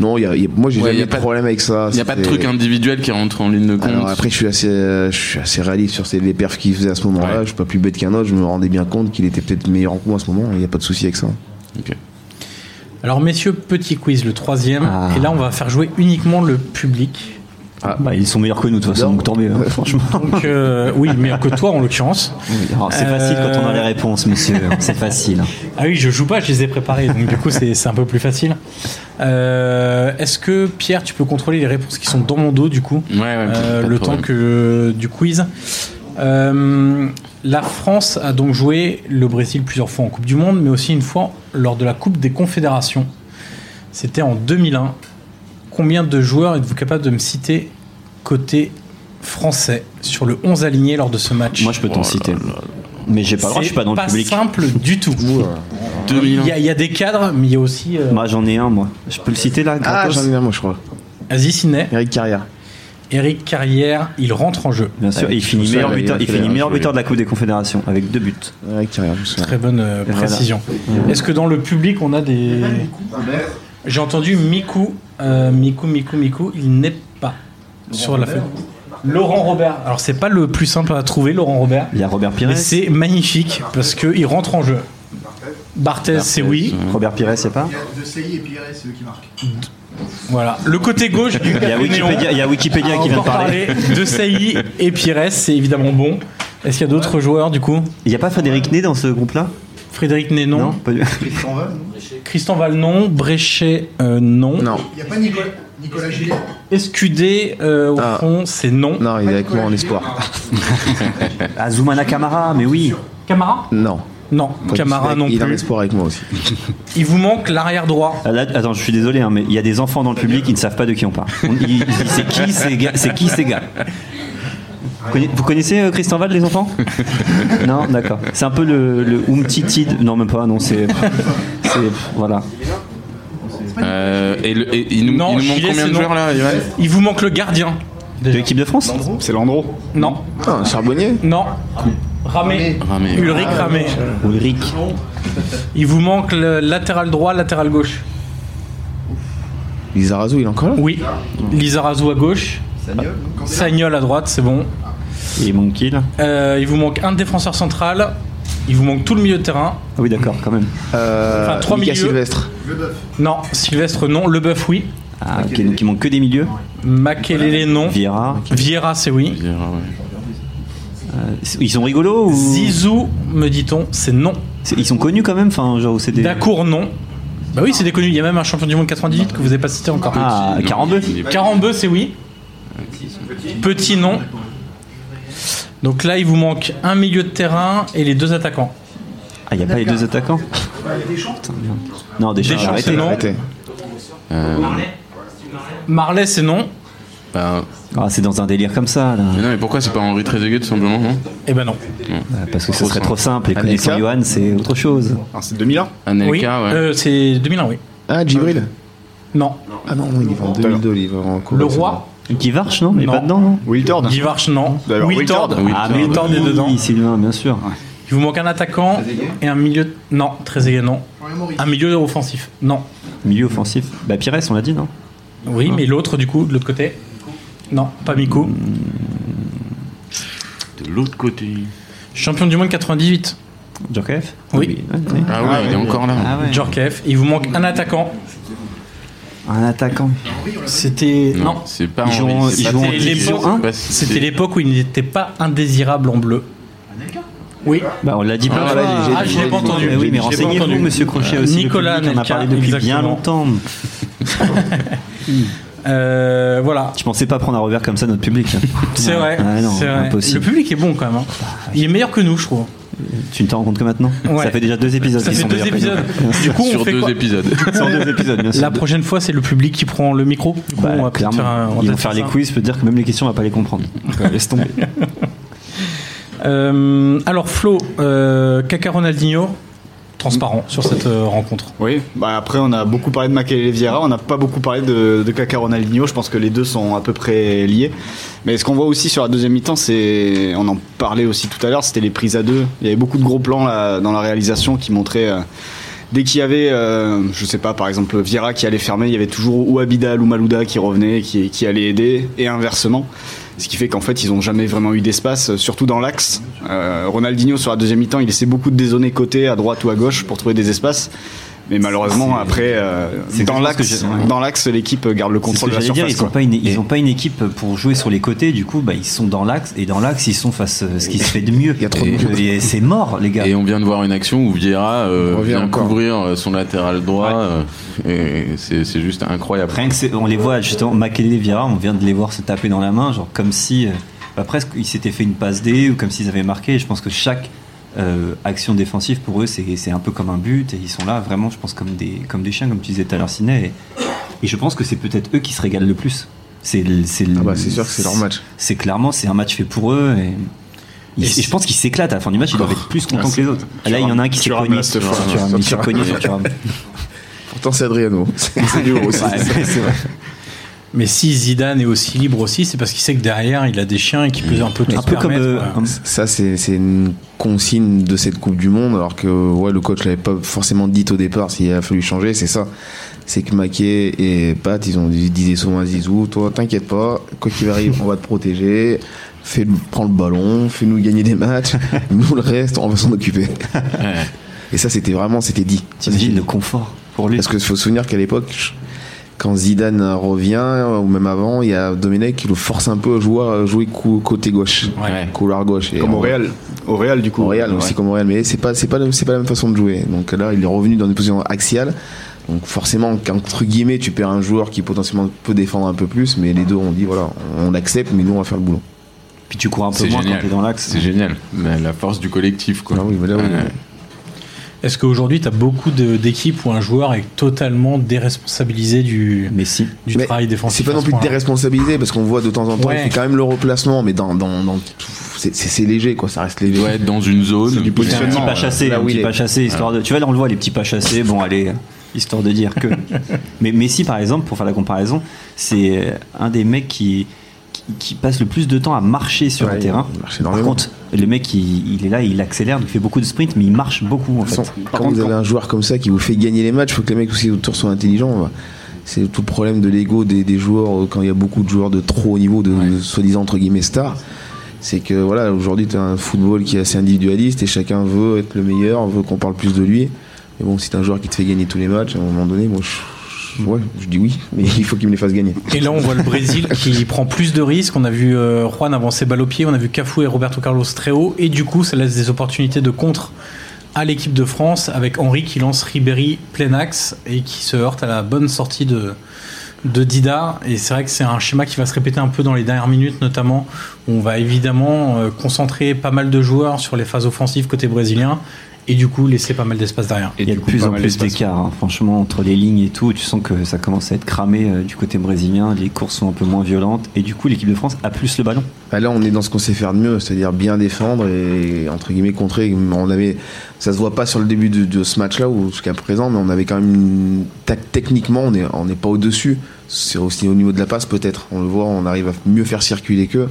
non, il y a- il y a- moi j'ai
Ouais, il
jamais
y a
eu de
pas de-
problème avec ça. Ah
Il n'y a pas de
C'était-
truc individuel qui rentre en ligne de compte.
Alors après, je suis assez, euh, je suis assez réaliste sur ces- les perfs qu'il faisait à ce moment-là.
Ouais.
Je suis pas plus bête qu'un autre. Je me rendais bien compte qu'il était peut-être meilleur que moi à ce moment. Il n'y a pas de souci avec ça.
Alors messieurs, petit quiz, le troisième.
Ah.
Et là, on va faire jouer uniquement le public.
Ah.
Bah, ils sont meilleurs que nous de toute façon, donc tant mieux, hein, franchement.
Donc, euh, oui, meilleur que toi en l'occurrence.
Alors, C'est facile
Euh,
quand on a les réponses, monsieur. C'est facile.
Ah oui, je joue pas, je les ai préparés, donc du coup c'est c'est un peu plus facile. Euh, Est-ce que Pierre, tu peux contrôler les réponses qui sont dans mon dos du coup
Ouais, ouais,
Euh,
pas de
le temps
problème.
que du quiz. Euh, la France a donc joué le Brésil plusieurs fois en Coupe du Monde, mais aussi une fois lors de la Coupe des Confédérations. C'était en 2001. Combien de joueurs êtes-vous capable de me citer côté français sur le 11 aligné lors de ce match
Moi, je peux t'en citer. Mais j'ai pas le droit, je suis pas dans le public.
simple du tout. Il
2001.
y, a, il y a des cadres, mais il y a aussi euh,
Moi, Bah, j'en ai un, moi. Je peux le citer là,
Ah,
gratos
j'en ai un, moi, je crois.
Aziz Sinet,
Eric Carrière.
Eric Carrière, il rentre en jeu.
Bien sûr, et il finit
ça,
meilleur
il a
buteur, il
fait
finit
un
meilleur
joli.
buteur de la Coupe des Confédérations avec deux buts.
Eric Carrière, je me souviens.
Très bonne euh,
voilà.
précision. Est-ce que dans le public, on a des. J'ai entendu Miku, euh, Miku, Miku, Miku, il n'est pas sur la feuille. Laurent Robert. Alors, c'est pas le plus simple à trouver, Laurent Robert.
Il y a Robert Pires.
Mais c'est magnifique parce qu'il rentre en jeu. Barthez, c'est oui.
Robert Pires, c'est pas
Voilà. Le côté gauche du
Il y a Ah, Wikipédia, il y a Wikipédia qui vient de parler.
de Sailly et Pires, c'est évidemment bon. Est-ce qu'il y a d'autres joueurs du coup
Il n'y a pas Frédéric Ney dans ce groupe-là
Frédéric Nénon,
pas du-
Christian Valnon, Bréchet, euh, non.
Non,
SQD, euh, au
Ah.
fond, c'est non.
non, il est avec moi en espoir.
Ah, Zoumana Kamara, mais oui.
Camara
Non.
Non, Camara
il,
non
Il est en
plus.
espoir avec moi aussi.
Il vous manque l'arrière droit.
Ah, là, attends, je suis désolé, hein, mais il y a des enfants dans le public qui ne savent pas de qui on parle. On- ils- ils disent, C'est qui ces gars C'est qui ces gars Vous conna- Vous connaissez euh, Christian Val, les enfants Non, d'accord. C'est un peu le, le Umtiti. de- Non, même pas. Non, c'est. c'est- Voilà.
Euh, et, le- et il nous,
Non,
il nous manque
Gilet,
combien
c'est
de
non.
joueurs là, Johan
Il vous manque le gardien.
De
déjà.
l'équipe de France
C'est Landreau.
Non,
Ah, Charbonnier
non. Ramé.
Ramé.
Ulrich Ramé.
Ulrich.
Il vous manque le latéral droit, latéral gauche.
Lizarazu, il est encore là
Oui. Lizarazu à gauche. Ah. Sagnol à droite, c'est bon.
Et mon kill. Ah
Euh, il vous manque un défenseur central. Il vous manque tout le milieu de terrain.
Ah oui, d'accord, quand même.
euh,
Enfin, trois
Mika
milieux.
Sylvestre.
Non, Sylvestre non, Leboeuf oui,
Ah, ok, donc il manque que des milieux.
Makelele non,
Vieira.
Vieira c'est oui,
Il y aura, ah ouais.
Ils sont rigolos ou
Zizou me dit-on c'est non,
C'est- Ils sont connus quand même Enfin, genre, c'est des.
Dacour non. Bah oui, c'est déconnu, il y a même un champion du monde 98 que vous avez pas cité encore.
Ah,
Non,
Carambeu.
il est-
Carambeu c'est oui. Petit non. Donc là, il vous manque un milieu de terrain et les deux attaquants.
Ah, il n'y a pas les deux attaquants
Bah,
Putain, merde. Non, Deschamps,
Deschamps,
arrêtez.
c'est non.
Arrêtez.
Euh,
Marley, c'est non.
bah,
Ah, c'est dans un délire comme ça, là.
mais non, mais pourquoi c'est pas Henri Trezeguet tout simplement non
Eh ben non.
Ah, Parce que ce serait
simple.
trop simple. Et
Anelka
connaissant Johan, c'est autre chose.
Ah, c'est 2001
Anelka,
oui,
ouais.
euh, c'est 2001, oui.
Ah, Djibril
Non.
Ah non, il est en 2002, il est en Coupe.
Le roi,
Qui varche, non Mais
Non.
pas dedans, non
Wiltord
Givarch, non.
Alors,
Wiltord,
Wiltord.
Ah, mais
Wiltord est
oui,
dedans.
Sylvain, bien sûr.
Il vous manque un attaquant et un milieu. Non, très égay, non. Un milieu offensif. Non.
Milieu offensif. Bah, Pires, on l'a dit, non
Oui, mais l'autre, du coup, de l'autre côté Non, pas Miku.
De l'autre côté.
Champion du monde 98,
Djorkaeff
Oui.
ouais, ouais.
Ah ouais, il est encore là.
Ah ouais.
Djorkaeff. Il vous manque un attaquant.
Un attaquant.
C'était.
Non,
Non.
c'est pas
Ils jouent en-
Henri.
ils
c'est pas
jouent en
Trezeguet,
division
c'est
un
pas-
C'était
c'est-
l'époque où il n'était pas indésirable en bleu. Oui.
Bah, on l'a dit plein
Ah,
de
là,
fois.
j'ai-
Ah, je l'ai pas entendu.
Mais oui, mais
Je l'ai pas
renseignez-vous,
entendu.
monsieur Crochet
Euh,
aussi. le
Nicolas
public, on a
Anelka,
parlé depuis bien
exactement.
longtemps.
Euh, voilà.
Je pensais pas prendre un revers comme ça, notre public.
C'est vrai.
Ah, non,
c'est vrai. Le
impossible.
public est bon quand même. hein. Il est meilleur que nous, je trouve.
Tu ne t'en rends compte que maintenant
Ouais.
Ça fait déjà deux épisodes
Ça
qui
fait
sont
deux
meilleurs que
épisodes.
nous.
Du coup, on
Sur
fait
deux
quoi
épisodes.
Sur deux épisodes, bien sûr.
La prochaine fois, c'est le public qui prend le micro. Du coup,
Bah,
on va peut-être
clairement,
faire, un- on va
ils vont
peut-être
faire les
ça.
quiz, je peux te dire que même les questions, on va pas les comprendre. Donc, euh, laisse tomber.
Euh, alors Flo, euh, Caca Ronaldinho, transparent sur cette euh, rencontre.
Oui, bah après on a beaucoup parlé de Makelele Vieira, on n'a pas beaucoup parlé de, de Kaká Ronaldinho, je pense que les deux sont à peu près liés. Mais ce qu'on voit aussi sur la deuxième mi-temps, c'est, on en parlait aussi tout à l'heure, c'était les prises à deux. Il y avait beaucoup de gros plans là, dans la réalisation qui montraient, euh, dès qu'il y avait, euh, je sais pas, par exemple Vieira qui allait fermer, il y avait toujours ou Abidal ou Malouda qui revenait, qui, qui allait aider, et inversement. Ce qui fait qu'en fait, ils n'ont jamais vraiment eu d'espace, euh, surtout dans l'axe. Euh, Ronaldinho, sur la deuxième mi-temps, il laissait beaucoup de dézonés côté, à droite ou à gauche, pour trouver des espaces. Mais malheureusement,
C'est-
après, euh,
c'est exactement
dans
ce que
l'axe,
j'ai- ouais.
dans l'axe, l'équipe garde le
C'est ce
contrôle
que
de la
j'allais dire,
surface.
ils n'ont
quoi.
pas, une- ils
Et-
ont pas une équipe pour jouer sur les côtés, du coup bah, ils sont dans l'axe, et dans l'axe ils sont face à ce qui se fait de mieux.
Il y a trop de
Et- euh,
monde.
et c'est mort les gars.
Et on vient de voir une action où Vieira euh,
Revient
vient
encore.
couvrir euh, son latéral droit. euh, et c'est c'est juste incroyable.
Rien que c'est- on les voit justement, Makele et Vieira, on vient de les voir se taper dans la main, genre comme si euh, bah, presque ils s'étaient fait une passe D ou comme s'ils avaient marqué. Et je pense que chaque euh, action défensive pour eux, c'est c'est un peu comme un but et ils sont là vraiment, je pense, comme des, comme des chiens, comme tu disais tout à l'heure, Ciné. Et, et je pense que c'est peut-être eux qui se régalent le plus. C'est le- c'est le-
Ah bah, c'est sûr que c'est leur match.
C'est clairement, c'est un match fait pour eux et. ils-
Et
et je pense qu'ils s'éclatent à la fin du match, ils doivent être plus contents
Ah,
que les autres. Là, il y en a un qui s'est
Thuram,
cogné
là,
sur
cette fois,
Thuram,
sur
il s'est cogné sur Thuram.
Pourtant, c'est Adriano.
c'est du gros, c'est-
Ouais, c'est vrai.
Mais si Zidane est aussi libre aussi, c'est parce qu'il sait que derrière, il a des chiens et qu'il peut un peu tout
Un
se
peu comme.
permettre,
euh,
quoi.
un-
Ça, c'est c'est une consigne de cette Coupe du Monde, alors que ouais, le coach l'avait pas forcément dit au départ s'il a fallu changer, c'est ça. C'est que Maquet et Pat, ils ont dit- disaient souvent à Zizou, toi, t'inquiète pas, quoi qu'il arrive, on va te protéger, fais, prends le ballon, fais-nous gagner des matchs, nous le reste, on va s'en occuper. Et ça, c'était vraiment, c'était dit.
T'imagines le confort pour lui.
Parce qu'il faut se souvenir qu'à l'époque, quand Zidane revient, ou même avant, il y a Domenech qui le force un peu à jouer, à jouer cou- côté gauche,
Ouais.
couloir gauche. Et
Comme
on-
au Real, au Real du coup.
au Real aussi
Ouais.
comme au Real, mais c'est pas c'est pas la- c'est pas la même façon de jouer. Donc là, il est revenu dans une position axiale. Donc forcément, entre guillemets, tu perds un joueur qui potentiellement peut défendre un peu plus, mais les deux ont dit voilà, on l'accepte, mais nous on va faire le boulot.
Puis tu cours un peu
C'est
moins quand
génial.
t'es dans l'axe.
C'est génial. La, la force du collectif, quoi.
Ah oui, mais là, oui.
Ouais.
Est-ce qu'aujourd'hui, tu as beaucoup de- d'équipes où un joueur est totalement déresponsabilisé du,
Mais si.
du
Mais
travail défensif
C'est pas
à
non
ce
plus
point-là.
déresponsabilisé parce qu'on voit de temps en temps,
Ouais.
il fait quand même le replacement, mais dans dans, dans tout- c'est- c'est c'est léger quoi, ça reste
Il
léger.
doit être dans une zone.
C'est du
C'est un
positionnement.
petit
Seulement,
pas
euh,
chassé,
là
un
où
petit
il
pas
est.
chassé, histoire de. Tu vois, là on le voit, les petits pas chassés, bon allez, euh, histoire de dire que. Mais Messi par exemple, pour faire la comparaison, c'est euh, un des mecs qui, qui, qui passe le plus de temps à marcher sur
Ouais,
le terrain.
il marche
Par
énormément.
contre, le mec il, il est là, il accélère, il fait beaucoup de sprints, mais il marche beaucoup en
De toute
fait.
façon, quand vous avez un joueur comme ça qui vous fait gagner les matchs, faut que les mecs aussi autour soient intelligents. bah. C'est tout le problème de l'ego des, des joueurs euh, quand il y a beaucoup de joueurs de trop haut niveau, de, de soi-disant entre guillemets stars. C'est que voilà, aujourd'hui, tu as un football qui est assez individualiste et chacun veut être le meilleur, veut qu'on parle plus de lui. Mais bon, si t'as un joueur qui te fait gagner tous les matchs, à un moment donné, moi, je, je- ouais, je dis oui, mais il faut qu'il me les fasse gagner.
Et là, on voit le Brésil qui prend plus de risques. On a vu euh, Juan avancer balle au pied, on a vu Cafu et Roberto Carlos très haut. Et du coup, ça laisse des opportunités de contre à l'équipe de France avec Henri qui lance Ribéry plein axe et qui se heurte à la bonne sortie de, de Dida. Et c'est vrai que c'est un schéma qui va se répéter un peu dans les dernières minutes, notamment. où On va évidemment euh, concentrer pas mal de joueurs sur les phases offensives côté brésilien et du coup laisser pas mal d'espace derrière.
Il y a de
du coup,
plus
pas
en
mal
plus
d'espace.
d'écart, hein. franchement, entre les lignes et tout. Tu sens que ça commence à être cramé euh, du côté brésilien, les courses sont un peu moins violentes, et du coup, l'équipe de France a plus le ballon.
Bah là, on est dans ce qu'on sait faire de mieux, c'est-à-dire bien défendre et entre guillemets contrer. On avait, ça se voit pas sur le début de, de ce match-là ou jusqu'à présent, mais on avait quand même une- ta- techniquement, on n'est on n'est pas au dessus. C'est aussi au niveau de la passe peut-être. On le voit, on arrive à mieux faire circuler qu'eux.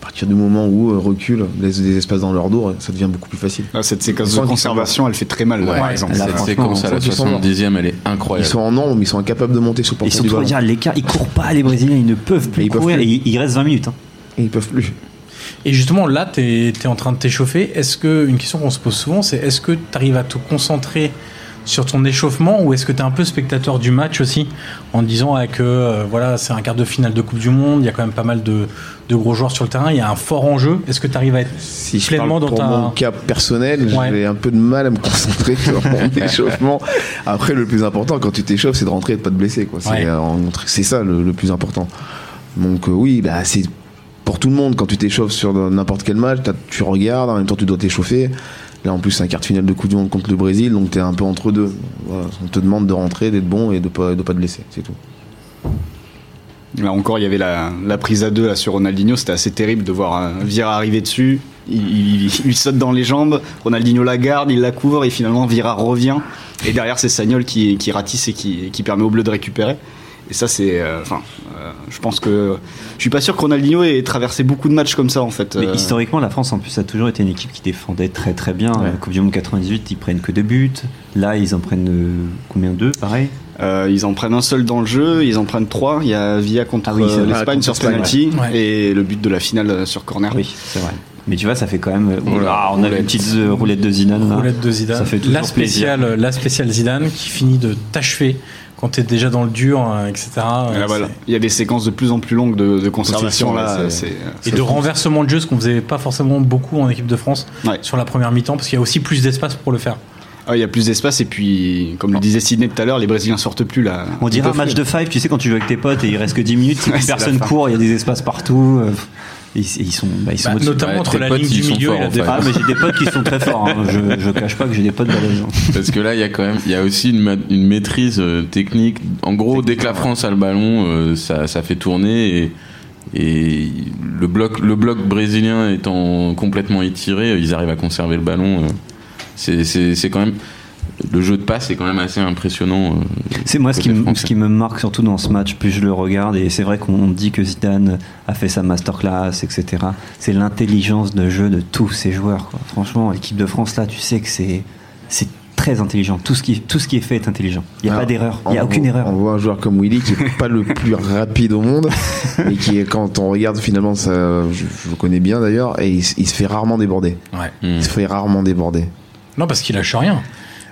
À partir du moment où euh, recule, laisse des espaces dans leur dos, ça devient beaucoup plus facile.
Ah, cette séquence
Ils
de
sont-
conservation, elle fait très mal, là,
Ouais.
par exemple.
Là,
Cette
franchement,
séquence à la
ils sont
70e, elle est
Ils
incroyable.
sont en nombre, mais ils sont incapables de monter sur le
Et
porteur du
surtout,
ballon.
regarde, l'écart, ils courent pas, les Brésiliens, ils ne peuvent plus
Mais ils peuvent
courir,
plus.
et il- il reste 20 minutes. hein.
Et ils peuvent plus.
Et justement, là, tu es, en train de t'échauffer. Est-ce que, une question qu'on se pose souvent, c'est est-ce que tu arrives à te concentrer sur ton échauffement ou est-ce que tu es un peu spectateur du match aussi en disant ah, que euh, voilà, c'est un quart de finale de Coupe du Monde, il y a quand même pas mal de, de gros joueurs sur le terrain, il y a un fort enjeu. Est-ce que tu arrives à être
si je parle
pleinement dans
pour
ta.
mon cas personnel,
Ouais.
j'ai un peu de mal à me concentrer sur mon échauffement. Après, le plus important quand tu t'échauffes, c'est de rentrer et de pas te blesser. quoi. C'est
Ouais.
euh, en- c'est ça le, le plus important. Donc euh, oui, bah, c'est pour tout le monde. Quand tu t'échauffes sur n'importe quel match, t'as- tu regardes, en même temps tu dois t'échauffer. Là en plus c'est un quart de finale de Coupe du Monde contre le Brésil, donc t'es un peu entre deux. Voilà. On te demande de rentrer, d'être bon et de pas, de pas te blesser, c'est tout.
Là encore, il y avait la, la prise à deux là, sur Ronaldinho, c'était assez terrible de voir euh, Vieira arriver dessus. Il, il- il lui saute dans les jambes, Ronaldinho la garde, il la couvre et finalement Vieira revient. Et derrière, c'est Sagnol qui, qui ratisse et qui, qui permet au bleu de récupérer. Et ça, c'est. euh, Enfin, euh, je pense que. Je suis pas sûr que Ronaldinho ait traversé beaucoup de matchs comme ça en fait.
Mais
Euh,
historiquement, la France en plus a toujours été une équipe qui défendait très très bien. La Coupe du Monde 98, ils prennent que deux buts. Là, ils en prennent euh, combien deux Pareil.
Euh, ils en prennent un seul dans le jeu, ils en prennent trois. Il y a Via contre
Ah oui, c'est
euh,
vrai,
l'Espagne
contre
sur
l'Espagne,
penalty
ouais. Ouais.
et le but de la finale euh, sur corner.
Oui, c'est vrai. Mais tu vois, ça fait quand même.
Oula,
Oula, on a
roulette.
une petite euh, roulette de Zidane. là.
Roulette de Zidane.
Ça fait toujours
la spéciale, la spéciale Zidane qui finit de t'achever quand t'es déjà dans le dur, hein, etc.
Et là,
Euh,
voilà. Ah, Il y a des séquences de plus en plus longues de, de conservation là.
Conservation,
c'est- euh,
c'est- Et de renversement de jeu, ce qu'on faisait pas forcément beaucoup en équipe de France
Ouais.
sur la première mi-temps, parce qu'il y a aussi plus d'espace pour le faire.
Ah, il y a plus d'espace et puis, comme
Ah.
le disait Sidney tout à l'heure, les Brésiliens sortent plus là.
On dirait un
Ils peuvent
match
plus.
de five, tu sais, quand tu joues avec tes potes et il reste que 10 minutes, et
Ouais,
puis
c'est la
personne
fin.
court, il y a des espaces partout. euh, et ils, et ils sont, bah, ils sont
Bah,
au-dessus.
notamment
Ouais,
entre
tes
la
potes,
ligne
ils
du
sont
milieu
forts,
et la
en fait.
défense.
Ah, mais j'ai des potes qui sont très forts. hein. Je, je cache pas que j'ai des potes balèzes. hein.
Parce que là, il y a quand même, il y a aussi une, ma- une maîtrise euh, technique. En gros, dès que la France a le ballon, euh, ça, ça fait tourner et, et le bloc, le bloc brésilien étant complètement étiré, euh, ils arrivent à conserver le ballon. euh. C'est- C'est c'est quand même le jeu de passe est quand même assez impressionnant. euh.
C'est moi ce qui,
Côté
me-
français.
ce qui me marque surtout dans ce match, plus je le regarde, et c'est vrai qu'on dit que Zidane a fait sa masterclass, etc. C'est l'intelligence de jeu de tous ces joueurs. quoi. Franchement, l'équipe de France, là, tu sais que c'est c'est très intelligent. Tout ce, qui, tout ce qui est fait est intelligent. Il n'y a
Alors,
pas d'erreur. Il n'y a
Ah. on
aucune
voit-
erreur.
On voit un joueur comme Willy qui est pas le plus rapide au monde et qui, est- quand on regarde finalement, ça, je, je le connais bien d'ailleurs, et il, s- il se fait rarement déborder.
Ouais.
Il se fait rarement déborder.
Eh,
Non, parce qu'il lâche rien.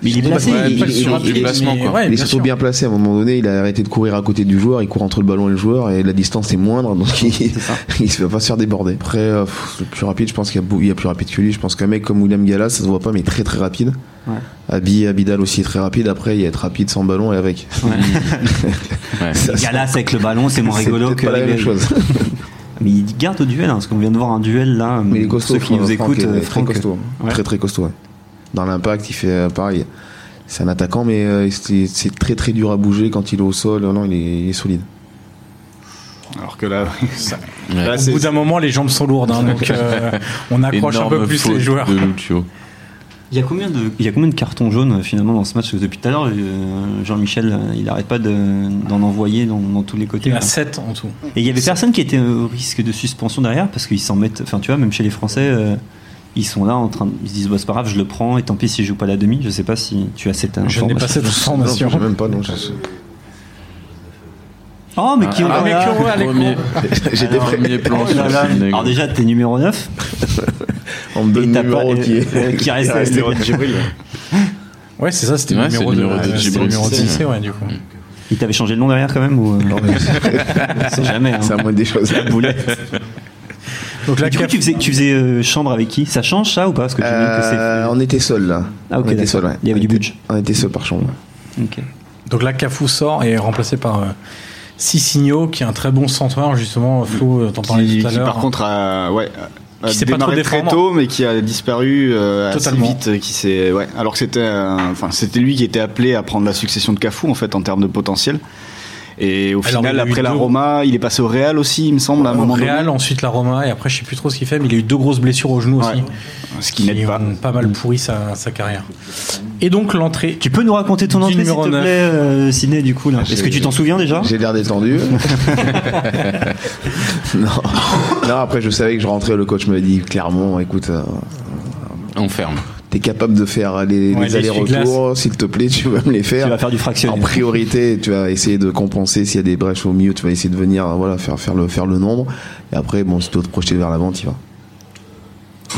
Mais il est placé.
Ouais,
il-
pas
il-
sur
il-
du placement,
mais-
quoi.
ouais,
il est
bien
surtout
sûr.
bien placé. À un moment donné, il a arrêté de courir à côté du joueur. Il court entre le ballon et le joueur et la distance est moindre, donc il,
ça.
il se fait pas se faire déborder. Après, euh, pff, le plus rapide, je pense qu'il y, a beau- il y a plus rapide que lui. Je pense qu'un mec comme William Gallas, ça se voit pas, mais très très rapide.
Ouais.
Abi Abidal aussi est très rapide. Après, il y a être rapide sans ballon et avec.
Ouais.
Ça, ça-
Galas avec le ballon, c'est moins
c'est
rigolo
peut-être
que
pas la
les-
même chose.
Mais il garde au duel, hein, parce qu'on vient de voir un duel là.
Mais il est costaud.
Mm. Ceux qui
Franck,
nous
Franck
écoutent,
est
euh,
très
Franck,
costaud. hein.
Ouais.
Très très costaud. ouais. Dans l'impact, il fait euh, pareil. C'est un attaquant, mais euh, c'est c'est très très dur à bouger quand il est au sol. Non, il est, il est solide.
Alors que là, ça-
Ouais.
là,
Au
c'est-
bout d'un moment, les jambes sont lourdes, hein, donc euh, on accroche un peu
Énorme
plus
faute
les joueurs.
de Lucio.
Il y a combien de il y a combien de cartons jaunes euh, finalement dans ce match Parce que depuis tout à l'heure euh, Jean-Michel euh, il arrête pas de- d'en envoyer dans, dans tous les
Il
côtés.
y en a
là.
7 en tout.
Et il y avait personne qui était au risque de suspension derrière parce qu'ils s'en mettent enfin tu vois même chez les Français euh, ils sont là en train de- ils se disent bah, c'est pas grave je le prends et tant pis si je joue pas la demi je sais pas si tu as cette
Je n'ai pas
information.
cette information.
Non, j'ai même pas. non, je-
Oh mais qui
Ah,
on
mais
là
qui on- Allez,
Premier-
J'étais prêt.
Premier plan
Oh là
sur
là.
Sidney.
Alors déjà t'es numéro 9
On me
et
donne
t'as
le
pas
numéro
euh,
qui est. Ah,
euh, qui reste
c'est Rod Gibril.
Ouais, c'est ça, c'était le
Ouais,
numéro
c'est le
2.
numéro Mm. deux
C'était
de
le
Gibril
numéro
Cissé.
10, ouais, du coup.
Il t'avait changé le nom derrière quand même ou euh,
Non, mais C'est
on sait jamais hein.
c'est la moindre des choses.
La boulette.
Donc la
du coup,
CAF-
tu faisais, tu faisais euh, chambre avec qui Ça change ça ou pas Parce que tu dis que c'est.
Euh, on était seuls là.
Ah, ok,
on était
d'accord.
seuls, ouais.
Il y avait
On
du
était-
budget.
On était seuls par chambre.
Ok.
Donc là, Cafou sort et est remplacé par euh, Sissigno, qui est un très bon centreur, justement. Flo, euh, t'en parlais
qui,
tout à
qui, par
l'heure.
contre a, ouais, a
Qui s'est pas trop
démarré très
déformant.
tôt mais qui a disparu euh, assez
Totalement.
vite euh, qui s'est ouais, alors que c'était euh, enfin c'était lui qui était appelé à prendre la succession de Cafou en fait en termes de potentiel et au
Alors, il
final
a eu
après la
deux-
Roma il est passé au Real aussi il me semble Bah, à un moment donné
Real, ensuite la Roma, et après, je sais plus trop ce qu'il fait, mais il a eu deux grosses blessures au genou
Ouais.
aussi.
ce qui n'aide pas Mm.
ont pas mal pourri sa, sa carrière. Et donc l'entrée.
Tu peux nous raconter ton
Du
entrée, s'il
numéro
te plaît,
neuf.
euh, Sidney, du coup là Est-ce que tu t'en souviens déjà
J'ai l'air détendu. non. non, après je savais que je rentrais, le coach me dit clairement, écoute, euh,
On ferme.
t'es capable de faire les,
Ouais,
les
les
allers-retours, s'il te plaît, tu vas me les
Tu
faire.
vas faire du fractionné.
En priorité, tu vas essayer de compenser s'il y a des brèches au milieu, tu vas essayer de venir, euh, voilà, faire, faire, le, faire le nombre. Et après, bon, si tu dois te projeter vers l'avant, tu vas.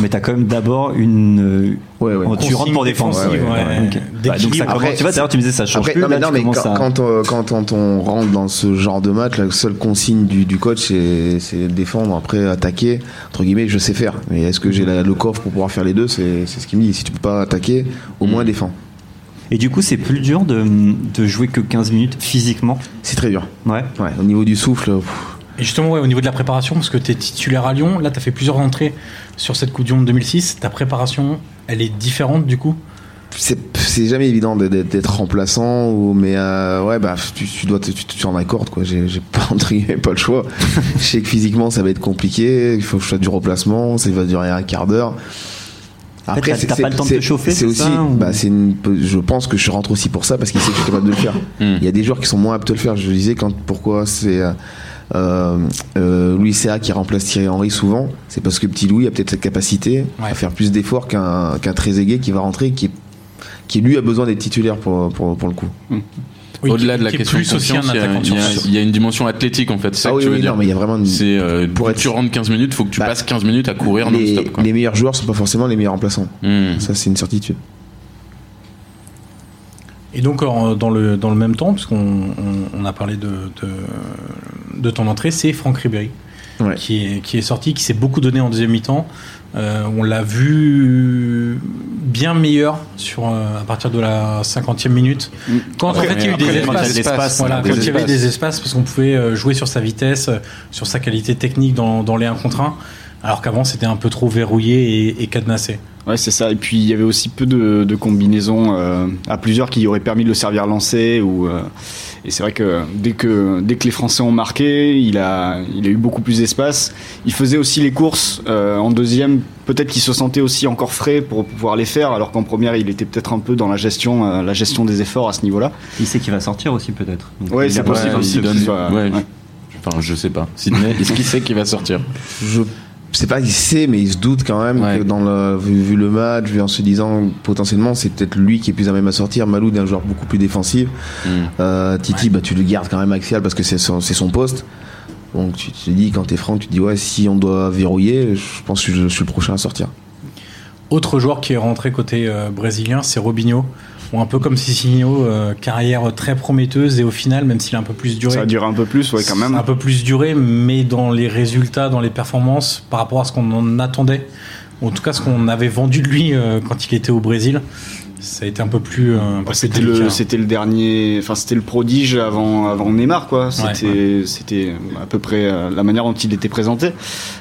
Mais t'as quand même d'abord une.
Ouais, ouais.
euh, tu rentres pour
Consigne
défensive.
défensive,
ouais, ouais.
ok.
D'équilibre.
Bah, donc ça commence-
Après,
tu vois, d'ailleurs, tu me disais ça change
Après,
plus.
non, mais,
là,
non,
tu
mais
commences
quand,
à-
quand, euh, quand on, on rentre dans ce genre de match, la seule consigne du, du coach, c'est c'est défendre, après attaquer. Entre guillemets, je sais faire. Mais est-ce que j'ai la- le coffre pour pouvoir faire les deux C'est c'est ce qu'il me dit. Si tu peux pas attaquer, au
Mm.
moins défends.
Et du coup, c'est plus dur de, de jouer que 15 minutes physiquement.
C'est très dur.
Ouais.
Ouais, au niveau du souffle, pff,
Et justement, ouais, au niveau de la préparation, parce que t'es titulaire à Lyon, là, t'as fait plusieurs entrées sur cette Coupe du Monde 2006. Ta préparation, elle est différente du coup
c'est c'est jamais évident d'être- d'être d'être remplaçant. Ou, mais euh, ouais, bah, tu, tu dois te- tu, tu en accordes. quoi. J'ai j'ai pas, entre guillemets, pas le choix. je sais que physiquement, ça va être compliqué. Il faut que je fasse du remplacement. Ça va durer un quart d'heure.
t'as-
c'est-
t'as
c'est-
pas le temps de
c'est-
te chauffer,
C'est
c'est
aussi,
ça, ou-
bah, c'est une peu- je pense que je rentre aussi pour ça parce qu'il sait que je suis capable de le faire.
Hmm.
Il y a des joueurs qui sont moins aptes à le faire. Je disais quand pourquoi c'est euh, euh, euh, Louis Céa qui remplace Thierry Henry souvent, c'est parce que petit Louis a peut-être cette capacité
Ouais.
à faire plus d'efforts qu'un qu'un Trezeguet qui va rentrer, qui, qui lui a besoin d'être titulaire pour, pour, pour le coup.
Oui,
Au-delà
qui-
de la
qui est
question de
plus aussi
confiance,
un
il y a-
attaquant de
il y, a-
surface.
il y a une dimension athlétique en fait. C'est ça
Ah
que
oui,
tu veux
oui,
dire.
non, mais il y a vraiment une-
C'est euh,
Pour
pour
être-
tu rentres 15 minutes, faut que tu
Bah,
passes 15 minutes à courir
les,
non-stop. quoi.
les meilleurs joueurs sont pas forcément les meilleurs remplaçants.
Hmm.
Ça, c'est une certitude.
Et donc, en- dans le, dans le même temps, puisqu'on on, on a parlé de, de, de ton entrée, c'est Franck Ribéry.
Ouais.
Qui, est, qui est sorti, qui s'est beaucoup donné en deuxième mi-temps. Euh, on l'a vu bien meilleur sur, euh, à partir de la 50e minute. Quand
Après,
en fait il y a eu
après,
des
quand il y a de
espaces.
l'espace,
Voilà,
des
quand il y avait
espaces.
des espaces, parce qu'on pouvait euh, jouer sur sa vitesse, euh, sur sa qualité technique dans, dans les 1 contre 1, alors qu'avant c'était un peu trop verrouillé et, et cadenassé.
Ouais, c'est ça. Et puis il y avait aussi peu de, de combinaisons euh, à plusieurs qui auraient permis de le servir lancé. Ou, euh, et c'est vrai que dès, que dès que les Français ont marqué, il a, il a eu beaucoup plus d'espace. Il faisait aussi les courses euh, en deuxième. Peut-être qu'il se sentait aussi encore frais pour pouvoir les faire, alors qu'en première, il était peut-être un peu dans la gestion, euh, la gestion des efforts à ce niveau-là.
Il sait qu'il va sortir aussi peut-être. Donc,
Ouais,
il
c'est
a pas-
possible
Ouais,
aussi
il
que
donne-
ce soit-
ouais.
ouais.
Enfin, je sais pas. Sydney, est-ce qu'il sait qu'il va sortir
Je sais pas, il sait, mais il se doute quand même
Ouais.
que dans le, vu, vu le match, vu en se disant potentiellement c'est peut-être lui qui est plus à même à sortir. Maloud est un joueur beaucoup plus défensif.
Hmm.
Euh, Titi, bah, tu le gardes quand même axial parce que c'est son, c'est son poste. Donc tu te dis, quand t'es franc, tu te dis, ouais, si on doit verrouiller, je pense que je, suis le prochain à sortir.
Autre joueur qui est rentré côté euh, brésilien, c'est Robinho. Bon, un peu comme Cicinho, euh, carrière très prometteuse et au final, même s'il a un peu plus duré,
Ça a duré un peu plus, ouais, quand même.
un peu plus duré, mais dans les résultats, dans les performances, par rapport à ce qu'on en attendait, ou en tout cas ce qu'on avait vendu de lui euh, quand il était au Brésil, ça a été un peu plus. euh, un peu
Bah,
plus
c'était
délicat.
le c'était le dernier enfin c'était le prodige avant avant Neymar quoi c'était c'était à peu près euh, la manière dont il était présenté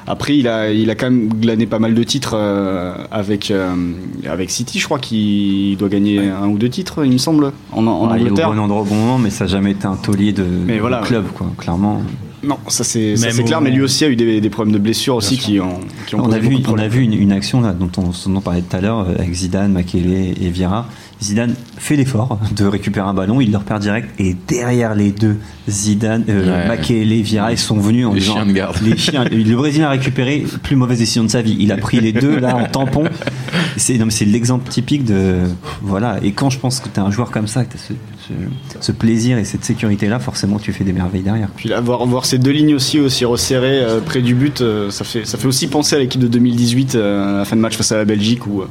après il a il a quand même glané pas mal de titres euh, avec euh, avec City je crois qu'il doit gagner un ou deux titres il me semble en, en
Ouais, il est au
Angleterre
bon endroit au bon moment, mais ça n'a jamais été un taulier de, de
voilà.
club, quoi, clairement.
non ça c'est ça,
Même
c'est
au-
clair mais lui aussi a eu des, des problèmes de blessures aussi qui ont qui ont
On a,
posé
vu,
beaucoup de
on a
problèmes.
vu une, une action là, dont on, dont on parlait tout à l'heure euh, avec Zidane, Makele et Vieira. Zidane fait l'effort de récupérer un ballon, il le repère direct et derrière les deux, Zidane, euh,
Ouais.
Makele et Vieira, ils sont venus en
Les
disant-
chiens de garde.
Les chiens- le Brésil a récupéré plus mauvaise décision de sa vie. Il a pris les deux là en tampon. C'est non, mais c'est l'exemple typique de voilà. Et quand je pense que tu as un joueur comme ça, que tu as ce, ce- ce plaisir et cette sécurité là, forcément tu fais des merveilles derrière.
Puis là, voir, voir ces deux lignes aussi, aussi resserrées euh, près du but, euh, ça, fait, ça fait aussi penser à l'équipe de 2018, euh, à la fin de match face à la Belgique, où euh,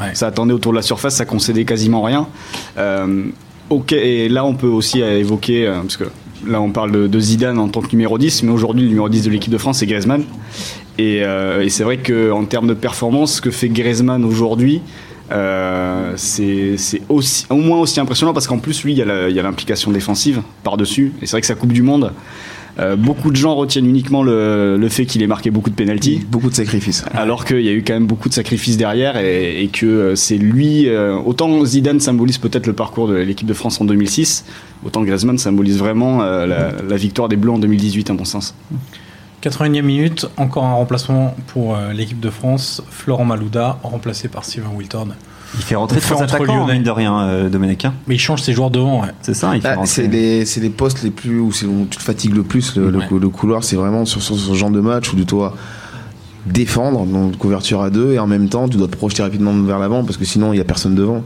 Ouais.
ça attendait autour de la surface, ça concédait quasiment rien. Euh, ok, et là on peut aussi euh, évoquer, euh, parce que là on parle de, de Zidane en tant que numéro 10, mais aujourd'hui le numéro 10 de l'équipe de France c'est Griezmann. Et, euh, et c'est vrai qu'en termes de performance, ce que fait Griezmann aujourd'hui, euh, c'est c'est aussi- au moins aussi impressionnant parce qu'en plus, lui, il y a la- il y a l'implication défensive par-dessus. Et c'est vrai que sa Coupe du Monde, euh, beaucoup de gens retiennent uniquement le, le fait qu'il ait marqué beaucoup de pénalties.
Beaucoup de sacrifices.
Alors qu'il y a eu quand même beaucoup de sacrifices derrière et, et que euh, c'est lui. euh, autant Zidane symbolise peut-être le parcours de l'équipe de France en 2006, autant Griezmann symbolise vraiment euh, la, la victoire des Bleus en 2018, à mon hein, sens.
81e minute, encore un remplacement pour euh, l'équipe de France, Florent Malouda, remplacé par Steven Wiltord.
Il fait rentrer
Il fait
trois
rentrer
attaquants,
Lionel.
mine de rien, euh, Domenech. hein.
Mais il change ses joueurs devant, ouais.
C'est ça, il fait
Bah,
rentrer.
c'est les, c'est les postes les plus où, c'est- où tu te fatigues le plus le, le
Ouais.
cou- le couloir c'est vraiment sur, sur ce genre de match où tu dois défendre donc couverture à deux et en même temps tu dois te projeter rapidement vers l'avant parce que sinon il y a personne devant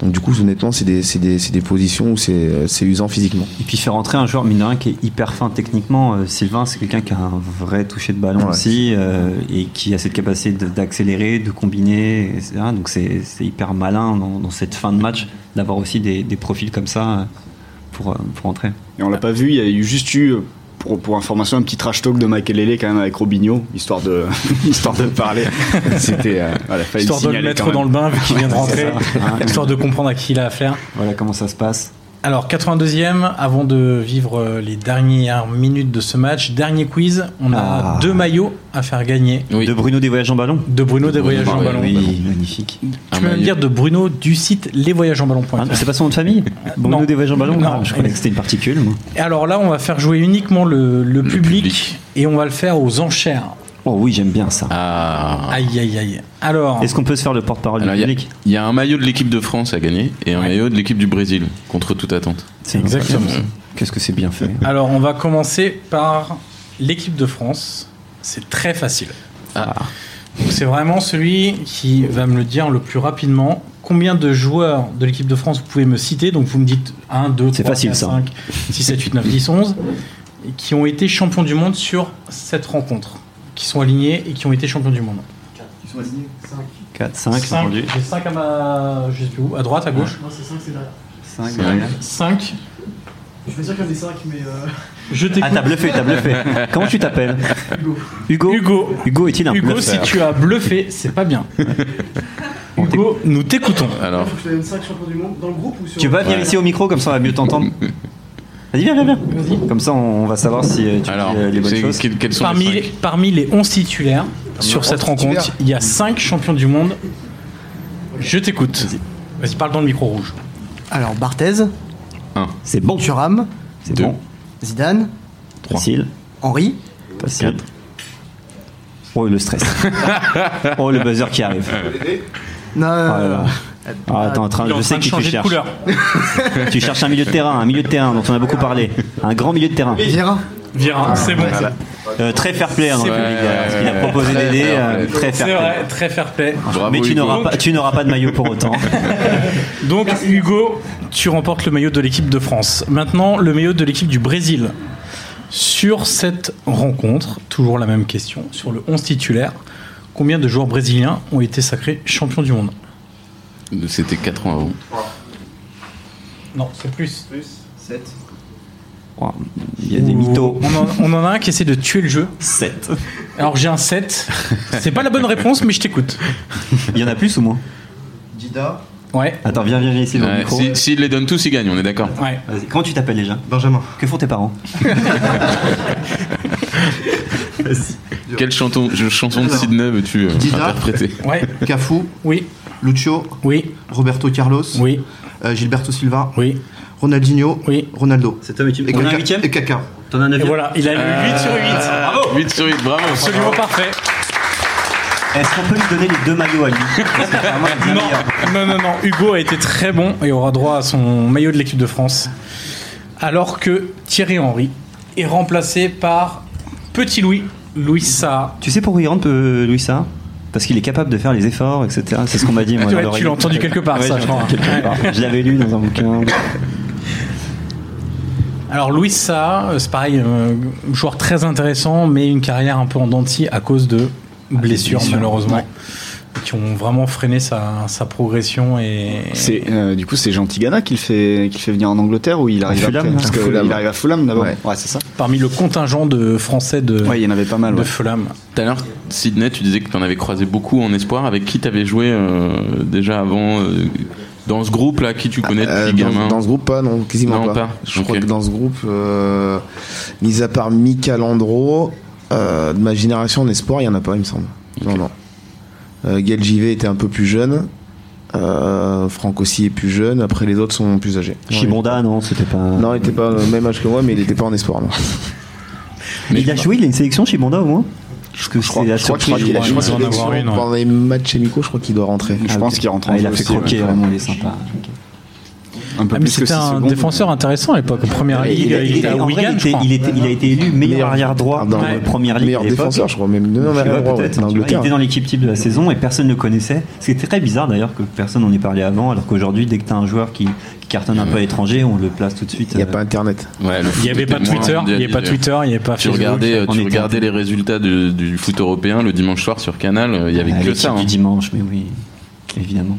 donc du coup honnêtement c'est des, c'est des, c'est des positions où c'est c'est usant physiquement
Et puis faire rentrer un joueur mine de rien, qui est hyper fin techniquement. Euh, Sylvain, c'est quelqu'un qui a un vrai toucher de ballon
Ouais.
aussi euh, et qui a cette capacité de- d'accélérer, de combiner, etc. Donc c'est c'est hyper malin dans, dans cette fin de match d'avoir aussi des, des profils comme ça euh, pour, euh, pour rentrer.
Et on l'a pas vu, il y a eu juste eu, euh, pour, pour information, un petit trash talk de Makelele quand même avec Robinho, histoire de, histoire de parler. C'était. euh, voilà,
Bah,
fallait
Histoire de le
signaler
mettre
quand même.
dans le bain vu qu'il vient de
Ouais,
rentrer,
c'est ça.
histoire de comprendre à qui il a affaire.
Voilà comment ça se passe.
Alors, 82e, avant de vivre euh, les dernières minutes de ce match, dernier quiz, on a
Ah.
deux maillots à faire gagner
Oui.
De Bruno des voyages en ballon. Ah,
de Bruno des
Bruno
Voyages en
Marais,
Ballon.
bah Oui, magnifique.
Un
Tu peux même
maillot.
dire de Bruno du site
Ah,
lesvoyagesenballon.fr.
c'est pas son nom de famille Bruno
Non.
des voyages en ballon
Non.
Ah, Je croyais que c'était une particule. moi.
Et alors là, on va faire jouer uniquement le, le public,
public.
et on va le faire aux enchères.
Oh oui, j'aime bien ça.
Ah.
Aïe, aïe, aïe. Alors,
Est-ce qu'on peut se faire le porte-parole
Alors,
du
il y a-
public
il y, a un maillot de l'équipe de France à gagner et un maillot de l'équipe du Brésil, contre toute attente.
C'est
Exactement.
incroyable, ça. Qu'est-ce que c'est bien fait
alors on va commencer par l'équipe de France. C'est très facile.
Ah.
Donc, C'est vraiment celui qui va me le dire le plus rapidement. combien de joueurs de l'équipe de France vous pouvez me citer. Donc vous me dites 1, 2,
C'est
3,
facile,
4,
ça.
5, 6, 7, 8, 9, 10, 11, et qui ont été champions du monde sur cette rencontre, qui sont alignés et qui ont été champions du monde.
4, 5,
Cinq. J'ai 5 à ma. Je sais plus où, à droite, à gauche.
c'est 5, c'est derrière.
5,
Cinq.
5.
Je vais dire qu'il y en a 5, mais. euh,
Je
Ah,
t'écoute.
t'as bluffé, t'as bluffé. Comment tu t'appelles Hugo.
Hugo.
Hugo est-il un
Hugo, si
bluffeur
tu as bluffé, c'est pas bien. Hugo, nous t'écoutons.
Alors,
faut que je te donne 5 champions du monde dans le groupe ou sur.
Tu vas venir ici au micro, comme ça on va mieux t'entendre Vas-y, viens, viens, viens. Comme ça on va savoir si euh, tu
alors
dis euh, les bonnes
c'est-
choses.
quels quels sont
Parmi
les
les,
cinq
parmi les 11 titulaires sur cette rencontre, il y a 5 champions du monde. Je t'écoute. Vas-y, parle dans le micro rouge.
Alors, Barthez,
C'est bon.
Thuram,
C'est
Deux.
bon.
Zidane,
Facile.
Henri,
Facile. Oh, le stress. oh, le buzzer qui arrive. Oh
non,
là là. Ah, attends, attends,
Il est en
je sais
train de
qui tu
changer de
cherches.
couleur.
Tu cherches un milieu de terrain, un milieu de terrain dont on a beaucoup parlé. Un grand milieu de terrain.
Vieira.
Vierin, c'est bon.
Euh, très fair play hein, dans le
Ouais,
public, euh, parce qu'il a
ouais,
proposé
très
d'aider.
fair
euh,
play.
Très fair
C'est vrai,
play.
très fair play.
Bravo,
Mais tu
Hugo.
n'auras pas, tu n'auras pas de maillot pour autant.
Donc Hugo, tu remportes le maillot de l'équipe de France. Maintenant, le maillot de l'équipe du Brésil. Sur cette rencontre, toujours la même question, sur le 11 titulaire, combien de joueurs brésiliens ont été sacrés champions du monde
C'était 4 ans avant.
Non, c'est plus.
Oh, Il y a des mythos.
On en, on en a un qui essaie de tuer le jeu.
7.
Alors j'ai un 7. C'est pas la bonne réponse, mais je t'écoute.
Il y en a plus ou moins
Dida,
Ouais.
Attends, viens, viens, viens ici dans le
Ouais,
micro.
si- S'ils les donnent tous, ils gagnent, on est d'accord.
Ouais.
Vas-y, Comment tu t'appelles déjà
Benjamin.
Que font tes parents
Quelle chanson, je- chanson de
Alors,
Sydney veux-tu euh,
Dida.
interpréter
Ouais.
Cafou,
Oui.
Lucio,
Oui.
Roberto Carlos,
Oui.
euh, Gilberto Silva,
Oui.
Ronaldinho,
Oui.
Ronaldo.
C'est toi,
Et
T'en as
Kaka-
un huitième
Et Kaka.
T'en as un
Et
neuvième
voilà, il a eu 8 sur 8. Euh, Bravo.
8 Euh, sur 8, bravo.
Absolument parfait.
Est-ce qu'on peut lui donner les deux maillots à lui Parce que apparemment, il est
Non,
meilleur.
non, non, non. Hugo a été très bon et aura droit à son maillot de l'équipe de France. Alors que Thierry Henry est remplacé par Petit Louis, Louis Saha.
Tu sais pourquoi il rentre, euh, Louis Sarr Parce qu'il est capable de faire les efforts, etc. C'est ce qu'on m'a dit. Moi,
Tu
à
l'as-
l'oreille.
tu l'as entendu quelque part,
Ouais,
ça,
j'ai
je crois.
entendu quelque part. Je l'avais lu dans un bouquin.
Alors Louis Saha, euh, c'est pareil, euh, joueur très intéressant, mais une carrière un peu en dents de scie à cause de blessures,
blessures,
malheureusement, qui ont vraiment freiné sa, sa progression et
C'est euh, du coup c'est Jean Tigana qui le fait qui le fait venir en Angleterre ou il arrive
Fulham,
après, parce
hein.
que
Fulham.
il arrive à Fulham d'abord.
Ouais.
Ouais, c'est ça.
parmi le contingent de Français de,
Ouais, il y en avait pas mal.
de
ouais.
Fulham. Ah,
Tout à l'heure, Sydney, tu disais que tu en avais croisé beaucoup en espoir. Avec qui t'avais joué euh, déjà avant euh, Dans ce groupe-là, qui tu connais
Euh,
depuis gamin
dans, dans ce groupe, pas, non, quasiment
Non,
pas.
pas.
Je
Ok.
crois que dans ce groupe, euh, mis à part Mika Landreau, euh, de ma génération en espoir, il n'y en a pas, il me semble. Non, non. Euh, Gaël Jivet était un peu plus jeune. Euh, Franck aussi est plus jeune. Après, les autres sont plus âgés. Non,
Chibonda, non, c'était pas.
il- Non, il n'était pas le même âge que moi, mais il n'était pas en espoir. non.
Mais il a joué, il a une sélection Chibonda au moins Parce que
Je crois,
c'est la
je crois qu'il
surprise.
je crois
il doit en
qu'il est
avoir
souvent
une, ouais.
pendant les matchs amicaux, je crois qu'il doit rentrer.
Je
Ah,
pense
ok.
qu'il rentre en
Ah, il a
jeu
fait
aussi, ouais.
croquer, vraiment, il est sympa.
Un peu
Ah, mais
plus
c'était
que six
un
secondes.
défenseur intéressant à l'époque, en première ligue.
Ah, Il
Il,
a- il
était
a-
à
en vrai,
Wigan,
il
je
était-
crois.
il était- il a été élu meilleur
Meilleur-
arrière droit
Pardon,
dans la
ouais.
première ligue.
meilleur
à l'époque.
défenseur, je crois. Même non,
Je sais
mais
pas,
ouais, ouais,
peut-être, tu vois, il
d'Angleterre.
était dans l'équipe type de la saison et personne ne le connaissait. C'était très bizarre d'ailleurs que personne n'en ait parlé avant, alors qu'aujourd'hui, dès que tu as un joueur qui, qui cartonne un peu à l'étranger, on le place tout de suite.
Il n'y a
euh,
pas Internet.
Ouais, le
Il
foot
n'y avait
était
pas
moins
Twitter, il n'y avait pas
mondialisé.
Twitter, Ah, il n'y avait pas
Tu
Facebook.
regardais, euh,
on
tu
était-
regardais les résultats du, du foot européen le dimanche soir sur Canal, euh, il y avait
à
que
l'équipe
ça.
Ah, du
hein.
dimanche, mais oui, évidemment.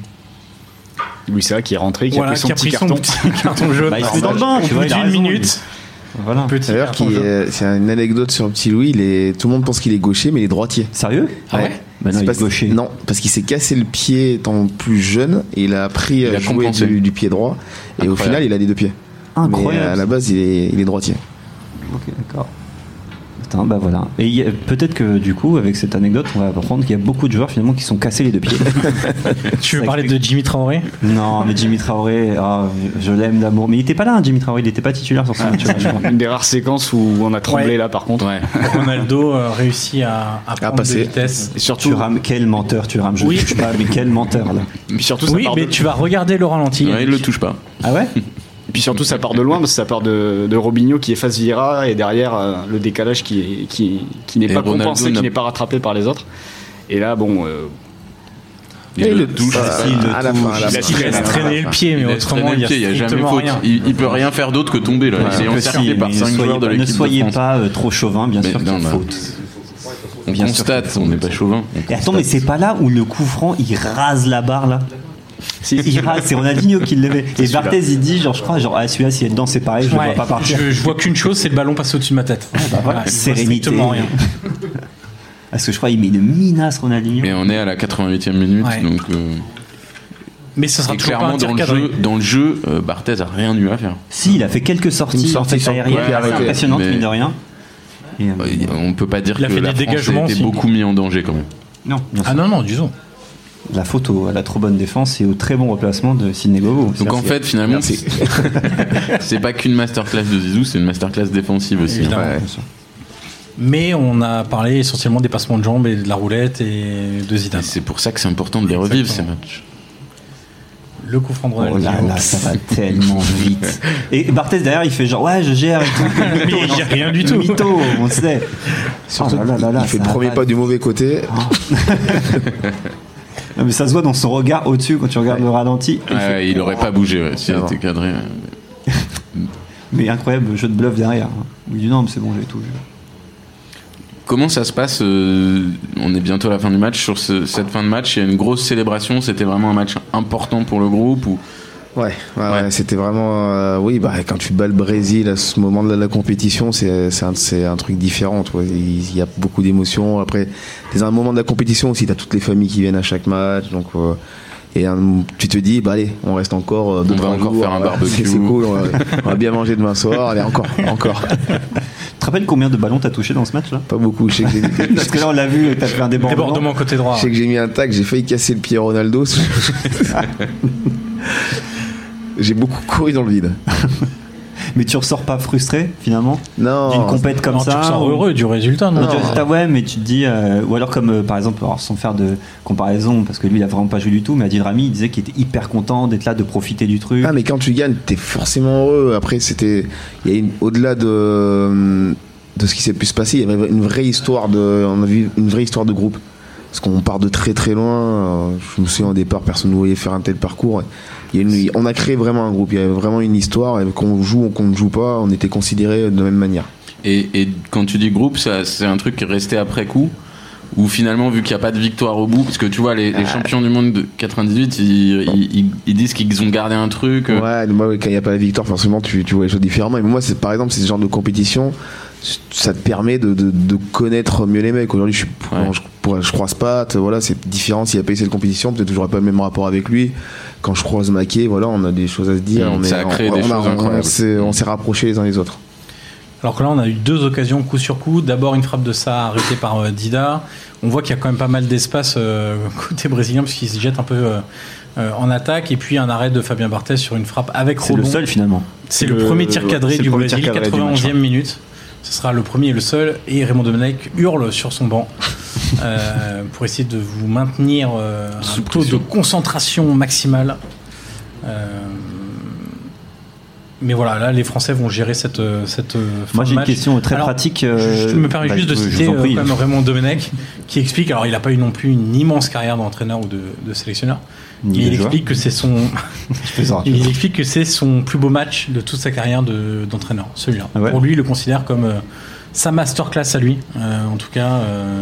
Louis Serra qui est rentré, qui
Voilà,
a pris son
qui a
petit
pris son
carton.
petit carton jaune.
Bah, il se
Alors,
met dans le bain, tu
au
vois,
bout
il a
d'une
raison,
minute.
Voilà.
Petit
D'ailleurs,
carton
qui euh,
jaune.
est- c'est une anecdote sur Petit Louis. Il est, tout le monde pense qu'il est gaucher, mais il est droitier.
Sérieux
Ah ouais
Bah non,
C'est
il est
parce-
gaucher.
Non, parce qu'il s'est cassé le pied étant plus jeune et il a appris
a
à jouer
compensé.
du, du pied droit. Et au
Incroyable.
final, il a les deux pieds. Mais euh,
Incroyable.
à la base, il est, il est droitier.
Ok, d'accord. Putain, bah voilà. Et il y a- peut-être que du coup, avec cette anecdote, on va apprendre qu'il y a beaucoup de joueurs finalement qui sont cassés les deux pieds.
Tu veux
Ça
parler de Jimmy Traoré
non, mais Jimmy Traoré, ah, je l'aime d'amour. Mais il était pas là, hein, Jimmy Traoré, il était pas titulaire sur ce match. je crois.
Une des rares séquences où on a tremblé
Ouais.
là par contre.
Ouais.
Ronaldo euh, réussit à, à prendre de
passer.
vitesse.
Et surtout,
Tu rames, quel menteur, tu rames. Je
Oui.
ne touche pas, mais quel menteur là.
et puis surtout ça
Oui,
part
mais
de-
tu vas regarder le ralenti.
Ouais, il le touche pas.
Ah ouais
et puis surtout ça part de loin parce que ça part de, de Robinho qui efface Vieira et derrière euh, le décalage qui qui, qui n'est
Et
pas
Ronaldo
compensé,
n'a-
qui n'est pas rattrapé par les autres. Et là bon euh,
Il
Et
le
le-
touche,
ça,
il le
à la
touche,
fin, à la
il
fin.
laisse
Il
traîner,
laisse
à la
traîner
fin.
le pied, mais
Il laisse
autrement,
traîner le
il y a
pied, il y a jamais
strictement
faute.
rien.
Il, il peut rien faire d'autre que tomber là. Il est
Si,
encerclé
mais
par
ne
5
soyez
joueurs de
pas-
l'équipe
Ne
de
soyez
France.
pas euh, trop chauvin, bien
Mais
sûr qu'il y a
non, mais-
faute.
On
Bien sûr
constate,
qu'il
on
faut.
n'est pas chauvin. on
Et attends,
constate.
mais c'est pas là où le coup franc il rase la barre là il rase, c'est Ronaldinho qui le met. Et Barthez il dit, genre, je crois, genre, ah, celui-là, s'il est dedans, c'est pareil, je ne
Ouais,
vois pas partir.
je, je vois qu'une chose, c'est le ballon passer au-dessus de ma tête.
voilà,
je vois
sérénité.
strictement rien.
Parce que je crois qu'il met une minace, Ronaldinho.
Et on est à la 88e minute,
Ouais.
donc euh,
Mais ce sera
et
toujours pas
clairement
un tir
dans le
cadré.
jeu, dans le jeu, euh, Barthez a rien eu à faire.
Si, il a fait quelques
Une
sorties
sortie
en fait,
sur-
aériennes
ouais,
assez
arrêté,
impressionnantes,
mais-
mine de rien. Et, euh,
Bah, il- On peut pas dire
Il a
que
fait des
la France a
dégagements
été
aussi.
beaucoup mis en danger quand même.
non, bien sûr.
Ah non, non, disons.
la faute au- à la trop bonne défense et au très bon replacement de Sidney Gogo.
Donc en fait, finalement, c'est c'est pas qu'une masterclass de Zizou, c'est une masterclass défensive aussi. hein.
Évidemment.
Ouais.
Mais on a parlé essentiellement des passements de jambes et de la roulette et de
Et
Zidane.
C'est pour ça que c'est important de les revivre ces
Exactement.
matchs.
Le coup franc de
Oh
Ronaldinho.
là là, ça va tellement vite. Et Barthez derrière, il fait genre ouais, je gère. Et tout.
Mais il gère rien du tout.
Mytho, on sait.
Surtout,
Oh là là là là,
il fait
ça
le premier
va.
pas du mauvais côté.
Non, mais ça se voit dans son regard au-dessus quand tu regardes le ralenti. Il
Ouais,
fait-
ouais, il aurait pas bougé ouais, s'il
Ah bon.
était cadré. ouais.
Mais incroyable jeu de bluff derrière. Il dit non, mais c'est bon, j'ai tout.
Comment ça se passe euh, On est bientôt à la fin du match. Sur ce- cette fin de match, il y a une grosse célébration. C'était vraiment un match important pour le groupe. Ou...
Ouais, ouais,
Ouais.
ouais, c'était vraiment. euh, oui, bah, quand tu bats le Brésil à ce moment de la, la compétition, c'est c'est un, c'est un truc différent. tu vois. Il, il y a beaucoup d'émotions. Après, t'es à un moment de la compétition aussi, t'as toutes les familles qui viennent à chaque match. Donc, euh, et un- tu te dis, bah allez, on reste encore. euh, deux,
On va
trois
encore
jours,
faire un
ouais,
barbecue.
C'est c'est cool, on va, on va bien manger demain soir. Allez, encore, encore.
Tu te rappelles combien de ballons t'as touché dans ce match là
Pas beaucoup. Je sais que j'ai-
Parce que là, on l'a vu, t'as fait un débordement.
Débordement côté droit.
je sais que j'ai mis un tac, j'ai failli casser le pied à Ronaldo. j'ai beaucoup couru dans le vide.
Mais tu ressors pas frustré finalement d'une
Oh, Non,
compète comme
Non,
ça
tu te sens
ou-
heureux du résultat, non,
Non, tu restes à ouais, mais tu te dis, euh, ou alors comme euh, par exemple, alors, sans faire de comparaison, parce que lui il a vraiment pas joué du tout, mais Adil Rami il disait qu'il était hyper content d'être là, de profiter du truc.
Ah mais quand tu gagnes, t'es forcément heureux. Après, c'était, il y a une, au-delà de hum, de ce qui s'est pu se passer, il y avait une vraie histoire de, on a vu une vraie histoire de groupe. Parce qu'on part de très très loin. Euh, Je me souviens au départ, personne ne voyait faire un tel parcours. Il y a une- on a créé vraiment un groupe. Il y avait vraiment une histoire. Et qu'on joue ou qu'on ne joue pas, on était considérés de la même manière.
Et, et quand tu dis groupe, ça, c'est un truc qui est resté après coup. Ou finalement, vu qu'il n'y a pas de victoire au bout, parce que tu vois, les, les champions du monde de 98, ils, ils- ils- ils disent qu'ils ont gardé un truc. euh,
Ouais, mais moi, quand il n'y a pas la victoire, forcément, tu, tu vois les choses différemment. Et moi, c'est par exemple, c'est ce genre de compétition, ça te permet de, de- de connaître mieux les mecs. Aujourd'hui, je, suis-
Ouais.
je, pourrais- je croise pas, voilà, c'est différent. S'il n'y a pas eu cette compétition, peut-être que j'aurais pas le même rapport avec lui. Quand je croise Maquet, voilà, on a des choses à se dire.
Mmh,
on
ça a créé des
on
choses
on- on
incroyables.
s'est- On s'est rapprochés les uns les autres.
Alors que là, on a eu deux occasions coup sur coup. D'abord, une frappe de ça arrêtée par euh, Dida. On voit qu'il y a quand même pas mal d'espace euh, côté brésilien, parce qu'ils se jettent un peu euh, euh, en attaque. Et puis, un arrêt de Fabien Barthez sur une frappe avec
C'est le
rebond.
seul finalement.
C'est le,
Le-
premier tir cadré
c'est le
du
premier tir
Brésil,
cadré du
91e
match,
minute. Ce sera le premier et le seul. Et Raymond Domenech hurle sur son banc euh, pour essayer de vous maintenir euh, un
Sous
taux de
pression.
concentration maximale. Euh, mais voilà, là, les Français vont gérer cette, euh, cette euh, fin
Moi
de
j'ai une
match.
question très
Alors,
pratique.
Je-
euh,
Je me permets
bah,
juste de
je- je vous
citer
en
euh,
prie.
quand même Raymond Domenech qui explique, alors il n'a pas eu non plus une immense carrière d'entraîneur ou de, de sélectionneur,
Ni
mais
de
il
joueur.
explique que c'est son,
Je fais ça, tu vois.
il explique que c'est son plus beau match de toute sa carrière de- d'entraîneur, celui-là.
Ah ouais
Pour lui, il le considère comme euh, sa masterclass à lui, euh, en tout cas euh,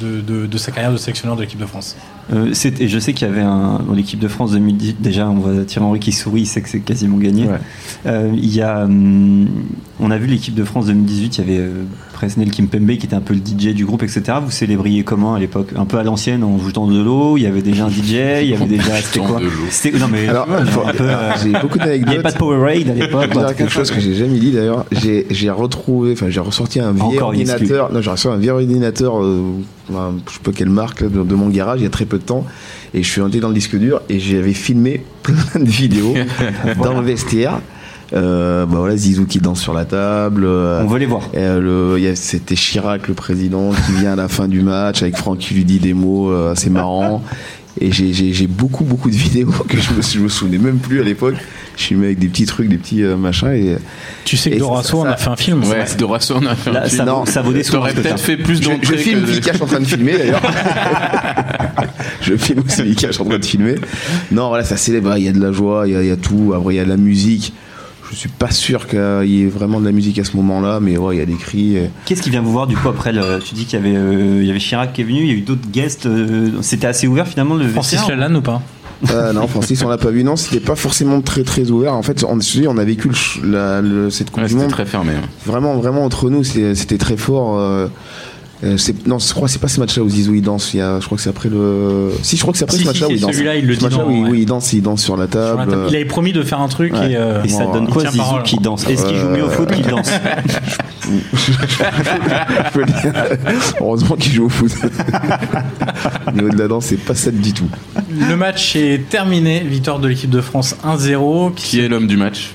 de, de- de sa carrière de sélectionneur de l'équipe de France.
Euh, c'est- et je sais qu'il y avait un, dans l'équipe de France 2010, déjà on voit Thierry Henry qui sourit, il sait que c'est quasiment gagné.
Ouais.
Euh, il y a, hum, on a vu l'équipe de France 2018, il y avait euh, Presnel Kimpembe qui était un peu le DJ du groupe, etc. Vous célébriez comment à l'époque Un peu à l'ancienne en jetant de l'eau, il y avait déjà un DJ, il y avait déjà. C'était quoi
de l'eau.
C'était- Non mais.
Alors,
un
il faut-
peu, euh,
j'ai beaucoup
il n'y avait
d'anecdotes.
pas de Powerade à l'époque.
Je vais dire quelque chose que j'ai jamais dit d'ailleurs. J'ai j'ai retrouvé, enfin j'ai ressorti un vieil
Encore une
ordinateur. Non, j'ai ressorti un vieil ordinateur, euh, un- je sais pas quelle marque, là, de, de mon garage il y a très peu de temps. Et je suis rentré dans le disque dur et j'avais filmé plein de vidéos dans le vestiaire. Euh, bah voilà, Zizou qui danse sur la table. euh,
On veut les voir.
et, euh, le- il y a- C'était Chirac, le président, qui vient à la fin du match avec Franck qui lui dit des mots euh, assez marrants. Et j'ai- j'ai j'ai beaucoup, beaucoup de vidéos que je me, sou- je me souvenais même plus à l'époque. Je suis mis avec des petits trucs, des petits euh, machins. Et,
Tu sais
que
que
Et Dora ça-
Dorasso,
Swan
on
ça-
a fait un film.
Ouais, de Roisson, on a fait un
Là,
film.
ça,
Non.
vaut, ça vaut des sous. hein,
T'aurais
ce que
peut-être
t'as.
fait plus
je, je
d'entrées.
filme
que de-
Vika, je suis en train de filmer d'ailleurs. je filme aussi Mika, je suis en train de filmer. Non, voilà, ça célèbre, il y a de la joie, il y a, il y a tout, après il y a de la musique. Je suis pas sûr qu'il y ait vraiment de la musique à ce moment-là, mais ouais, il y a des cris. et-
Qu'est-ce qui vient vous voir du coup après le- Tu dis qu'il y, avait, euh, il y avait Chirac qui est venu, il y a eu d'autres guests. euh, C'était assez ouvert finalement le
Francis
vestiaire
Lalanne ou pas
Ah non, Francis, on l'a pas vu. Non, c'était pas forcément très très ouvert. En fait, on, je te dis, on a vécu le ch- la- le- cette Coupe
Ouais,
du
c'était
Monde
très fermé. hein.
vraiment vraiment entre nous. c'est- C'était très fort. euh, euh, c'est- non, je crois que c'est pas ce match-là où Zizou il danse. Il y a- je crois que c'est après le. Si, je crois que c'est après
Si,
ce
si,
match-là où
c'est
il danse.
celui-là, il le
Ce
dit
match-là
dans-
où il-
ouais.
où il danse, il danse sur la
Sur la
table.
table. Il avait promis de faire un truc
Ouais.
et, euh,
Et ça
Bon,
donne
bah. il
quoi
tient
Zizou
parole.
qui danse Euh, Est-ce qu'il joue mieux au foot qu'il danse
Je peux dire. Heureusement qu'il joue au foot. Au niveau de la danse, c'est pas ça du tout.
Le match est terminé, victoire de l'équipe de France 1-0.
Qui est l'homme du match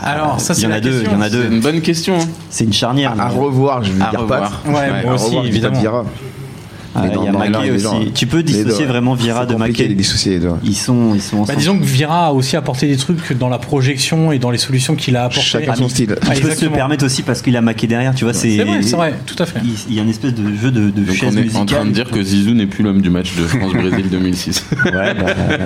Alors ça
Il y
c'est
en
la
a deux,
question.
il y en a
C'est
deux.
une bonne question. hein.
C'est une charnière.
À
mais-
revoir, je vais
À
dire
revoir.
pas.
Ouais,
Ouais,
moi
À
aussi
revoir, je dis pas
évidemment.
Vira.
Ah,
Mais
Il y a
dans- dans
Maquet
les gens, hein.
aussi. Tu peux
Les
dissocier
deux.
vraiment
C'est
Vira de
compliqué de les
Maquet.
dissocier, les deux.
Ils sont, ils sont
Bah,
ensemble.
disons que Vira a aussi apporté des trucs dans la projection et dans les solutions qu'il a apportées.
Chacun son style.
Ah,
il peut se
exactement.
le permettre aussi parce qu'il a Maquet derrière. Tu vois, c'est.
C'est vrai, c'est vrai, tout à fait.
Il, il y a une espèce de jeu de, de
Donc
chaise
on est en
musicale.
train de dire que Zizou n'est plus l'homme du match de France-Brésil 2006.
Ouais, bah, euh,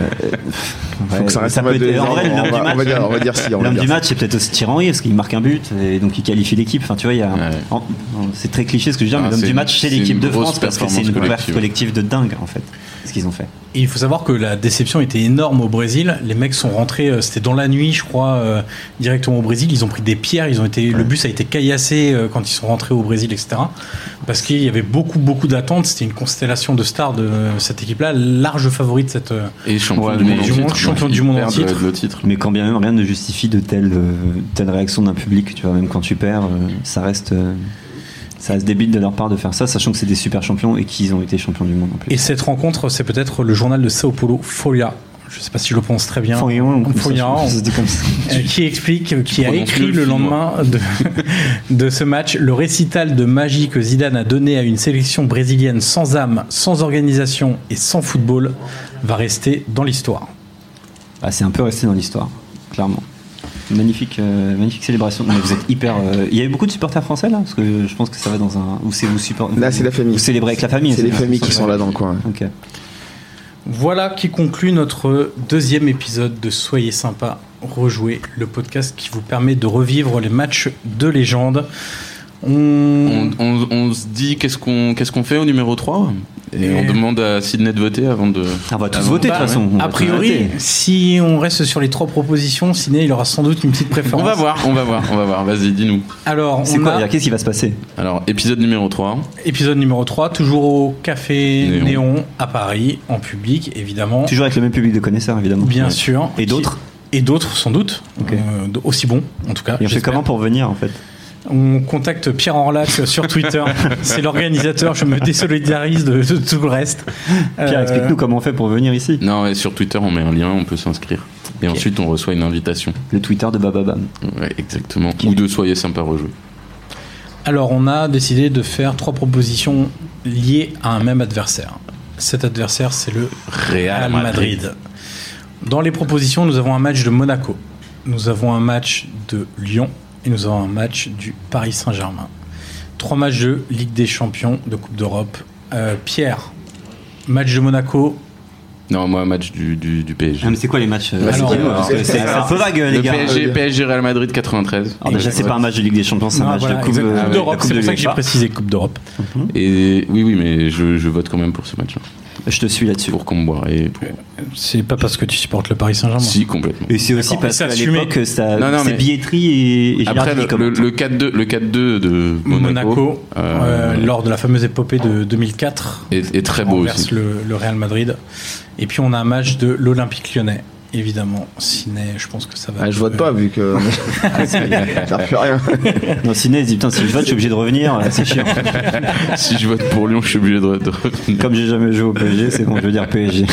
Faut
ouais,
que ça reste
ça
un
peut
match de
être- en vrai,
on
l'homme du
va- on va
match.
dire- on va dire si. on va
L'homme
dire
du
si.
match, c'est peut-être aussi Thierry parce qu'il marque un but et donc il qualifie l'équipe. Enfin, tu vois, il y a.
Ouais.
en- en- C'est très cliché ce que je veux dire,
Ah,
mais l'homme
c'est
du
une-
match, c'est
c'est
l'équipe
une
de
grosse
France parce que c'est une
performance
couverture
collective.
collective de dingue en fait. Ce qu'ils ont fait.
Et il faut savoir que la déception était énorme au Brésil. Les mecs sont rentrés, euh, c'était dans la nuit, je crois, euh, directement au Brésil. Ils ont pris des pierres, ils ont été, le bus a été caillassé euh, quand ils sont rentrés au Brésil, etc. Parce qu'il y avait beaucoup, beaucoup d'attentes. C'était une constellation de stars de euh, cette équipe-là, large favori de cette. euh,
Et champion
Ouais,
du
mais
monde en
du monde-
titre.
champion
Ouais,
du
ils
monde en
perdent
titre.
Le titre.
Mais quand bien même rien ne justifie de telle, euh, telle réaction d'un public, tu vois, même quand tu perds, euh, ça reste. euh, ça reste débile de leur part de faire ça, sachant que c'est des super champions et qu'ils ont été champions du monde en plus.
Et cette rencontre, c'est peut-être le journal de Sao Paulo, Folia. Je ne sais pas si je le prononce très bien.
Fourion, comme ça,
Fourion.
je- c'était comme ça.
Euh, qui explique, euh, qui a
prononces
écrit
mieux
le
le film,
lendemain de, de ce match le récital de magie que Zidane a donné à une sélection brésilienne sans âme, sans organisation et sans football va rester dans l'histoire.
Ah, c'est un peu resté dans l'histoire, clairement. Magnifique, euh, magnifique célébration. Mais vous êtes hyper. euh, Il y avait beaucoup de supporters français là, parce que je pense que ça va dans un. Où c'est vous support-
Là, c'est la famille.
Vous célébrez avec la famille.
C'est les familles qui sont là dans le coin.
Ok. Ah,
Voilà qui conclut notre deuxième épisode de Soyez sympa, rejouez le podcast qui vous permet de revivre les matchs de légende. On...
On, on- on se dit qu'est-ce qu'on qu'est-ce qu'on fait au numéro 3 et,
Et-
on demande à Sydney de voter avant de.
On va tous
Avant-
voter de toute
Bah,
façon. on va
Ah, A
tous
priori,
voter.
si on reste sur les trois propositions, Ciné, il aura sans doute une petite
On
préférence.
va voir, on va voir, on va voir. Vas-y, dis-nous.
Alors,
C'est
on
quoi
a-
d'ailleurs Qu'est-ce qui va se passer
Alors, épisode numéro 3.
Épisode numéro 3, toujours au Café Néon,
Néon.
à Paris, en public, évidemment.
Toujours avec le même public de connaisseurs, évidemment.
Bien
Ouais.
sûr.
Et d'autres
Et d'autres, sans doute.
Ok.
Euh, d- aussi bons, en tout cas.
Et on fait
j'espère.
comment pour venir en fait
On contacte Pierre Orlac sur Twitter. C'est l'organisateur. Je me désolidarise de, de tout le reste.
Pierre,
Euh,
explique-nous comment on fait pour venir ici.
Non, et sur Twitter, on met un lien, on peut s'inscrire. Et ensuite, on reçoit une invitation.
Le Twitter de Bababam.
Ouais, exactement. Ou de soyez sympa rejouer.
Alors, on a décidé de faire trois propositions liées à un même adversaire. Cet adversaire, c'est le Real
Real
Madrid. Dans les propositions, nous avons un match de Monaco, nous avons un match de Lyon et nous avons un match du Paris Saint-Germain. Trois matchs de Ligue des Champions, de Coupe d'Europe. Euh, Pierre, match de Monaco.
Non, moi, match du, du, du PSG.
Ah, mais c'est quoi les matchs
Bah,
c'est quoi,
parce que C'est c'est un peu vague, euh, les
Le
gars.
PSG, PSG Real Madrid 93.
Alors, déjà, c'est pas un match de Ligue des Champions, c'est un
Non,
match
Ah, voilà,
de Coupe
exact-
euh,
Coupe d'Europe,
Coupe
c'est
de
pour ça que j'ai
l'UEFA.
précisé Coupe d'Europe.
Et oui, oui, mais je, je vote quand même pour ce match
Je te suis là-dessus.
pour qu'on me boire et pour-
C'est pas parce que tu supportes le Paris Saint-Germain.
Si, complètement.
Et c'est aussi
D'accord.
parce
C'est
qu'à
assumé.
l'époque, ça-
Non, non,
c'est
mais-
billetterie et, et
Après,
Gérard
le,
Denis
le,
commente.
le 4-2 le 4-2 de Monaco,
Monaco,
euh,
euh, lors de la fameuse épopée de 2004.
est, est très beau
renverse
aussi.
le, le Real Madrid. Et puis on a un match de l'Olympique lyonnais, évidemment. Ciné, je pense que ça va.
Ah, je vote
Euh,
pas vu que. Ça fait rien.
Non, Ciné, il dit putain, si je vote, je suis obligé de revenir, c'est chiant.
si je vote pour Lyon, je suis obligé de, de revenir.
Comme j'ai jamais joué au PSG, c'est bon, je veux dire PSG.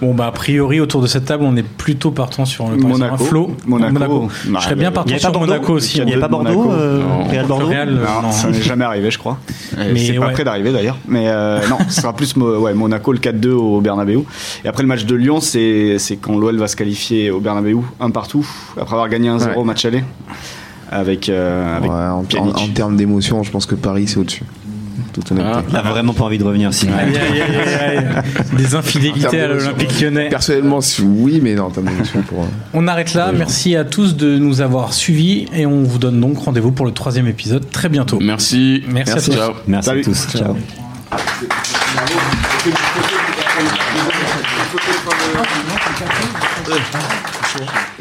Bon, bah, a priori, autour de cette table, on est plutôt partant sur le Paris
Monaco.
Saint-Germain. Flo,
Monaco.
Je serais bien
Il n'y avait
partant
pas
sur
Bordeaux
Monaco aussi. hein.
Il n'y avait pas Bordeaux
Monaco.
euh,
Non.
Real Bordeaux
Real, euh,
Non,
non.
bah, ça n'est jamais arrivé, je crois. Et
Mais
C'est pas
ouais.
près d'arriver d'ailleurs. Mais euh, non, ce sera plus Mo- ouais, Monaco le 4-2 au Bernabeu. Et après le match de Lyon, c'est c'est quand l'OL va se qualifier au Bernabeu, un partout, après avoir gagné 1-0 au match aller. Avec, euh, avec
Ouais, en, en-
Pjanic.
en termes d'émotion, je pense que Paris c'est au-dessus. toute honnêteté.
Il a vraiment pas envie de revenir, sinon.
Aïe, aïe, aïe, aïe, aïe. Des
En
infidélités
termes
à
d'émotion.
l'Olympique lyonnais.
Personnellement, si- oui, mais non, en termes d'émotion, pour. euh,
On arrête là. Merci à tous de nous avoir suivis et on vous donne donc rendez-vous pour le troisième épisode très bientôt.
Merci.
Merci, à tous.
Ciao.
Merci à tous. Ciao.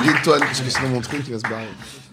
Dis-toi, parce que sinon mon truc, il va se barrer.